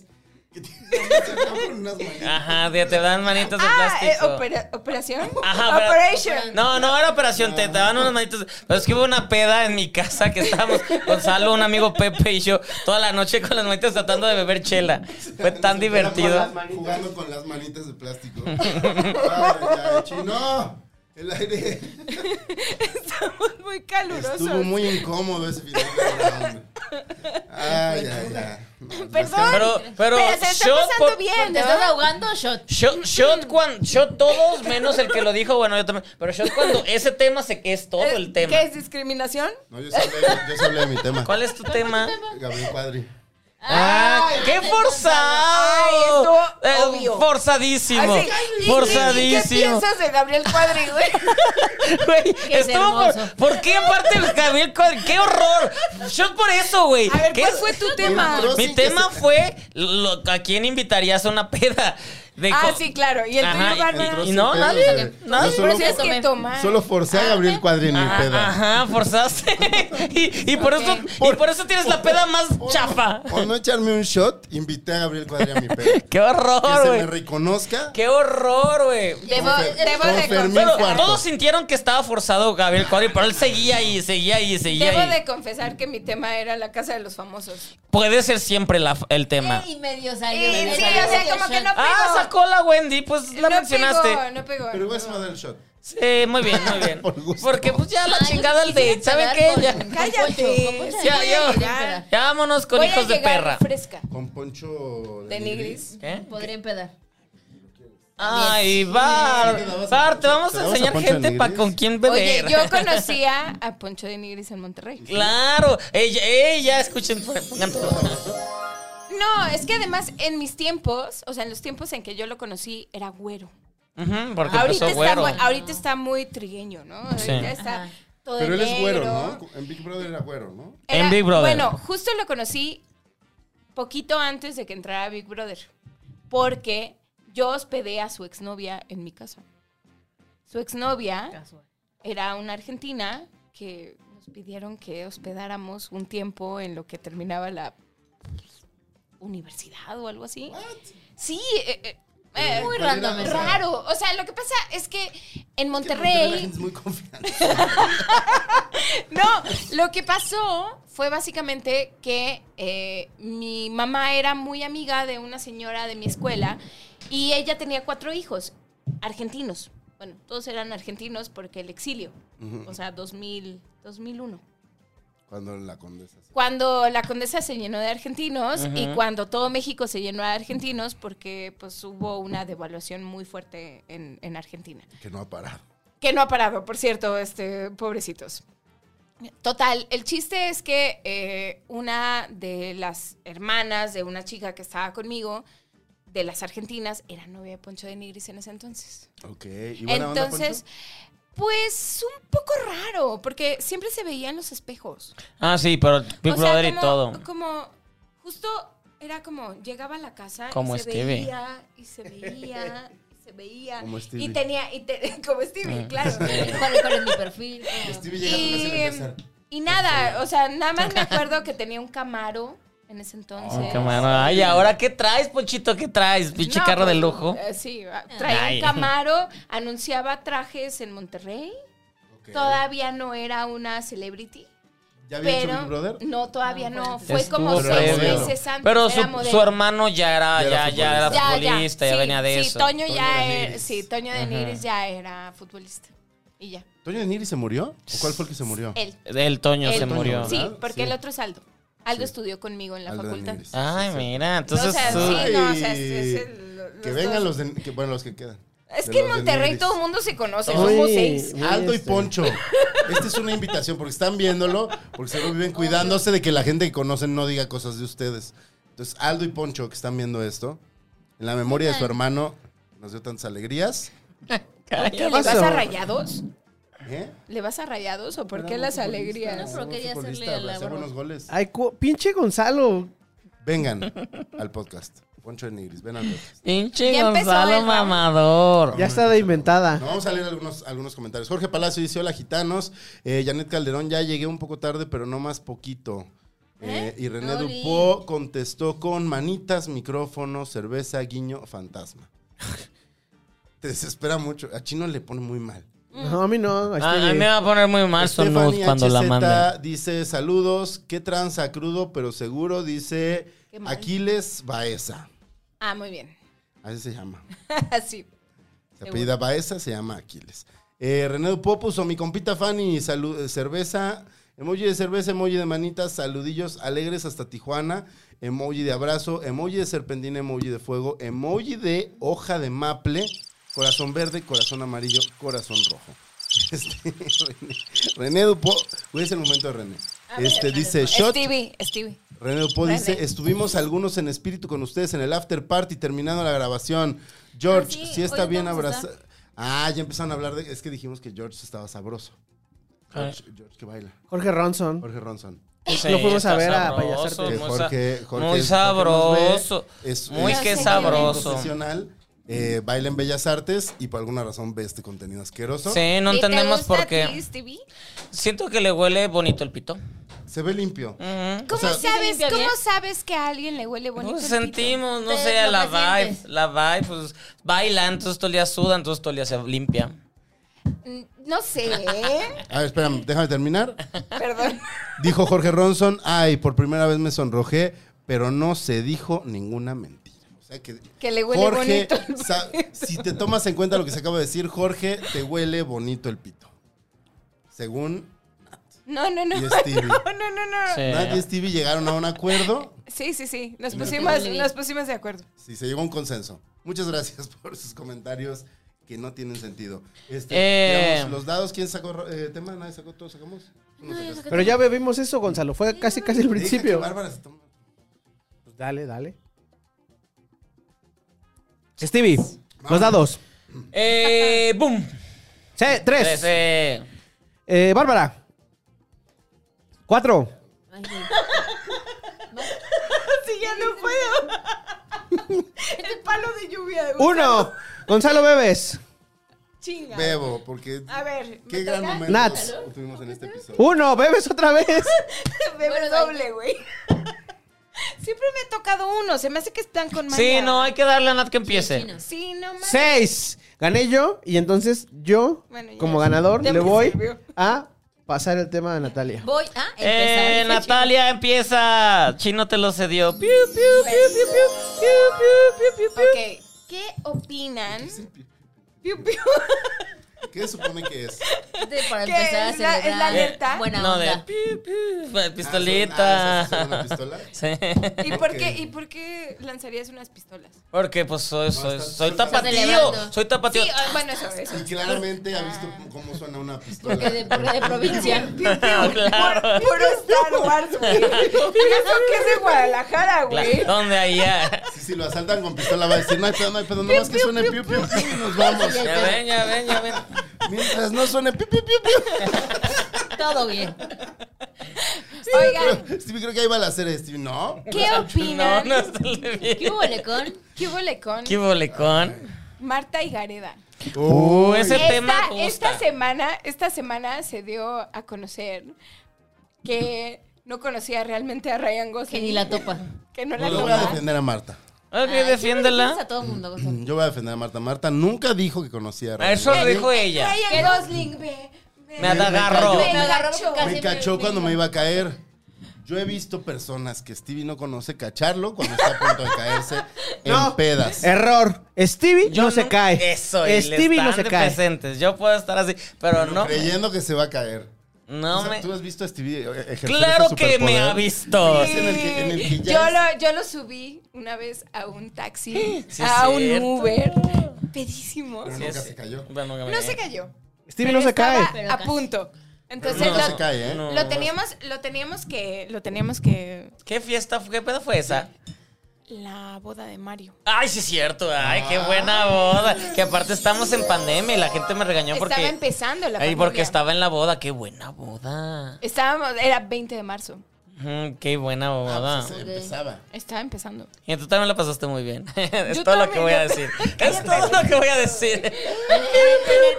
D: que tienes que sacar con unas manos.
A: Ajá, te te dan manitas de
E: Ah, eh,
A: plástico.
E: opera- operación.
A: Ajá, pero-
E: Operation.
A: No, no era operación, te, te daban unas manitas. Pero es que hubo una peda en mi casa que
E: *laughs*
A: estábamos Gonzalo, un amigo Pepe y yo toda la noche con las manitas tratando de beber chela. Fue tan divertido.
D: Jugando con las manitas de plástico. Ay, ay, chino, el aire
E: *laughs* Estamos muy calurosos.
D: estuvo muy incómodo ese final de round. Ay, ay, ay. No,
E: Perdón.
A: Pero, pero,
E: Pero se está
A: shot
E: pasando
A: por-
E: bien,
C: ¿Te
E: ¿no?
C: estás ahogando, shot?
A: Shot, shot, cuan- shot todos, menos el que lo dijo, bueno, yo también. Pero shot cuando ese tema se, es todo el tema.
E: Eh, ¿Qué es discriminación?
D: No, yo sí hablé, yo sí hablé de mi tema.
A: ¿Cuál es tu tema?
D: Gabriel Cuadri.
A: Ah, ¡Qué
E: Ay,
A: forzado!
E: estuvo
A: Eh,
E: obvio.
A: Forzadísimo.
E: Así, ¿y- y- ¿Y qué
A: Forzadísimo.
E: piensas de Gabriel Cuadri, güey?
A: *laughs* Güey,
C: es
A: estuvo por,
C: hermoso.
A: ¿Por qué aparte el Gabriel Cuadri? ¡Qué horror! Shot por eso, güey.
E: A
A: *laughs*
E: ver,
A: ¿Qué
E: ¿cuál
A: es-
E: fue tu tema?
D: entró-
A: Mi
D: Sí, que
A: tema fue lo- a quién invitarías a una peda. De
E: Ah,
A: co-
E: sí, claro. Y el
A: Ajá,
E: tuyo, Bárbara?
D: entró
A: y
D: sin
A: no,
D: pedos,
A: nadie,
D: güey.
A: nadie.
D: Yo
E: Por
D: solo,
E: eso es
C: Eso
E: que
C: me-
E: tomar.
D: solo forcé
A: Ah,
D: a Gabriel Cuadri en mi
E: Ah,
A: Ajá,
D: peda.
A: ajá,
E: *laughs*
A: forzaste. y, y por eso, y por eso tienes la peda más chafa.
D: Por no echarme un shot, invité a Gabriel Cuadri a mi peda.
A: *laughs* ¡Qué
D: Que
A: horror,
D: se me
A: güey!
D: reconozca.
A: ¡Qué horror, güey!
C: Debo,
D: Como Fer-
C: debo,
D: como
E: de
D: Fermín
A: Pero
D: Cuarto.
A: todos sintieron que estaba forzado Gabriel Cuadri, pero él seguía y seguía y seguía
E: Debo
A: y-
E: de confesar que mi tema era la casa de los famosos.
A: Puede ser siempre la- el tema.
C: Y medio salió.
E: Y
C: medio
E: sí,
C: salió,
E: o sea,
C: medio
E: como que
C: shot.
E: no-
A: Ah,
E: pegó.
A: sacó la Wendy, pues la
E: no
A: mencionaste.
E: pegó, no pegó.
D: Pero igual se va a dar el shot.
A: Sí, muy bien, muy bien.
D: *laughs* Por gusto.
A: Porque pues ya la
C: Ay,
A: chingada al de,
C: quisiera
A: ¿saben
C: pegar
A: qué?
C: con-
A: Ya,
C: con
E: Cállate.
C: Poncho, con Poncho.
A: ya,
E: voy a
A: ya-
E: llegar.
A: ya vámonos con
E: Voy a
A: hijos de
E: llegar
A: perra.
E: fresca
D: Con Poncho
E: de Nigris.
D: ¿Eh?
A: ¿Qué?
C: Podría empedar.
A: Ay, Bar,
D: Sí, te dabas a
A: Bar,
D: Poncho-
A: te vamos
D: te
A: a
D: dabas a
A: enseñar
D: Poncho
A: gente
D: Nigris.
A: para con quién
E: Oye,
A: beber. *laughs*
E: yo conocía a Poncho de Nigris en Monterrey.
A: Claro, ella, ella, escuchen, pues, pongan todo.
E: No, es que además en mis tiempos, o sea, en los tiempos en que yo lo conocí, era güero.
A: Ujú, porque empezó
E: Ahorita
A: pues,
E: está,
A: güero.
E: muy, ahorita está muy trigueño, ¿no?
A: Sí.
E: Ahorita está
C: Ajá.
E: todo
D: Pero él es güero,
E: negro.
D: ¿no? En Big Brother era güero, ¿no?
A: En Big Brother.
E: Bueno, justo lo conocí poquito antes de que entrara Big Brother. Porque yo hospedé a su exnovia en mi casa. Su exnovia
C: Casual.
E: era una argentina que nos pidieron que hospedáramos un tiempo en lo que terminaba la pues, universidad o algo así. Sí, eh, eh, eh,
C: Muy
D: ¿cuál era?
C: random eso.
E: raro. O sea, lo que pasa es que en
D: Es que en Monterrey La
E: Monterrey
D: gente es muy confiante.
E: No, lo que pasó fue básicamente que eh, mi mamá era muy amiga de una señora de mi escuela y ella tenía cuatro hijos argentinos. Bueno, todos eran argentinos porque el exilio, o sea, 2000, 2001.
D: Cuando la condesa. se-
E: Cuando la condesa se llenó de argentinos y cuando todo México se llenó de argentinos porque pues hubo una devaluación muy fuerte en- en Argentina
D: Que no ha parado.
E: que no ha parado, por cierto, este, pobrecitos. Total, el chiste es que eh, una de las hermanas de una chica que estaba conmigo, de las argentinas, era novia de Poncho de Nigris en ese entonces.
D: Ok. ¿Y buena onda,
E: Entonces, pues un poco raro, porque siempre se veía en los espejos.
A: Ah, sí, pero Big
E: O sea,
A: Brother
E: como-
A: y todo.
E: Como, justo era como, llegaba a la casa
A: Como
E: y se
A: Stevie.
E: veía, y se veía, y se
D: *laughs*
E: veía.
D: Como Stevie.
E: Y tenía, y te- *laughs* como
A: Mm.
E: Stevie, claro.
A: *laughs*
C: *laughs* ¿Cuál, cuál es mi perfil?
D: Poncho? Stevie llega a
E: Y,
D: casa a empezar.
E: y nada, o sea, nada más me acuerdo que tenía un camaro en ese entonces.
A: Ay, Oh, qué mano. Ay, ¿ahora qué traes, Ponchito? ¿Qué traes? Pinche
E: No,
A: carro de
E: pues,
A: lujo.
E: eh, sí, ah, traía
A: Ay.
E: un Camaro, anunciaba trajes en Monterrey. Todavía no era una celebrity.
D: ¿Ya había hecho Big
E: Pero
D: Brother?
E: no, todavía no. Fue
A: Estuvo
E: como seis
A: previo.
E: meses antes.
A: Pero
E: era
A: su,
E: modelo.
A: su hermano ya era,
D: Ya era
A: ya, ya era
E: Ya, ya,
A: futbolista, ya,
E: sí,
A: venía de
E: sí,
A: eso.
E: Toño
D: Toño
E: ya
D: de
E: era,
D: Nigris.
E: sí, Toño de Nigris ya era futbolista. Y ya.
D: ¿Toño de Nigris se murió? ¿O cuál fue el que se murió?
E: Él.
A: El Toño
E: Él.
A: se murió.
E: Sí,
D: ¿verdad?
E: porque
D: Sí.
E: el otro es Aldo. Aldo
D: Sí.
E: estudió conmigo en la
D: Aldo de
E: facultad.
D: Nigris.
A: Ay,
D: Sí, sí.
A: mira, entonces...
E: O sea,
A: tú-
E: sí, no, o sea,
D: Ay,
E: es- es el- los
D: que vengan
E: dos.
D: los de, que, bueno, los que quedan.
E: Es
D: De
E: que en
D: los de
E: Monterrey
D: Nigris.
E: todo el mundo se conoce,
B: Muy-
E: somos seis.
B: muy
D: Aldo y
B: este.
D: Poncho. Esta es una invitación porque están viéndolo, porque se lo viven cuidándose de que la gente que conocen no diga cosas de ustedes. Entonces, Aldo y Poncho que están viendo esto, en la memoria de su hermano, nos dio tantas alegrías.
E: ¿Por qué le
B: Paso.
E: vas a rayados?
D: ¿Eh?
E: ¿Le vas a rayados o por qué
D: Era
E: las
D: buen
C: No,
D: futbolista,
E: alegrías?
C: pero
D: buen
C: quería hacerle
D: futbolista,
C: la
D: hacía
C: broma.
D: buenos goles.
B: Ay, cu- pinche Gonzalo.
D: Vengan al podcast. Poncho de Nigris, ven al podcast.
A: Pinche
E: Ya empezó
A: Gonzalo
E: el round.
A: mamador.
B: Ya está de inventada.
D: No, vamos a leer algunos, algunos comentarios. Jorge Palacio dice, hola gitanos. Eh, Janet Calderón, ya llegué un poco tarde, pero no más poquito. Eh, y René
C: Oli.
D: Dupó contestó con manitas, micrófono, cerveza, guiño, fantasma. *laughs* Te desespera mucho. A Chino le pone muy mal.
B: No, a mí no. ahí
A: Ah,
B: estoy
A: a mí
B: bien.
A: me va a poner muy mal su nude
D: Stephanie
A: cuando la
D: HZ
A: manden.
D: dice, saludos, qué tranza crudo, pero seguro, dice
E: Qué mal.
D: Aquiles Baeza.
E: Ah, muy bien. *laughs* Ah,
D: Así se llama.
E: Así.
D: Se apellida Baeza, se llama Aquiles. Eh, René Dupó puso mi compita Fanny, salu- eh, cerveza, emoji de cerveza, emoji de manitas, saludillos alegres hasta Tijuana, emoji de abrazo, emoji de serpentina, emoji de fuego, emoji de hoja de maple, corazón verde, corazón amarillo, corazón rojo. *laughs* Este, René, René Dupó, güey, es el momento de René. Este dice, shot,
E: Stevie, Stevie.
D: René Opo
E: René.
D: dice, estuvimos algunos en espíritu con ustedes en el after party terminando la grabación. George,
C: Ah,
D: sí,
C: sí,
D: está
C: ahorita
D: bien
C: vamos a
D: abrazado. Ah, ya empezaron a hablar de... Es que dijimos que George estaba sabroso.
A: Ah.
D: George, George que baila.
B: Jorge Ronson.
D: Jorge Ronson.
B: Lo fuimos a ver a
A: payaso.
B: Payasarte.
D: Que
A: Muy, sa-
D: Jorge, Jorge-
A: muy
D: Jorge
A: sabroso.
D: nos ve, es-
A: muy
D: es
A: que
D: un
A: sabroso.
D: Profesional, eh, baila en Bellas Artes y por alguna razón ve este contenido asqueroso.
A: Sí, no
E: ¿Y te
A: entendemos
E: gusta
A: por
E: a ti,
A: qué.
E: Stevie?
A: Siento que le huele bonito el pito.
D: Se ve limpio.
A: Ujú.
E: ¿Cómo,
D: sea-
E: sabes,
C: ¿Limpia
E: ¿Cómo
C: bien?
E: sabes que a alguien le huele bonito?
A: Pues
E: el pito?
A: sentimos, no
C: Te-
A: sé,
C: lo
A: la
C: que
A: vibe.
C: sientes.
A: La vibe, pues baila, entonces todo el día suda, entonces todo el día se limpia.
E: Mm, No sé, *laughs* ¿eh?
D: A ver, espérame, déjame terminar.
E: Perdón.
D: Dijo Jorge Ronson, ay, por primera vez me sonrojé, pero no se dijo ninguna mentira. O sea que,
E: Que le huele
D: Jorge,
E: bonito el
D: sa- si te tomas en cuenta lo que se acaba de decir, Jorge, te huele bonito el pito. Según
E: No, no, no.
D: Y
E: No,
D: Stevie.
E: no, no, no.
A: Sí.
D: Nat y Stevie llegaron a un acuerdo,
E: *laughs* Sí, sí, sí. Nos pusimos,
C: Stevie.
E: nos pusimos de acuerdo.
D: sí, se llegó a un consenso. Muchas gracias *laughs* por sus comentarios que no tienen sentido. Este,
A: Eh.
D: tiramos los dados, ¿quién sacó eh, tema? Nadie sacó, todos sacamos. Tú no sacaste.
B: Pero ya bebimos eso, Gonzalo. Fue casi, casi el
D: Deja que
B: principio.
D: Bárbara se tome.
B: Pues dale, dale. Stevie, los dados.
A: Eh, boom.
B: C, tres.
A: Ese.
B: Eh, Bárbara. Cuatro.
C: Ay, güey.
E: Sí, ya no puedo. *laughs* El palo de lluvia.
B: Uno. Gonzalo Bebes.
E: Chinga.
D: Bebo, porque
E: A ver,
D: qué gran momento
B: Nats.
D: tuvimos en este episodio.
B: Uno. Bebes otra vez.
E: bebé
C: Bueno,
E: doble, güey. *laughs* Siempre me ha tocado uno. Se me hace que están con maña.
A: Sí, no, hay que darle a Nat que
C: Sí,
A: empiece.
C: no.
E: Sí, no mames.
B: Seis. Gané yo. Y entonces yo,
E: Bueno, ya.
B: como ganador,
E: Ya
B: le
E: me
B: voy
E: sirvió.
B: a pasar el tema a Natalia.
C: Voy a empezar.
A: Eh,
C: Dice *laughs*
A: Natalia, empieza. Chino te lo cedió. Piu, piu, piu, piu, piu, piu, piu, piu, piu.
E: Ok. ¿Qué opinan? Piu, piu.
D: ¿Qué supone que es?
C: Chino, de- Este, Para
E: ¿Qué
C: empezar a
E: es la-
C: celebrar.
E: es la alerta?
C: Eh, Buena
A: no, de
C: onda.
A: piu, piu,
D: Ah,
A: pistolita.
D: ¿es hacer una pistola?
A: *laughs* Sí.
E: ¿Y por, qué, ¿Y por qué lanzarías unas pistolas?
A: Porque pues soy, soy,
D: estás-
A: soy
D: estás
A: tapatío.
C: celebrando.
A: Soy tapatío. *laughs*
E: Sí, ah, bueno, eso, eso. *laughs*
D: Y claramente ha visto cómo suena una pistola.
C: Porque de, porque de
D: *laughs*
C: provincia.
A: Ah, claro.
E: Puro Star Wars, güey. ¿Y eso que es de Guadalajara, güey?
A: Claro, ¿Dónde allá?
D: Si, si lo asaltan con pistola va a decir, no hay pedo, no hay pedo, nomás que suene piu, piu, piu, y nos vamos.
A: Ya ven, ya ven, ya ven.
D: Mientras no suene piu, piu, piu, piu.
C: Todo bien.
E: Oigan, *laughs*
D: Pero *laughs* Stevie, creo que ahí va a hacer Stevie, ¿no?
E: ¿qué
A: *laughs* No,
E: opinan?
A: no sale
C: ¿Qué
A: bien.
C: hubo, Lecón?
E: ¿Qué hubo lecón?
A: ¿Qué bolecón?
E: Marta y Gareda.
A: Uh, ese
E: esta,
A: tema gusta.
E: esta semana, esta semana se dio a conocer que no conocía realmente a Ryan
C: Que
E: Gosling.
C: ni la topa.
E: Que no la
D: Yo voy a
E: topa.
D: defender a Marta.
A: Ok,
C: Ay, siempre defiendes
A: defiéndela. Mm.
C: a todo mundo, Gonzalo.
D: Yo voy a defender a Marta. Marta nunca dijo que conocía a Ryan
A: Eso lo
D: Gosling.
A: dijo ella.
E: Ryan Gosling, ve. ve.
A: Me agarró.
C: Me agarró
E: cachó.
C: casi
D: Me cachó cuando me iba a caer. Yo he visto personas que Stevie no conoce cacharlo cuando está a punto de caerse
A: *laughs*
D: en
B: No.
D: pedas.
B: Error. Stevie no se
A: nun-
B: cae.
A: Eso, y
B: Stevie no se cae.
A: Presentes. Yo puedo estar así, pero no.
D: Creyendo que se va a caer.
A: No
D: O sea,
A: me.
D: ¿Tú has visto a Stevie eh, ejercer
A: Claro
D: ese
A: que me
D: superpoder?
A: ha visto.
D: Es en el que- en el que ya
E: yo,
D: es-
E: lo, yo lo subí una vez a un taxi,
A: *gasps* Sí,
E: a
A: es
E: un
A: cierto.
E: Uber, pedísimo.
D: Pero nunca se cayó.
A: Bueno,
E: No se cayó.
B: Stevie no se
E: estaba
B: cae.
E: A punto.
D: Pero
E: Entonces
D: nunca
E: lo,
D: se cae, ¿eh?
A: No.
E: lo teníamos, lo teníamos que, lo teníamos que
A: ¿Qué fiesta, fue- qué pedo fue esa?
E: la boda de Mario.
A: Ay, sí es cierto. Ay, qué
D: Ah.
A: buena boda. Que aparte estamos en pandemia y la gente me regañó porque.
E: estaba empezando la
A: Ay, porque
E: pandemia.
A: estaba en la boda. Qué buena boda.
E: Estábamos, era 20 de marzo.
A: Ujú, qué buena boda.
D: Ah, pues, se empezaba.
E: Estaba empezando.
A: Y tú también la pasaste muy bien. *laughs* es
E: Yo
A: todo lo
E: también,
A: que voy a
E: yo-
A: decir. es todo lo que voy a decir.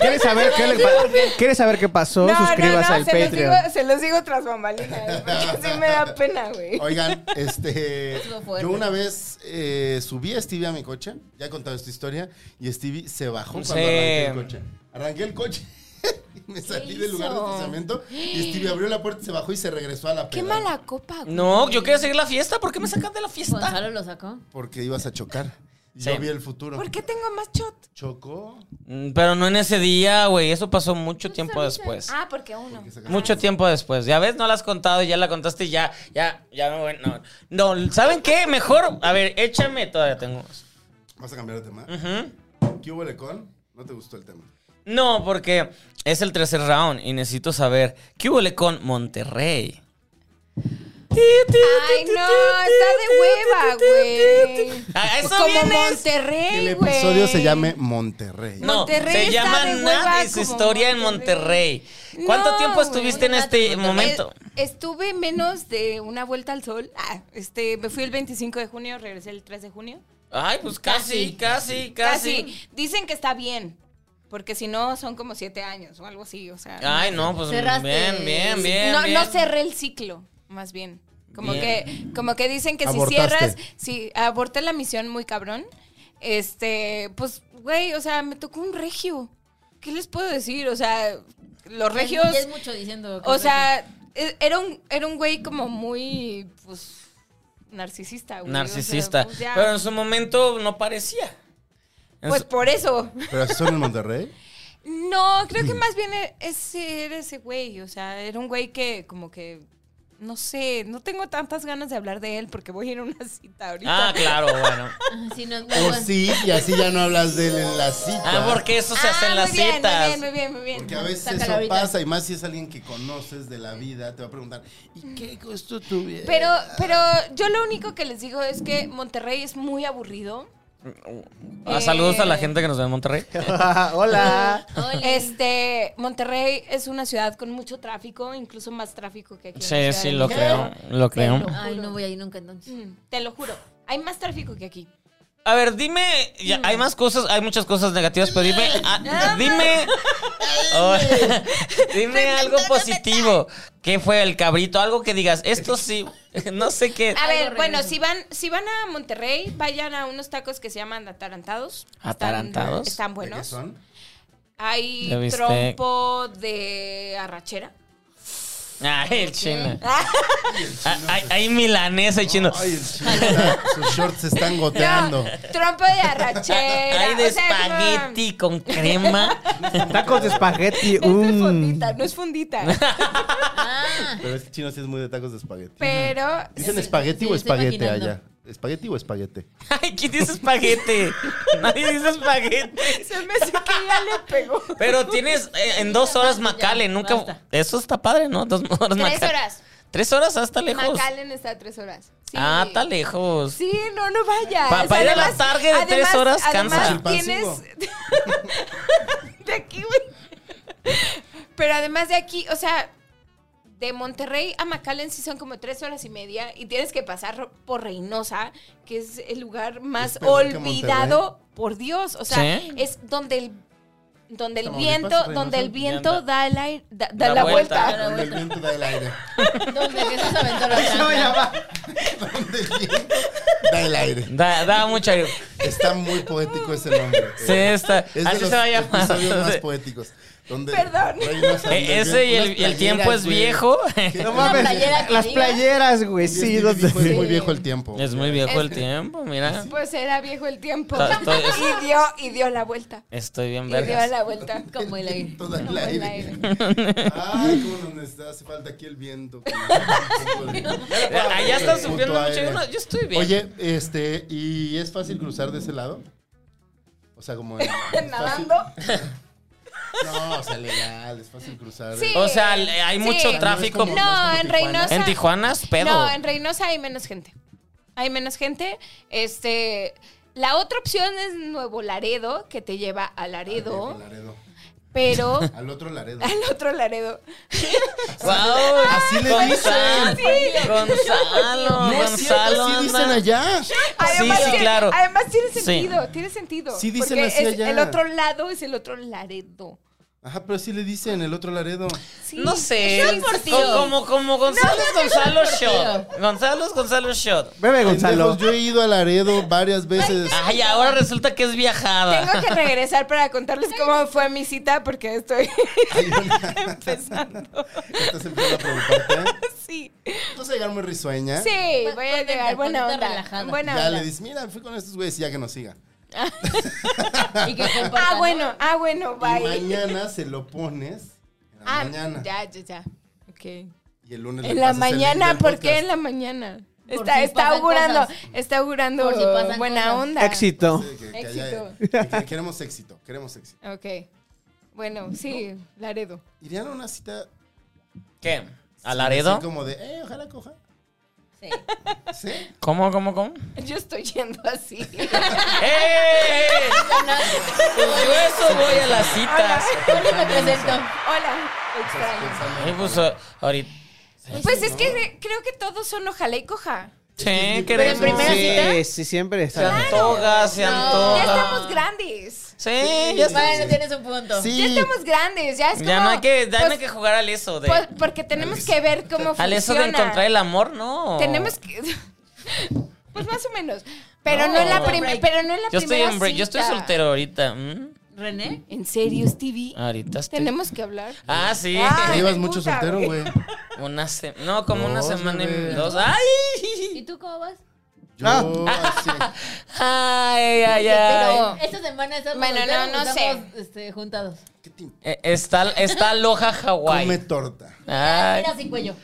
B: ¿Quieres saber qué, le pa- ¿Quieres saber qué pasó? Suscríbase al
E: se
B: Patreon.
E: Los digo, se los digo tras bambalinas, *laughs* porque sí me da pena, güey.
D: Oigan, este.
C: Estuvo fuerte.
D: Yo una vez eh, subí a Stevie a mi coche. Ya he contado esta historia. Y Stevie se bajó cuando
A: Sí.
D: arranqué el coche. Arranqué el coche. *laughs* y me salí del lugar de
E: hizo?
D: estacionamiento. Y Stevie abrió la puerta, se bajó y se regresó a la
E: Qué
D: peda.
E: mala copa, güey.
A: No, yo quería seguir la fiesta. ¿Por qué me sacan de la
E: Pues,
A: fiesta?
C: Gonzalo lo sacó.
D: Porque ibas a chocar. Y
A: Sí.
D: Yo vi el futuro.
E: ¿Por qué tengo más shot?
D: Chocó.
A: Mm, Pero no en ese día, güey. Eso pasó mucho tiempo después.
E: Ah, porque uno.
A: Mucho tiempo después. Ya ves, no la has contado, ya la contaste y ya, ya, ya me voy. No, no ¿saben qué? Mejor, a ver, échame, todavía tengo. más.
D: Vamos a cambiar de tema.
A: Ujú.
D: ¿Qué hubo Lecon? No te gustó el tema.
A: No, porque es el tercer round y necesito saber qué hubo con Monterrey.
E: Ay, no, está de hueva, güey.
A: A eso
E: Como
A: vienes.
D: Que
E: Monterrey,
D: el
E: güey.
D: episodio se llame Monterrey.
A: No,
E: Monterrey
A: se
E: está
A: llama
E: de hueva
A: Nadie
E: como
A: historia en
E: Monterrey.
A: Monterrey. ¿Cuánto
E: No,
A: tiempo
E: güey,
A: estuviste en
C: una-
A: este
C: una-
A: momento?
E: Eh, estuve menos de una vuelta al sol. Ah, este, me fui el 25 de junio, regresé el 3 de junio.
A: Ay, pues casi, casi, casi.
E: Dicen que está bien, porque si no son como siete años o algo así, o sea.
A: Ay, no, pues
C: Cerraste.
A: bien, bien, bien.
E: no,
A: bien.
E: no cerré el ciclo, más bien. Como
A: Bien.
E: que, como que dicen que
D: Abortaste.
E: si cierras, si aborté la misión muy cabrón, este, pues, güey, o sea, me tocó un regio. ¿Qué les puedo decir? O sea, los regios,
C: Ya Pues, Es mucho diciendo. que
E: o
C: es
E: sea, e- era un, era un güey como muy, pues, narcisista, güey. o sea,
A: Narcisista.
E: pues, ya.
A: Pero en su momento no parecía. En
E: pues
A: su-
E: por eso.
D: ¿Pero así son en Monterrey?
E: No, creo que más bien e- ese era ese güey, o sea, era un güey que como que, no sé, no tengo tantas ganas de hablar de él porque voy a ir a una cita ahorita.
A: ah, claro,
E: *laughs*
A: bueno.
C: regio. Ah, Sí, no, no,
D: O
C: bueno.
D: sí, y así ya no hablas de él en la cita.
A: Ah, porque eso se hace en
E: muy
A: las
E: bien,
A: citas.
E: Muy bien, muy bien, muy bien.
D: Porque a veces
C: Sácala
D: eso
C: ahorita.
D: pasa, y más si es alguien que conoces de la vida, te va a preguntar, ¿y qué costó tu vida?
E: Pero, pero yo lo único que les digo es que Monterrey es muy aburrido.
A: Ah, saludos
E: Eh.
A: a la gente que nos ve en Monterrey.
B: *laughs* Hola.
C: Oli.
E: Este, Monterrey es una ciudad con mucho tráfico, incluso más tráfico que aquí. en
A: Sí,
E: la
A: sí,
E: Ciudad de
A: lo
E: México.
A: creo, lo creo.
C: Ay, no voy ahí nunca entonces.
E: Mm, Te lo juro, hay más tráfico que aquí.
A: A ver, dime, ya, hay más cosas, hay muchas cosas negativas, pero dime,
E: *laughs*
A: ah, dime, Oh, *laughs* dime algo positivo. ¿Qué fue el cabrito? Algo que digas, esto sí, *laughs* no sé qué.
E: A ver,
C: Algo
E: bueno,
C: regreso.
E: si van, si van a Monterrey, vayan a unos tacos que se llaman atarantados. Están-
A: ¿Atarantados?
D: ¿De qué
E: Están buenos.
D: son?
E: Hay
A: De bistec.
E: trompo de arrachera.
A: Ay, el
D: *laughs*
A: chino. Ah, Hay, hay milanesa y chino.
D: Ay, el chino está- sus shorts se están goteando.
E: Trompo de arrachera.
A: Hay de
E: o sea, no.
A: espagueti con
E: *laughs*
A: crema.
B: Tacos de espagueti.
E: Es de
B: mm. *laughs*
E: fondita, no
A: *laughs*
E: es fundita.
C: Ah,
D: Pero es que chino sí es muy de tacos de espagueti.
E: pero.
D: ¿Dicen
C: Sí,
D: espagueti
C: sí,
D: o
C: me estoy
D: espaguete
C: imaginando.
D: allá? ¿Espagueti o espaguete?
A: Ay, ¿quién dice espagueti? Nadie dice espagueti.
E: Se me hace que ya le pegó.
A: Pero tienes eh, en dos horas
C: Ya,
A: Macale, nunca.
C: basta.
A: Eso está padre, ¿no? Dos horas
E: Tres
A: Macale.
E: horas.
A: Tres horas hasta lejos.
E: Macallen está a tres horas. Sí.
A: Ah, está lejos.
E: Sí, no, no vaya.
A: Pa- para ir a la tarde de tres horas,
E: además
D: cansa.
E: tienes... *laughs* de aquí, güey. Pero además de aquí, o sea, de Monterrey a McAllen sí son como tres horas y media y tienes que pasar por Reynosa, que es el lugar más
D: Es peor que
E: olvidado por Dios. O sea,
A: Sí.
E: es donde el Donde el
D: Tamaulipas,
E: viento,
D: Reynosa.
E: donde el viento
A: Anda.
E: da el aire, da, da
A: Da
E: la
A: vuelta.
C: Ah,
E: vuelta.
D: Donde *laughs* el viento da el aire.
C: ¿Dónde Jesús aventó la
D: Eso me
C: trampa?
D: llama. Donde el viento da el aire.
A: Da, da mucha.
E: *laughs*
D: Está muy poético ese nombre.
A: Sí, está.
D: Es de
A: Así
D: los
A: se va a llamar.
D: episodios más
A: Sí.
D: poéticos. Donde
E: Perdón.
A: *laughs*
D: Reynosa,
A: Eh,
D: donde
A: ese y
D: viento-
A: el-
D: unas
A: y el tiempo
D: playeras,
A: es
D: güey.
A: viejo.
D: Qué-
C: Una playera que
B: Las
C: diga.
B: playeras, güey, sí.
D: Sí,
B: donde-
D: fue muy viejo el tiempo.
A: *laughs* Es muy viejo
E: Este.
A: el tiempo, mira.
E: Pues era viejo el tiempo.
A: Ta- ta- es-
E: *laughs* Y dio, y dio la vuelta.
A: Estoy bien
E: Y dio
A: vergas.
E: la vuelta.
C: Como el
D: *laughs*
C: aire.
D: Todo el
E: Como el
D: aire. Ay, cómo nos necesita, hace falta aquí el
E: *laughs*
D: viento. *laughs*
A: Eh, Allá están sufriendo
D: Punto
A: mucho. Yo,
D: aire.
A: no- yo estoy bien.
D: Oye, este, ¿y es fácil cruzar de ese lado? O sea, como.
E: *laughs*
D: ¿es fácil?
E: Nadando.
D: *laughs* No, o sea, legal, es fácil cruzar.
E: Sí.
A: o sea, le- hay
E: Sí.
A: mucho tráfico.
D: No, es como-
E: No, en Reynosa.
A: En Tijuana es pedo.
E: No, en Reynosa hay menos gente. Hay menos gente. Este. La otra opción es Nuevo Laredo, que te lleva a Laredo,
D: Laredo.
E: pero
D: Al otro Laredo.
E: al otro Laredo.
A: Guau,
D: Así le
A: Gonzalo, Gonzalo,
D: No es cierto,
A: Gonzalo
D: así dicen
A: anda.
E: *laughs*
D: allá.
E: Además,
A: sí,
E: tiene-
A: claro.
E: Además tiene
A: Sí.
E: sentido, tiene sentido.
D: Sí dicen
E: porque
D: así
E: es-
D: allá.
E: el otro lado es el otro Laredo.
D: Ajá, pero sí le dicen el otro Laredo.
E: Sí.
A: No sé.
C: Es un portillo.
A: Co- Como, como Gonzalo
C: No, es un
A: Gonzalo
C: portillo.
A: Shot. Gonzalo es Gonzalo Shot.
B: Bebe,
D: Pendejos,
B: Gonzalo.
D: yo he ido a Laredo varias veces.
A: Ay, ahora resulta que es viajada.
E: Tengo que regresar
A: *laughs*
E: para contarles cómo fue mi cita porque estoy *laughs*
D: Hay una-
E: empezando.
D: Estás empezando a preocuparte.
E: Sí.
D: Tú vas a llegar muy risueña.
E: Sí,
C: Con-
E: voy a
C: contenta,
E: llegar buena
C: contenta,
E: onda.
C: relajada.
E: Buena
D: ¿Eh? Ya
E: onda.
D: le dices, mira, fui con estos güeyes y ya que nos siga.
C: Y que compartan,
E: Ah,
C: ¿no?
E: bueno, ah, bueno,
D: Y
E: bye.
D: mañana se lo pones. En la
E: Ah,
D: mañana.
E: ya, ya, ya. Ok.
D: Y el lunes le
E: En la
D: pasas el link
E: mañana,
D: del
E: ¿por qué
D: podcast.
E: en la mañana?
C: Por
E: Está,
C: si
E: está
C: pasan
E: augurando,
C: cosas.
E: está augurando
C: Por si pasan
E: buena
C: cosas.
E: onda.
B: Éxito.
D: Sí, que- que
E: Éxito.
D: haya- que- queremos éxito, queremos éxito.
E: Ok. Bueno, sí, Laredo.
D: ¿Irían a una cita?
A: ¿Qué? ¿A
D: Así
A: Laredo?
D: como de, eh, ojalá coja.
C: Sí.
D: ¿Sí?
A: ¿Cómo, cómo, cómo?
E: *laughs* Yo estoy yendo *laughs* así.
A: ¡Eh! Pues yo eso voy a las
D: *laughs*
A: citas.
C: ¿Dónde me presento?
E: Hola. extraño.
A: Ay, pues, ah, ahorita.
E: Pues es que cre- creo que todos son ojalá y coja.
A: Sí,
C: Pero en
A: queremos.
C: primera
A: Sí.
C: cita.
B: Sí, sí, siempre
A: Se
B: está.
A: antoja, se
E: Ya
A: antoja.
E: estamos grandes.
A: Sí, ya está.
C: Bueno, tienes un punto.
D: Sí.
E: Ya estamos grandes. Ya es como.
A: Ya no hay que, ya no hay
E: pues,
A: que jugar al eso de.
E: pues, porque tenemos que ver cómo funciona.
A: Al eso de encontrar el amor, ¿no?
E: Tenemos que. *laughs* Pues más o menos. Pero no,
A: No.
E: en la primera. Pero no en la
A: Yo estoy,
E: primera.
A: en break, yo estoy
E: cita.
A: soltero ahorita. ¿m?
C: ¿René?
E: ¿En serio, Stevie?
A: Ahorita estoy.
E: Tenemos que hablar.
A: Ah, sí.
E: Ah.
D: Te
E: Ay,
D: llevas
E: me
D: mucho
E: gusta,
D: soltero,
E: güey.
D: güey.
A: *laughs* Una se- no, como una
D: Dos,
A: semana
D: bebé.
A: y dos. ¡Ay!
C: ¿Y tú cómo vas?
D: Yo,
A: Ah.
D: así,
A: ¡Ay, ay, ay!
E: Pero.
C: Esta semana estamos,
E: Bueno, no,
C: solteros,
E: no
C: estamos, este, juntados.
D: ¿qué te importa?
A: Eh, Está, está Loja, Hawái.
D: Come torta.
A: Ay,
C: Mira sin cuello.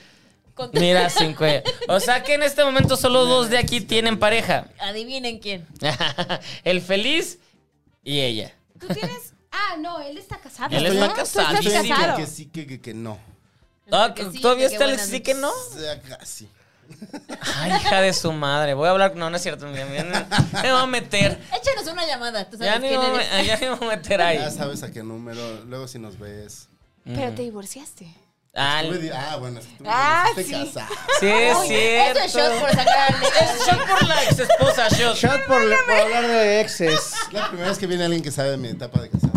C: Con-
A: mira, sin cuello. O sea que en este momento solo dos de aquí tienen pareja.
C: Adivinen quién.
A: *laughs* El feliz y ella.
E: Tú tienes. Ah, no, él está casado.
A: Él
E: ¿no?
A: está
E: Tú
A: casado.
E: estás
D: Yo sí
E: casado.
D: que, que sí, que, que, que no.
A: Ah,
C: que sí,
A: ¿Todavía
C: que
A: está el
C: buenas
A: sí que no?
D: O sea, casi.
A: Ay, hija de su madre. Voy a hablar. No, no es cierto. mira, mira, Me voy a meter.
C: Échanos una llamada. Tú *laughs* sabes
A: Ya ni
C: quién
A: me voy
C: eres.
A: a- ya ni me voy a meter
D: Ya *laughs*
A: ahí.
D: sabes a qué número, luego si nos ves.
A: Mm.
E: Pero te divorciaste.
A: Ah,
D: Tú me di- Ah, bueno, es que tú me
E: Ah,
D: dijiste
E: sí.
D: casada.
A: *laughs* sí, es
C: Eso
A: cierto.
C: es shot por sacar
A: Es shot por la ex esposa, shot.
B: Shot por, por hablar de exes.
D: Es la primera vez que viene alguien que sabe de mi etapa de casado.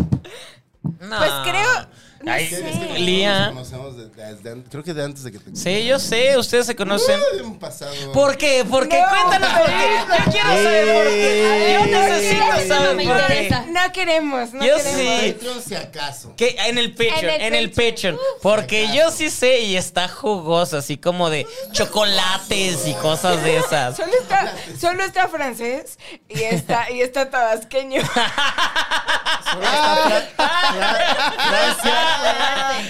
A: No.
E: Pues creo- no
A: Ay,
E: sé.
A: es que
D: nosotros
A: Lía.
D: Nos conocemos de- desde an- creo que de antes de que te
A: Sí, yo sé, ustedes se conocen.
D: Ah, de un pasado.
A: ¿Por qué? ¿Por qué?
E: No,
A: Cuéntanos
E: no,
A: por qué.
E: no,
A: Yo quiero saber por qué. Yo
B: Ey.
C: Eso
A: necesito
C: no
A: saber
C: me
A: por qué.
C: interesa.
E: No queremos, no
A: Yo
E: queremos.
A: sí.
D: Patreon, si acaso.
A: Que en el pecho,
E: En el
A: en el
E: pecho.
A: pecho. Porque
D: Exacto.
A: yo sí sé y está jugoso, así como de chocolates y cosas de
E: *laughs*
A: esas.
E: Solo está, solo está francés y está, y está tabasqueño.
D: Solo está Fra- Fra- Francia.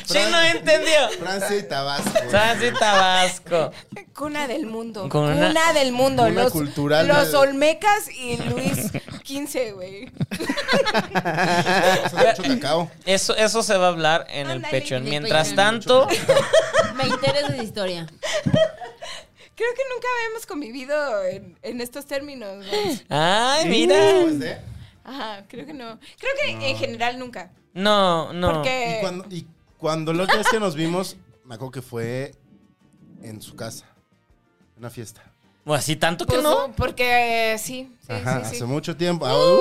A: Sí, no entendió.
D: Francia y Tabasco.
A: Sansi Tabasco.
E: Cuna del mundo.
A: Con
E: cuna
A: una-
E: del mundo.
D: Cuna
E: los,
D: cultural
E: los
D: de- *laughs*
E: Olmecas y Luis XV, güey.
D: O sea, mucho cacao.
A: Eso, eso se va a hablar en el
E: Ándale,
A: pecho.
C: en el
A: Mientras
C: pecho.
A: tanto,
C: *laughs* Me interesa esa historia.
E: Creo que nunca habíamos convivido en, en estos términos. güey.
A: ay, mira.
D: Pues, ¿eh?
E: *gasps* Ajá, creo que no. Creo que en general nunca.
A: No, no.
D: Y
E: Porque.
D: cuando, y cuando la otra vez que nos vimos, me acuerdo que fue en su casa. Una fiesta.
A: Bueno, así tanto que
E: pues,
A: no.
E: Porque eh, sí, sí,
D: Ajá,
E: sí, sí.
D: hace mucho tiempo. Ah,
E: O O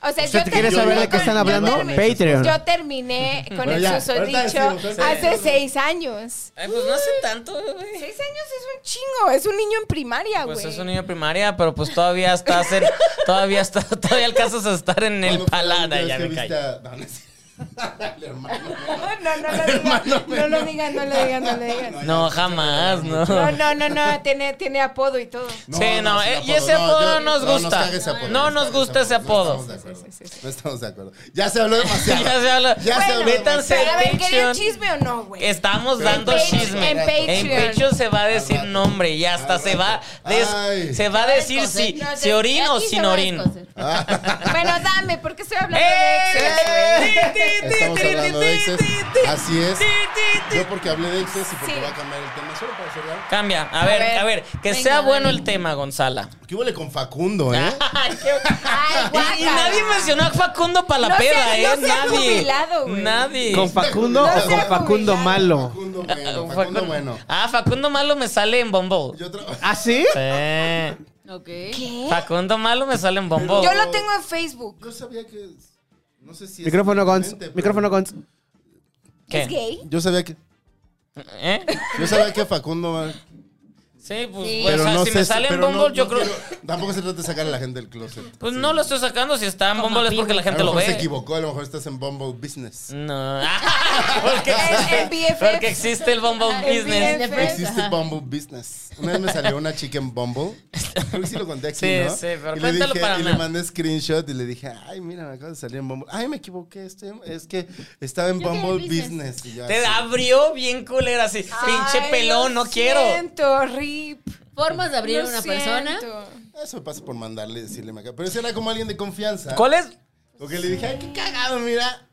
E: sea,
F: O sea,
E: yo
F: ¿te quieres
E: terminé
F: saber de qué
E: con-
F: están
E: yo
F: hablando?
E: terminé-
B: Patreon.
E: Yo
D: *laughs*
E: terminé con
D: Bueno,
E: el
D: ya, ahorita decimos,
E: susodicho
D: ahorita
E: hace
D: decimos.
E: seis años.
A: Ay, pues no hace tanto, güey.
E: Seis años es un chingo, es un niño en primaria, güey.
A: Pues es un niño de primaria, pero pues todavía estás en. Todavía, está, todavía alcanzas a estar en el palada. Ya me callo.
D: *laughs*
E: *laughs* No, no, no,
D: Hermano,
E: no, no lo
D: no.
E: digan, no lo digan, no
A: *laughs*
E: lo digan.
A: No, jamás, no.
E: No, no, no, no, tiene, tiene acuerdo y todo.
A: Sí, no, eh, y ese apodo nos gusta. No nos gusta ese apodo.
D: No estamos de acuerdo. No estamos de acuerdo. Ya se habló
A: *laughs*
D: demasiado.
A: Ya se habló.
D: Ya se habló
A: Bueno, *laughs*
D: demasiado.
A: métanse.
E: Pero a ver, ¿querían
A: Patreon.
E: chisme o no, güey?
A: Estamos
D: Pero en
A: dando
D: Patreon,
A: chisme.
D: en
A: En
E: Patreon.
A: Patreon se va a decir
D: rato.
A: nombre y hasta
D: Al
A: se va,
D: rato.
A: des-
D: Ay.
A: se va a decir
C: Escocer.
A: si,
C: No,
A: si orino o
C: aquí se
A: sin
C: va a
A: orino.
C: escocer.
D: Ah,
E: Bueno, dame, ¿por qué estoy hablando de exes? *laughs*
A: ¡Eh!
D: *laughs* Estamos hablando de exes. Así es.
A: Ti, ti, ti.
D: Yo porque hablé de exes y porque
E: Sí.
D: va a cambiar el tema. Solo para cerrar.
A: Cambia, a ver,
E: ver,
A: a ver, que
C: venga,
A: sea bueno
C: Dani.
A: el tema, Gonzala.
D: ¿Qué huele con Facundo, eh?
A: Ay, qué-
E: Ay,
A: Y, y nadie
E: guácala.
A: mencionó a Facundo Palapeda,
E: No se-
A: ¿eh?
E: no se ha
A: nadie.
E: jubilado, güey.
A: nadie.
B: ¿Con Facundo
D: No
B: o
D: sé,
B: con Facundo
E: jubilado.
B: malo?
D: Facundo
A: *laughs*
D: bueno.
A: Con
D: Facundo bueno.
A: Ah, Facundo Malo me sale en Bombo.
D: Yo tra- *laughs*
B: ¿Ah, sí?
A: Sí.
C: Ok.
A: Facundo Malo me sale en Bombo.
E: Yo lo tengo en Facebook.
D: Yo sabía que. No sé si. es
B: Micrófono Gons.
D: exactamente, pero-
B: Micrófono Gons.
A: ¿Qué?
E: ¿Es gay?
D: Yo sabía que.
A: ¿Eh?
D: Yo sabía que Facundo.
A: Sí, pues,
C: Sí.
A: pues, o sea, si me
D: sé
A: sale en
D: pero
A: Bumble,
D: no-
A: yo
D: no
A: creo.
D: quiero- tampoco se trata de sacar a la gente del closet.
A: Pues no lo estoy sacando, si está en
C: Como
A: Bumble es porque la
C: pibes.
A: gente
D: a lo
A: lo
D: mejor se
A: ve. Mm.
D: equivocó, a lo mejor estás en Bumble Business.
A: No. porque,
E: El- el
A: existe,
E: BFF.
A: porque existe el Bumble
E: El
A: Business.
C: BFF.
E: Pues,
D: Existe Bumble Business. Una vez me salió una chica en Bumble. Creo que sí lo conté aquí,
A: *laughs* Sí,
D: ¿no?
A: sí, pero
D: y le
A: cuéntalo
D: dije,
A: para
D: Y le
A: nada.
D: mandé screenshot y le dije, ay, mira, me acabo de salir en Bumble. Ay, me equivoqué, estoy en- es que estaba en
C: Yo quería
D: Bumble
C: business.
D: Business. Y yo
A: Te
D: así.
A: abrió bien culera así. Pinche
E: Ay,
A: pelón,
E: lo
A: no quiero.
E: siento, rip.
C: Formas de abrir a
E: Lo
C: una persona.
E: siento.
D: Eso me pasa por mandarle y decirle, me acabo. Pero ese era como alguien de confianza.
A: ¿Cuál es? Eh,
D: Porque le dije, ay, qué cagado, mira.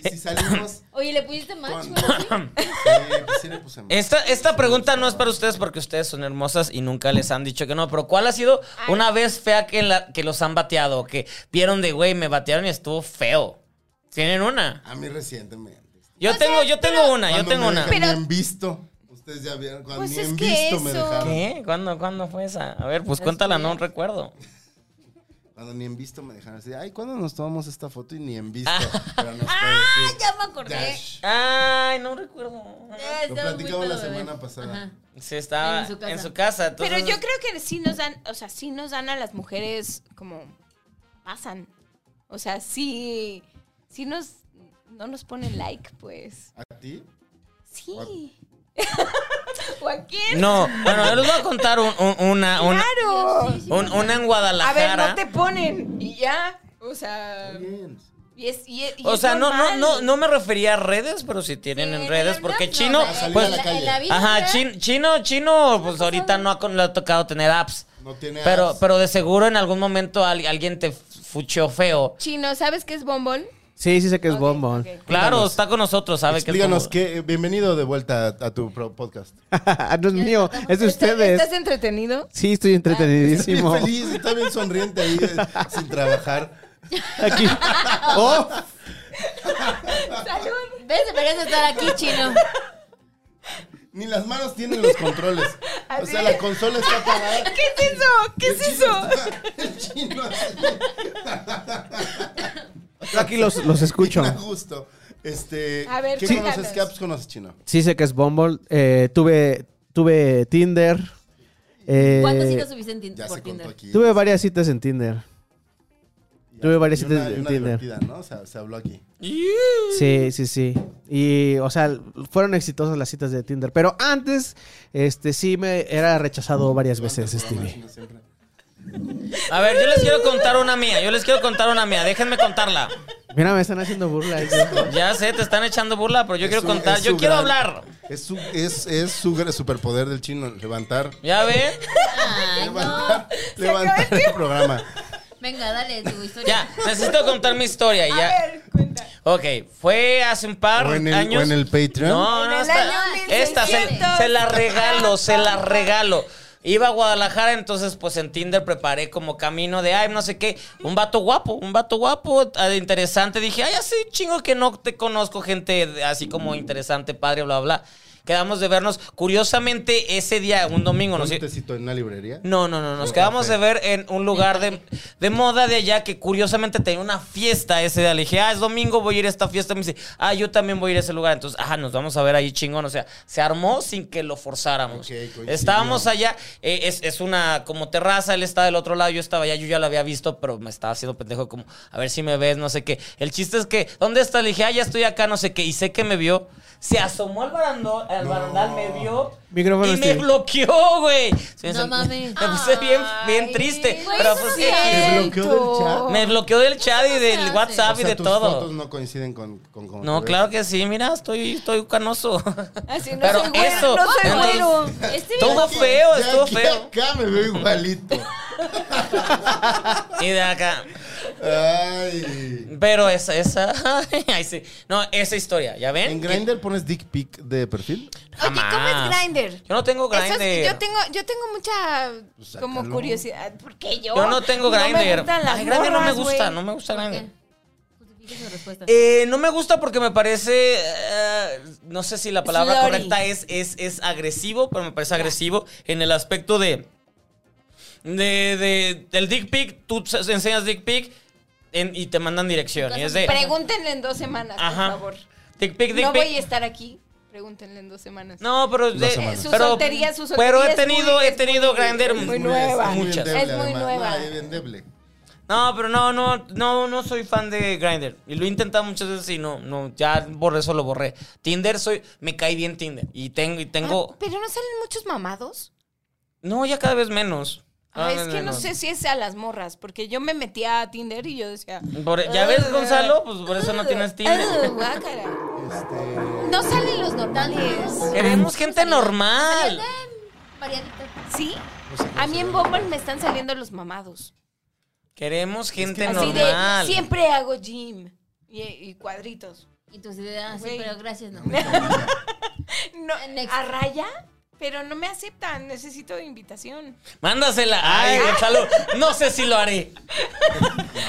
D: Si
A: *coughs*
D: salimos.
C: Oye, ¿le pusiste match?
D: Con-
C: o algo así?
D: Sí, pues sí le puse mal.
A: Esta, esta pregunta no es para ustedes porque ustedes son hermosas y nunca les han dicho que no, pero ¿cuál ha sido una vez fea que, la- que los han bateado? Que vieron de, güey, me batearon y estuvo feo. ¿Tienen una?
D: A mí recientemente.
A: Yo tengo, yo tengo una, yo
D: Cuando
A: tengo
D: me
A: una.
D: dejan ni
E: Pero-
D: en visto. Ustedes ya vieron. Cuando
E: Pues
D: ni
E: es
D: en
E: que
D: visto me
E: eso.
D: dejaron.
A: ¿Qué? ¿Cuándo, ¿Cuándo fue esa? A ver, pues cuéntala, no recuerdo.
D: Cuando ni en visto me dejaron así. Ay, ¿cuándo nos tomamos esta foto? Y ni en visto. Pero nos
C: Ah,
D: fue
C: ya me
D: así,
C: acordé.
D: dash.
A: Ay, no recuerdo.
C: Ya,
D: Lo
C: estaba muy
D: platicamos la
C: pedo, bebé.
D: semana pasada.
C: Ajá.
A: Sí, estaba
C: En su casa.
A: en su casa.
E: Pero
A: entonces-
E: yo creo que sí nos dan, o sea, sí nos dan a las mujeres como pasan. O sea, sí, sí nos, no nos ponen like, pues.
D: ¿A ti?
E: Sí. *laughs* ¿O a quién?
A: No, bueno, yo les voy a contar un- un- una, una,
E: Claro.
A: un- una en
E: A ver,
A: Guadalajara.
E: no te ponen y ya. O sea,
D: Bien.
E: y es, y es- y
A: O
E: es
A: sea, no, no,
E: normal.
A: no, no me refería a redes, pero si tienen en redes,
C: no,
A: porque
C: no,
A: chino,
C: no,
D: salir
A: pues,
D: a la calle.
C: vida
A: ajá,
C: real.
A: chin- chino, chino, pues ahorita no ha, con- le ha tocado tener apps.
D: No tiene
A: Pero,
D: apps.
A: pero de seguro en algún momento al- alguien te fuchó feo.
E: Chino, ¿sabes qué es bombón?
B: Sí, sí sé que es bombón. *laughs*
E: ok.
A: Claro, está con nosotros, sabe que es
D: Explícanos
A: como-
D: que. eh, Bienvenido de vuelta a, a tu pro-
A: *laughs*
D: podcast.
B: Ah, no es mío, es de
E: ¿Estás
B: ustedes.
E: entretenido?
B: Sí, estoy
D: Bien
B: entretenidísimo.
D: feliz, está bien sonriente ahí, eh,
C: *laughs*
D: sin trabajar.
B: *laughs* Aquí. Oh,
C: Salud. ¿Ves? Deberías estar aquí, chino.
D: Ni las manos tienen los controles. O sea, la consola está apagada.
E: ¿Qué es eso? ¿Qué es eso?
D: El chino
B: yo aquí los, los escucho.
D: *laughs* Bien a gusto. Este,
E: A ver,
D: ¿qué
E: cuéntanos.
D: conoces? ¿Qué apps conoces, chino?
B: Sí sé que es Bumble. Eh, tuve, tuve Tinder. Eh,
C: ¿Cuántas citas subiste en Tin-
D: Ya
C: por
D: se contó
C: Tinder?
D: aquí.
B: tuve varias citas en Tinder.
D: Y-
B: tuve varias
D: y
B: citas
D: una,
B: en
D: y una
B: Tinder.
D: divertida, ¿no? O sea, se habló aquí.
B: Sí, sí, sí. Y, o sea, fueron exitosas las citas de Tinder. Pero antes, este, sí me era rechazado varias veces, Stevie.
D: Chino siempre.
A: A ver, yo les quiero contar una mía, yo les quiero contar una mía, déjenme contarla.
B: Mira, me están haciendo burla. ¿eh?
A: Ya sé, te están echando burla, pero yo
D: Es
A: quiero
D: su-
A: contar,
D: es
A: yo
D: su
A: quiero
D: gran-
A: hablar.
D: Es su, es, es su gran superpoder del chino, levantar.
A: ¿Ya ven?
C: Ay, no.
D: Levantar, levantar el programa.
C: Venga, dale tu historia.
A: Ya, necesito contar mi historia,
E: A
A: ya.
E: ver, cuenta.
A: Ok, fue hace un par
D: O en el,
A: años.
D: o en el Patreon.
A: No, no,
E: En el
A: esta,
E: año
A: esta se,
E: 1600.
A: se la regalo, se la regalo. Iba a Guadalajara, entonces pues en Tinder preparé como camino de, ay, no sé qué, un vato guapo, un vato guapo, ah, interesante. Dije, ay, así chingo que no te conozco gente de- así como interesante, padre, bla, bla. Quedamos de vernos, curiosamente, ese día, un domingo, no
D: ¿Un
A: sé.
D: tecito en una librería?
A: No, no, no, nos quedamos de ver en un lugar de, de moda de allá que curiosamente tenía una fiesta ese día. Le dije, ah, es domingo, voy a ir a esta fiesta. Me dice, ah, yo también voy a ir a ese lugar. Entonces, ah, nos vamos a ver ahí chingón. O sea, se armó sin que lo forzáramos.
D: Ok, coincidió.
A: Estábamos allá, eh, es, es una como terraza, él está del otro lado, yo estaba allá, yo ya lo había visto, pero me estaba haciendo pendejo como, a ver si me ves, no sé qué. El chiste es que, ¿dónde estás? Le dije, ah, ya estoy acá, no sé qué. Y sé que me vio. Se asomó al barandal, al barandal me vio
B: Micrófono
A: y me
B: este.
A: bloqueó, güey. Se
C: No
A: me-
C: mames.
A: *laughs* Me puse bien, bien
E: Ay,
A: triste.
E: güey,
A: pero
E: eso
A: pues
E: sí
A: que-
E: es.
D: ¿Te bloqueó del chat?
A: me bloqueó del chat y del
C: hace.
A: WhatsApp
D: O
A: y
D: sea,
A: de
D: tus
A: todo.
D: fotos no coinciden con... con como
A: No,
D: te
A: claro
D: ves.
A: que sí, mira, estoy, estoy
E: *laughs*
A: canoso.
E: Así, Ah, no
A: Pero
E: soy güero,
A: eso,
E: no soy
A: entonces-
E: güero.
C: Este video
A: Estuvo feo,
D: De
A: estuvo
D: aquí
A: feo.
D: acá me veo igualito.
A: Y de acá.
D: Ay.
A: Pero esa, esa. *laughs* Ay, sí. No, esa historia, ¿ya ven?
D: ¿En Grindr pones dick pic de perfil?
E: Oye, ¿cómo es Grindr?
A: Yo no tengo
E: Eso es-
A: Grindr.
E: yo tengo, yo tengo mucha
D: Pues
E: como
D: sácalo.
E: curiosidad. ¿Por qué yo?
A: Yo no tengo
E: me
A: Grindr.
E: gustan las
A: Ay, Grindr no me
E: morras,
A: gusta,
E: güey.
A: no me gusta
C: ¿Por qué?
A: Grindr.
C: Justifique su respuesta.
A: Eh, no me gusta porque me parece. eh, no sé si la palabra
E: Slutty.
A: correcta es, es, es agresivo, pero me parece agresivo en el aspecto de. de, de- del dick pic. Tú se- enseñas dick pic en- y te mandan dirección. Y es de.
E: Pregúntenle en dos semanas,
A: Ajá.
E: por favor.
A: Dick pic, dick
E: no voy a
A: pic.
E: estar aquí. Pregúntenle en dos semanas.
A: No, pero, de-
D: semanas.
E: Su
A: pero,
E: soltería, su soltería
A: pero he
E: es muy-
A: tenido, he
E: es muy-
A: tenido Grindr
E: muy
A: mu-
E: nueva.
D: Es muy
A: Muchas.
D: endeble,
E: Es muy
D: además.
E: nueva.
D: No, es endeble.
A: No, pero no, no, no, no soy fan de Grindr. Y lo he intentado muchas veces y no, no, ya borré eso, lo borré. Tinder soy, me cae bien Tinder. Y tengo, y tengo.
E: Ah, Pero no salen muchos mamados.
A: No, ya cada vez menos.
E: Ah,
A: Cada
E: es
A: vez
E: que no
A: menos.
E: sé si es a las morras, porque yo me metía a Tinder y yo decía.
A: Por- ya ves, Gonzalo, pues por eso no tienes
E: "Ah,
A: Tinder.
E: guácara".
D: Este...
E: No salen los normales.
A: Queremos gente normal.
C: Marianita.
E: ¿Sí? A mí en Bumble me están saliendo los mamados.
A: Queremos gente
E: Así de,
A: normal.
E: siempre hago gym y, y cuadritos.
C: Y tus ideas, "Ah, sí,
E: Güey.
C: pero gracias,
D: *laughs*
C: no.
E: No,
C: Next.
E: a raya, pero no me aceptan. Necesito invitación.
A: Mándasela. Ay, Gonzalo, no sé si lo haré.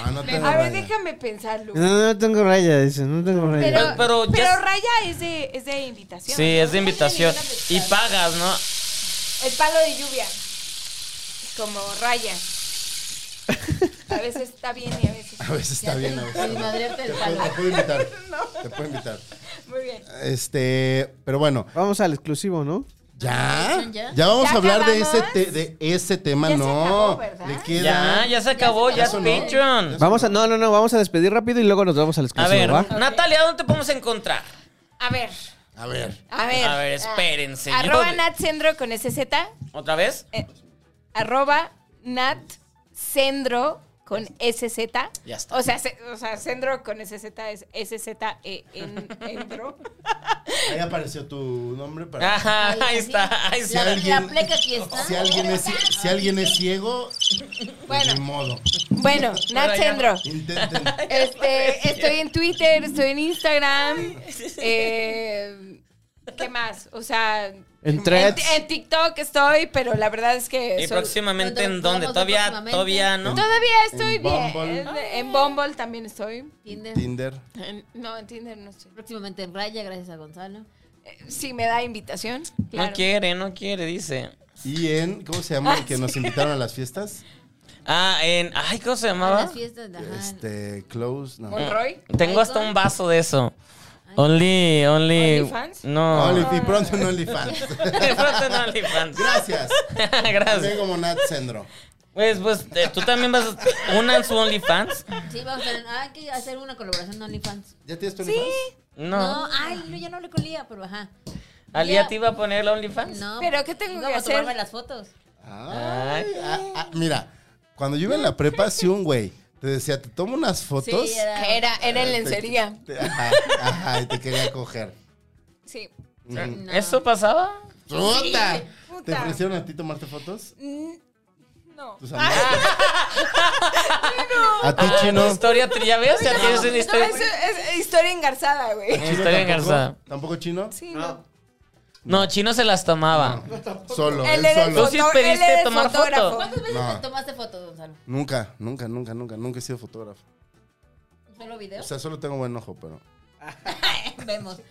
D: No, no te
E: A ver, déjame pensarlo.
B: No, no tengo raya, dice. No tengo raya.
E: Pero,
A: Pues, pero
E: pero,
A: ya es-
E: raya es de, es de invitación.
A: Sí, es de
E: No
A: invitación.
E: tiene ninguna
A: Y
E: invitación.
A: pagas, ¿no?
E: El palo de lluvia. Como raya. A veces está bien y a veces.
D: A veces está bien, a
C: *laughs*
D: veces.
C: Mi madre te
D: Te
C: el
D: puedo,
C: palo.
D: te puedo invitar. Te puedo invitar.
E: Muy bien.
D: Este, pero bueno,
B: Vamos al exclusivo, ¿no?
D: ya.
C: ¿Ya?
D: Ya vamos a
E: ¿Ya
D: hablar de ese,
E: acabamos?
D: te- de ese tema,
E: Ya se
D: no.
E: acabó, ¿verdad?
D: Le queda.
A: Ya, ya se acabó, ya es
D: acabó.
A: Patreon.
B: Vamos a, no, no, no, vamos a despedir rápido y luego nos vamos al
A: A
B: exclusivo,
A: ver,
B: ¿va?
A: Natalia, ¿dónde te podemos encontrar?
E: A ver,
D: A ver.
E: a ver. Ah.
A: A ver, espérense. yo-
E: Arroba natsendro con SZ.
A: ¿Otra vez?
E: eh, arroba natsendro con SZ.
A: Ya está.
E: O sea, se- o sea, sendro con SZ es E SZ-E-Endro.
D: Ahí apareció tu nombre para.
A: Ajá, ahí está, ahí
C: La,
A: está.
C: la pleca aquí está.
D: Si alguien es, si alguien es ciego, pues
E: Bueno.
D: ni modo.
E: Bueno, natsendro.
D: Intenten.
A: *laughs*
E: Este, estoy en Twitter, estoy en Instagram. eh, ¿Qué más? O sea,
B: En
E: en,
B: threads.
E: en TikTok estoy, pero la verdad es que
A: ¿Y
E: soy-
A: próximamente en dónde?
C: ¿Dónde nos vemos
A: Todavía,
C: próximamente?
A: todavía, ¿no?
E: todavía estoy
D: En
E: bien.
D: Bumble.
E: En, en Bumble también estoy.
C: Tinder.
D: Tinder.
E: En- no, en Tinder no estoy.
C: Próximamente en raya, gracias a Gonzalo.
E: Eh, Si me da invitación, claro.
A: No quiere, no quiere, dice.
D: Y en, ¿cómo se llama? el que nos invitaron a las fiestas.
A: Ah, en. Ay, ¿cómo se
C: A
A: llamaba?
C: las fiestas, ajá.
D: Este, Close. No.
E: Monroy.
A: Tengo hasta un vaso de eso. Only, only.
E: ¿OnlyFans?
A: No. *laughs*
D: Ah. Only, y pronto en OnlyFans.
A: De pronto en OnlyFans.
D: Gracias.
A: *laughs*
D: Soy
A: Gracias.
D: como Nat Sendro.
A: Pues, pues, eh, tú también vas. a- Una en su OnlyFans.
C: Sí, vamos a hacer, hay que hacer una colaboración en OnlyFans.
D: ¿Ya tienes tu OnlyFans?
A: No.
C: No, ay, no, ya no le colía, pero ajá.
A: Alía te iba a poner la OnlyFans.
C: No.
E: ¿Pero qué tengo
C: Iba
E: que
C: a
E: hacer?
C: tomarme las fotos.
D: Ay, ah, ah, mira, cuando yo iba en la prepa, sí, un güey te decía, te tomo unas fotos.
C: Sí, era-
E: Que Era, era en
D: Te-
E: lencería.
D: te- ajá, ajá, y te quería coger.
E: Sí.
C: No.
A: ¿Eso pasaba?
D: ¡Puta!
E: puta.
D: ¿Te ofrecieron a ti tomarte fotos?
E: No.
D: Tus amigos. A ti, chino.
A: Ah, Historia, tri- ya ves, ya tienes una
E: Pues No,
A: historia.
E: es, es historia engarzada, güey.
D: ¿Chino
A: Historia
D: tampoco?
A: engarzada.
D: ¿Tampoco chino?
E: Sí, no.
D: pues,
A: No, Chino se las tomaba.
D: Solo, él,
E: Él era el
D: solo.
A: ¿Tú sí
E: foto-
A: pediste
E: él era el
A: tomar
E: fotógrafo.
A: foto?
C: ¿Cuántas veces
D: No.
C: te tomaste fotos, Gonzalo?
D: Nunca, nunca, nunca, nunca, nunca he sido fotógrafo.
C: ¿Solo
D: O
E: *laughs*
C: videos?
D: sea, solo tengo buen ojo, pero.
C: Vemos.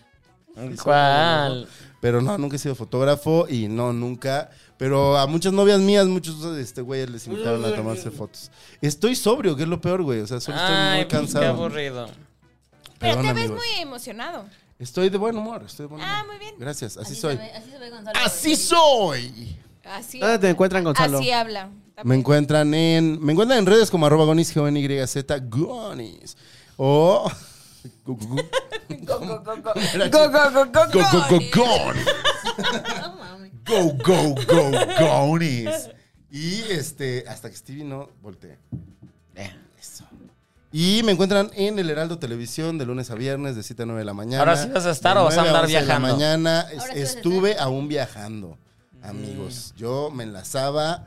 A: ¿Cuál?
D: Pero no, nunca he sido fotógrafo y no, nunca. Pero a muchas novias mías, muchos este güey les invitaron a tomarse fotos. Estoy sobrio, que es lo peor, güey. O sea, solo estoy
A: Ay,
D: muy
A: pues, qué
D: cansado.
A: aburrido.
E: Pero
D: Perdón,
E: te ves
D: amigos.
E: muy emocionado.
D: Estoy de buen humor, estoy de buen humor.
E: Ah, muy bien.
D: Gracias, así,
C: Así
D: soy.
C: Se ve, así se ve Gonzalo.
D: ¡Así soy!
E: Así.
B: ¿Dónde te encuentran, Gonzalo?
E: Así habla.
D: Me encuentran en. Me encuentran en redes como arroba gonis, G-O-N-Y-Z, gonis. O. *laughs* Go, go, go. Era
E: Go, go, go, go,
D: Go, go, go,
E: go.
D: gonis.
C: No mames.
D: Go, go, go, gonis. Y este, hasta que Stevie no voltee. Eso. Y me encuentran en el Heraldo Televisión de lunes a viernes de 7 a 9 de la mañana.
A: ¿Ahora sí vas a estar
D: De
A: o vas a
D: 9
A: andar
D: 11 de la
A: viajando?
D: mañana
C: Ahora sí vas a
D: estuve aún viajando, amigos. Yo me enlazaba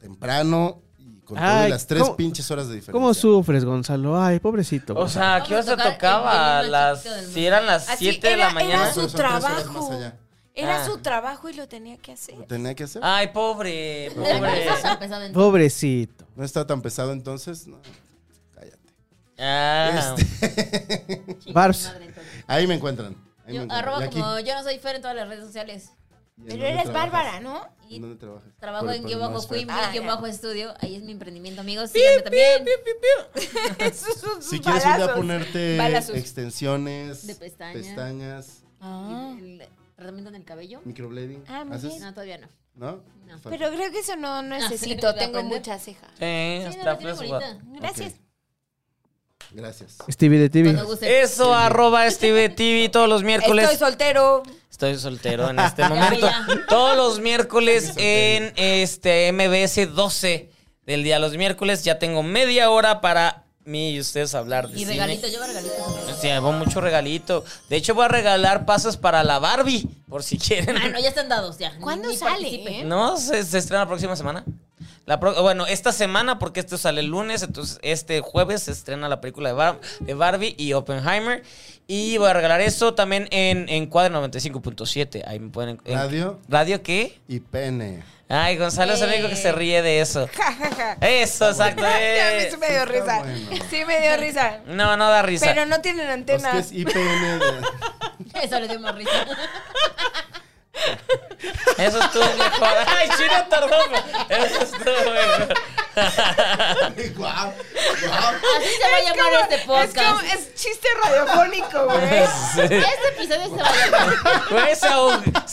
D: temprano y con todo y
B: Ay,
D: las tres
B: ¿cómo-
D: pinches horas de diferencia.
B: ¿Cómo sufres, Gonzalo? Ay, pobrecito.
A: O sea, ¿qué hora
C: Vamos
A: se
C: a tocar el
A: tocaba?
C: himno
A: Las,
C: más chiquito del mundo.
A: si eran las
E: Así
A: 7 de
E: era-
A: la
E: era
A: mañana.
E: su-
D: Son- son tres horas más
E: trabajo.
D: allá.
E: Era
A: Ah.
E: su trabajo y lo tenía que hacer.
D: Lo tenía que hacer.
B: Ah.
A: Ay, pobre, pobre.
C: Eso está pesado en ti.
B: Pobrecito.
D: No está tan pesado entonces. No, cállate.
A: Ah,
D: Este.
C: Chinga tu
B: Barbs.
C: madre, entonces.
D: Ahí me encuentran. Ahí
C: Yo
D: me encuentran. Y
C: arroba
D: aquí,
C: como yo no soy Fer en todas las redes sociales.
D: ¿y en
E: Pero
D: dónde
E: eres
D: trabajas?
E: bárbara, ¿no?
C: Y
D: ¿En dónde trabajas?
C: trabajo
D: Por-
C: en
D: por
C: guión
D: el
C: bajo
D: más
C: Quimby,
E: Ah,
C: guión
E: ya.
C: bajo estudio. Ahí es mi emprendimiento, amigos. Síganme también.
E: *laughs* Eso es un
D: Si quieres un día
E: balazo.
D: ponerte
E: *laughs* Balazos.
D: extensiones,
C: De pestaña.
D: pestañas,
E: Ah.
C: El tratamiento en el cabello.
D: microblading,
E: Ah, muy
D: ¿haces?
C: No, todavía no.
D: ¿No.
C: No.
D: Falta.
E: Pero creo que eso no
C: ¿De
E: necesito. Tengo
C: aprender?
E: mucha ceja.
A: sí, está
C: tiene
A: fresco.
C: bonita.
E: Gracias.
D: Gracias.
B: Stevie de TV.
C: Cuando
D: Eh,
C: guste.
A: Eso, arroba Steve TV todos los miércoles.
E: Estoy soltero. *laughs*
A: Estoy soltero en este
C: *laughs* Ya,
A: momento.
C: ya.
A: Todos los miércoles en este MBS 12 del día de los miércoles. Ya tengo media hora para mí y ustedes hablar de
C: Y
A: cine.
C: regalito, yo regalito.
A: Sí, llevo mucho regalito. De hecho, voy a regalar pases para la Barbie, por si quieren.
C: Ah, no, ya están dados, ya. Ni-
E: ¿Cuándo
C: ni
E: sale,
C: participen.
E: eh?
A: No, se, se estrena la próxima semana. La pro- bueno, esta semana, porque esto sale el lunes, entonces este jueves se estrena la película de, Bar- de Barbie y Oppenheimer. Y voy a regalar eso también en, en Cuadro 95.7. Ahí me pueden. en-
D: Radio.
A: ¿Radio qué?
D: Y pene.
A: Ay, Gonzalo es el único que se ríe de eso.
E: Eh. *laughs* Ja, ja, ja.
A: Eso, exacto. eh.
E: Sí me dio risa.
D: bueno.
E: Sí me dio risa.
A: No, no da risa.
E: Pero no tienen
D: Pues que
E: antena.
D: es IPN de-
C: *laughs*
E: *laughs*
C: Eso le dio más risa.
A: Eso estuvo
E: *laughs*
A: mejor. Ay, Chino tardó. Eso estuvo mejor.
D: Guau, guau.
E: *laughs*
C: Así se va a llamar
E: como-
C: este
E: es como-
C: podcast.
E: es chiste
A: *laughs*
E: radiofónico, güey.
D: *laughs*
A: Sí.
C: Este episodio se va a llamar
A: Güey, Pues, se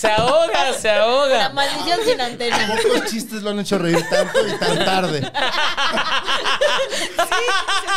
A: ahoga, se ahoga, se
C: La
A: *laughs* ahoga.
C: maldición sin antena.
D: Pocos chistes lo han hecho reír tanto y tan tarde.
E: Se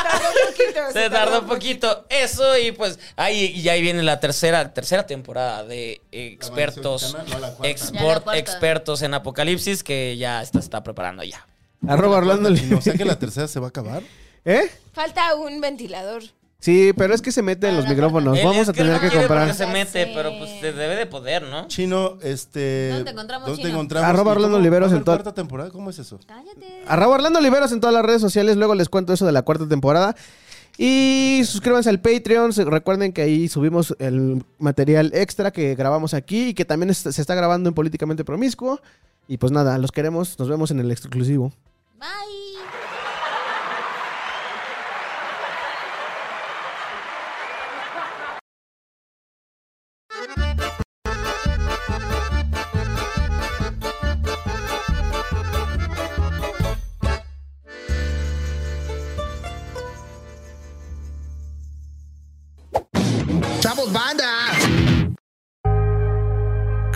E: tardó un poquito.
A: Se tardó un poquito. Eso y pues ahí y ahí viene la tercera tercera temporada de expertos
D: La maldición gitana, no, la cuarta.
A: export-
C: Ya la cuarta.
A: expertos en apocalipsis que ya está, está preparando ya.
B: Arroba Orlando
D: Y no
B: Lima.
D: sé que la tercera se va a acabar.
B: ¿Eh?
E: Falta un ventilador.
B: Sí, pero es que se mete en los micrófonos.
A: Él es
B: Vamos a
A: él
B: tener
A: no
B: que
A: quiere porque
B: comprar.
A: se mete,
E: Sí.
A: pero pues se debe de poder, ¿no?
D: Chino, este.
C: ¿Dónde te encontramos,
D: ¿dónde te
C: Chino?
D: encontramos?
B: Arroba
D: ¿Y
B: Orlando
D: cómo-
B: Oliveros
D: va a haber
B: en todo-
D: cuarta temporada? ¿Cómo es eso?
C: Cállate.
B: Arroba Orlando Oliveros en todas las redes sociales. Luego les cuento eso de la cuarta temporada. Y suscríbanse al Patreon. Se- Recuerden que ahí subimos el material extra que grabamos aquí y que también es- se está grabando en Políticamente Promiscuo. Y pues nada, los queremos. Nos vemos en el exclusivo.
C: Bye.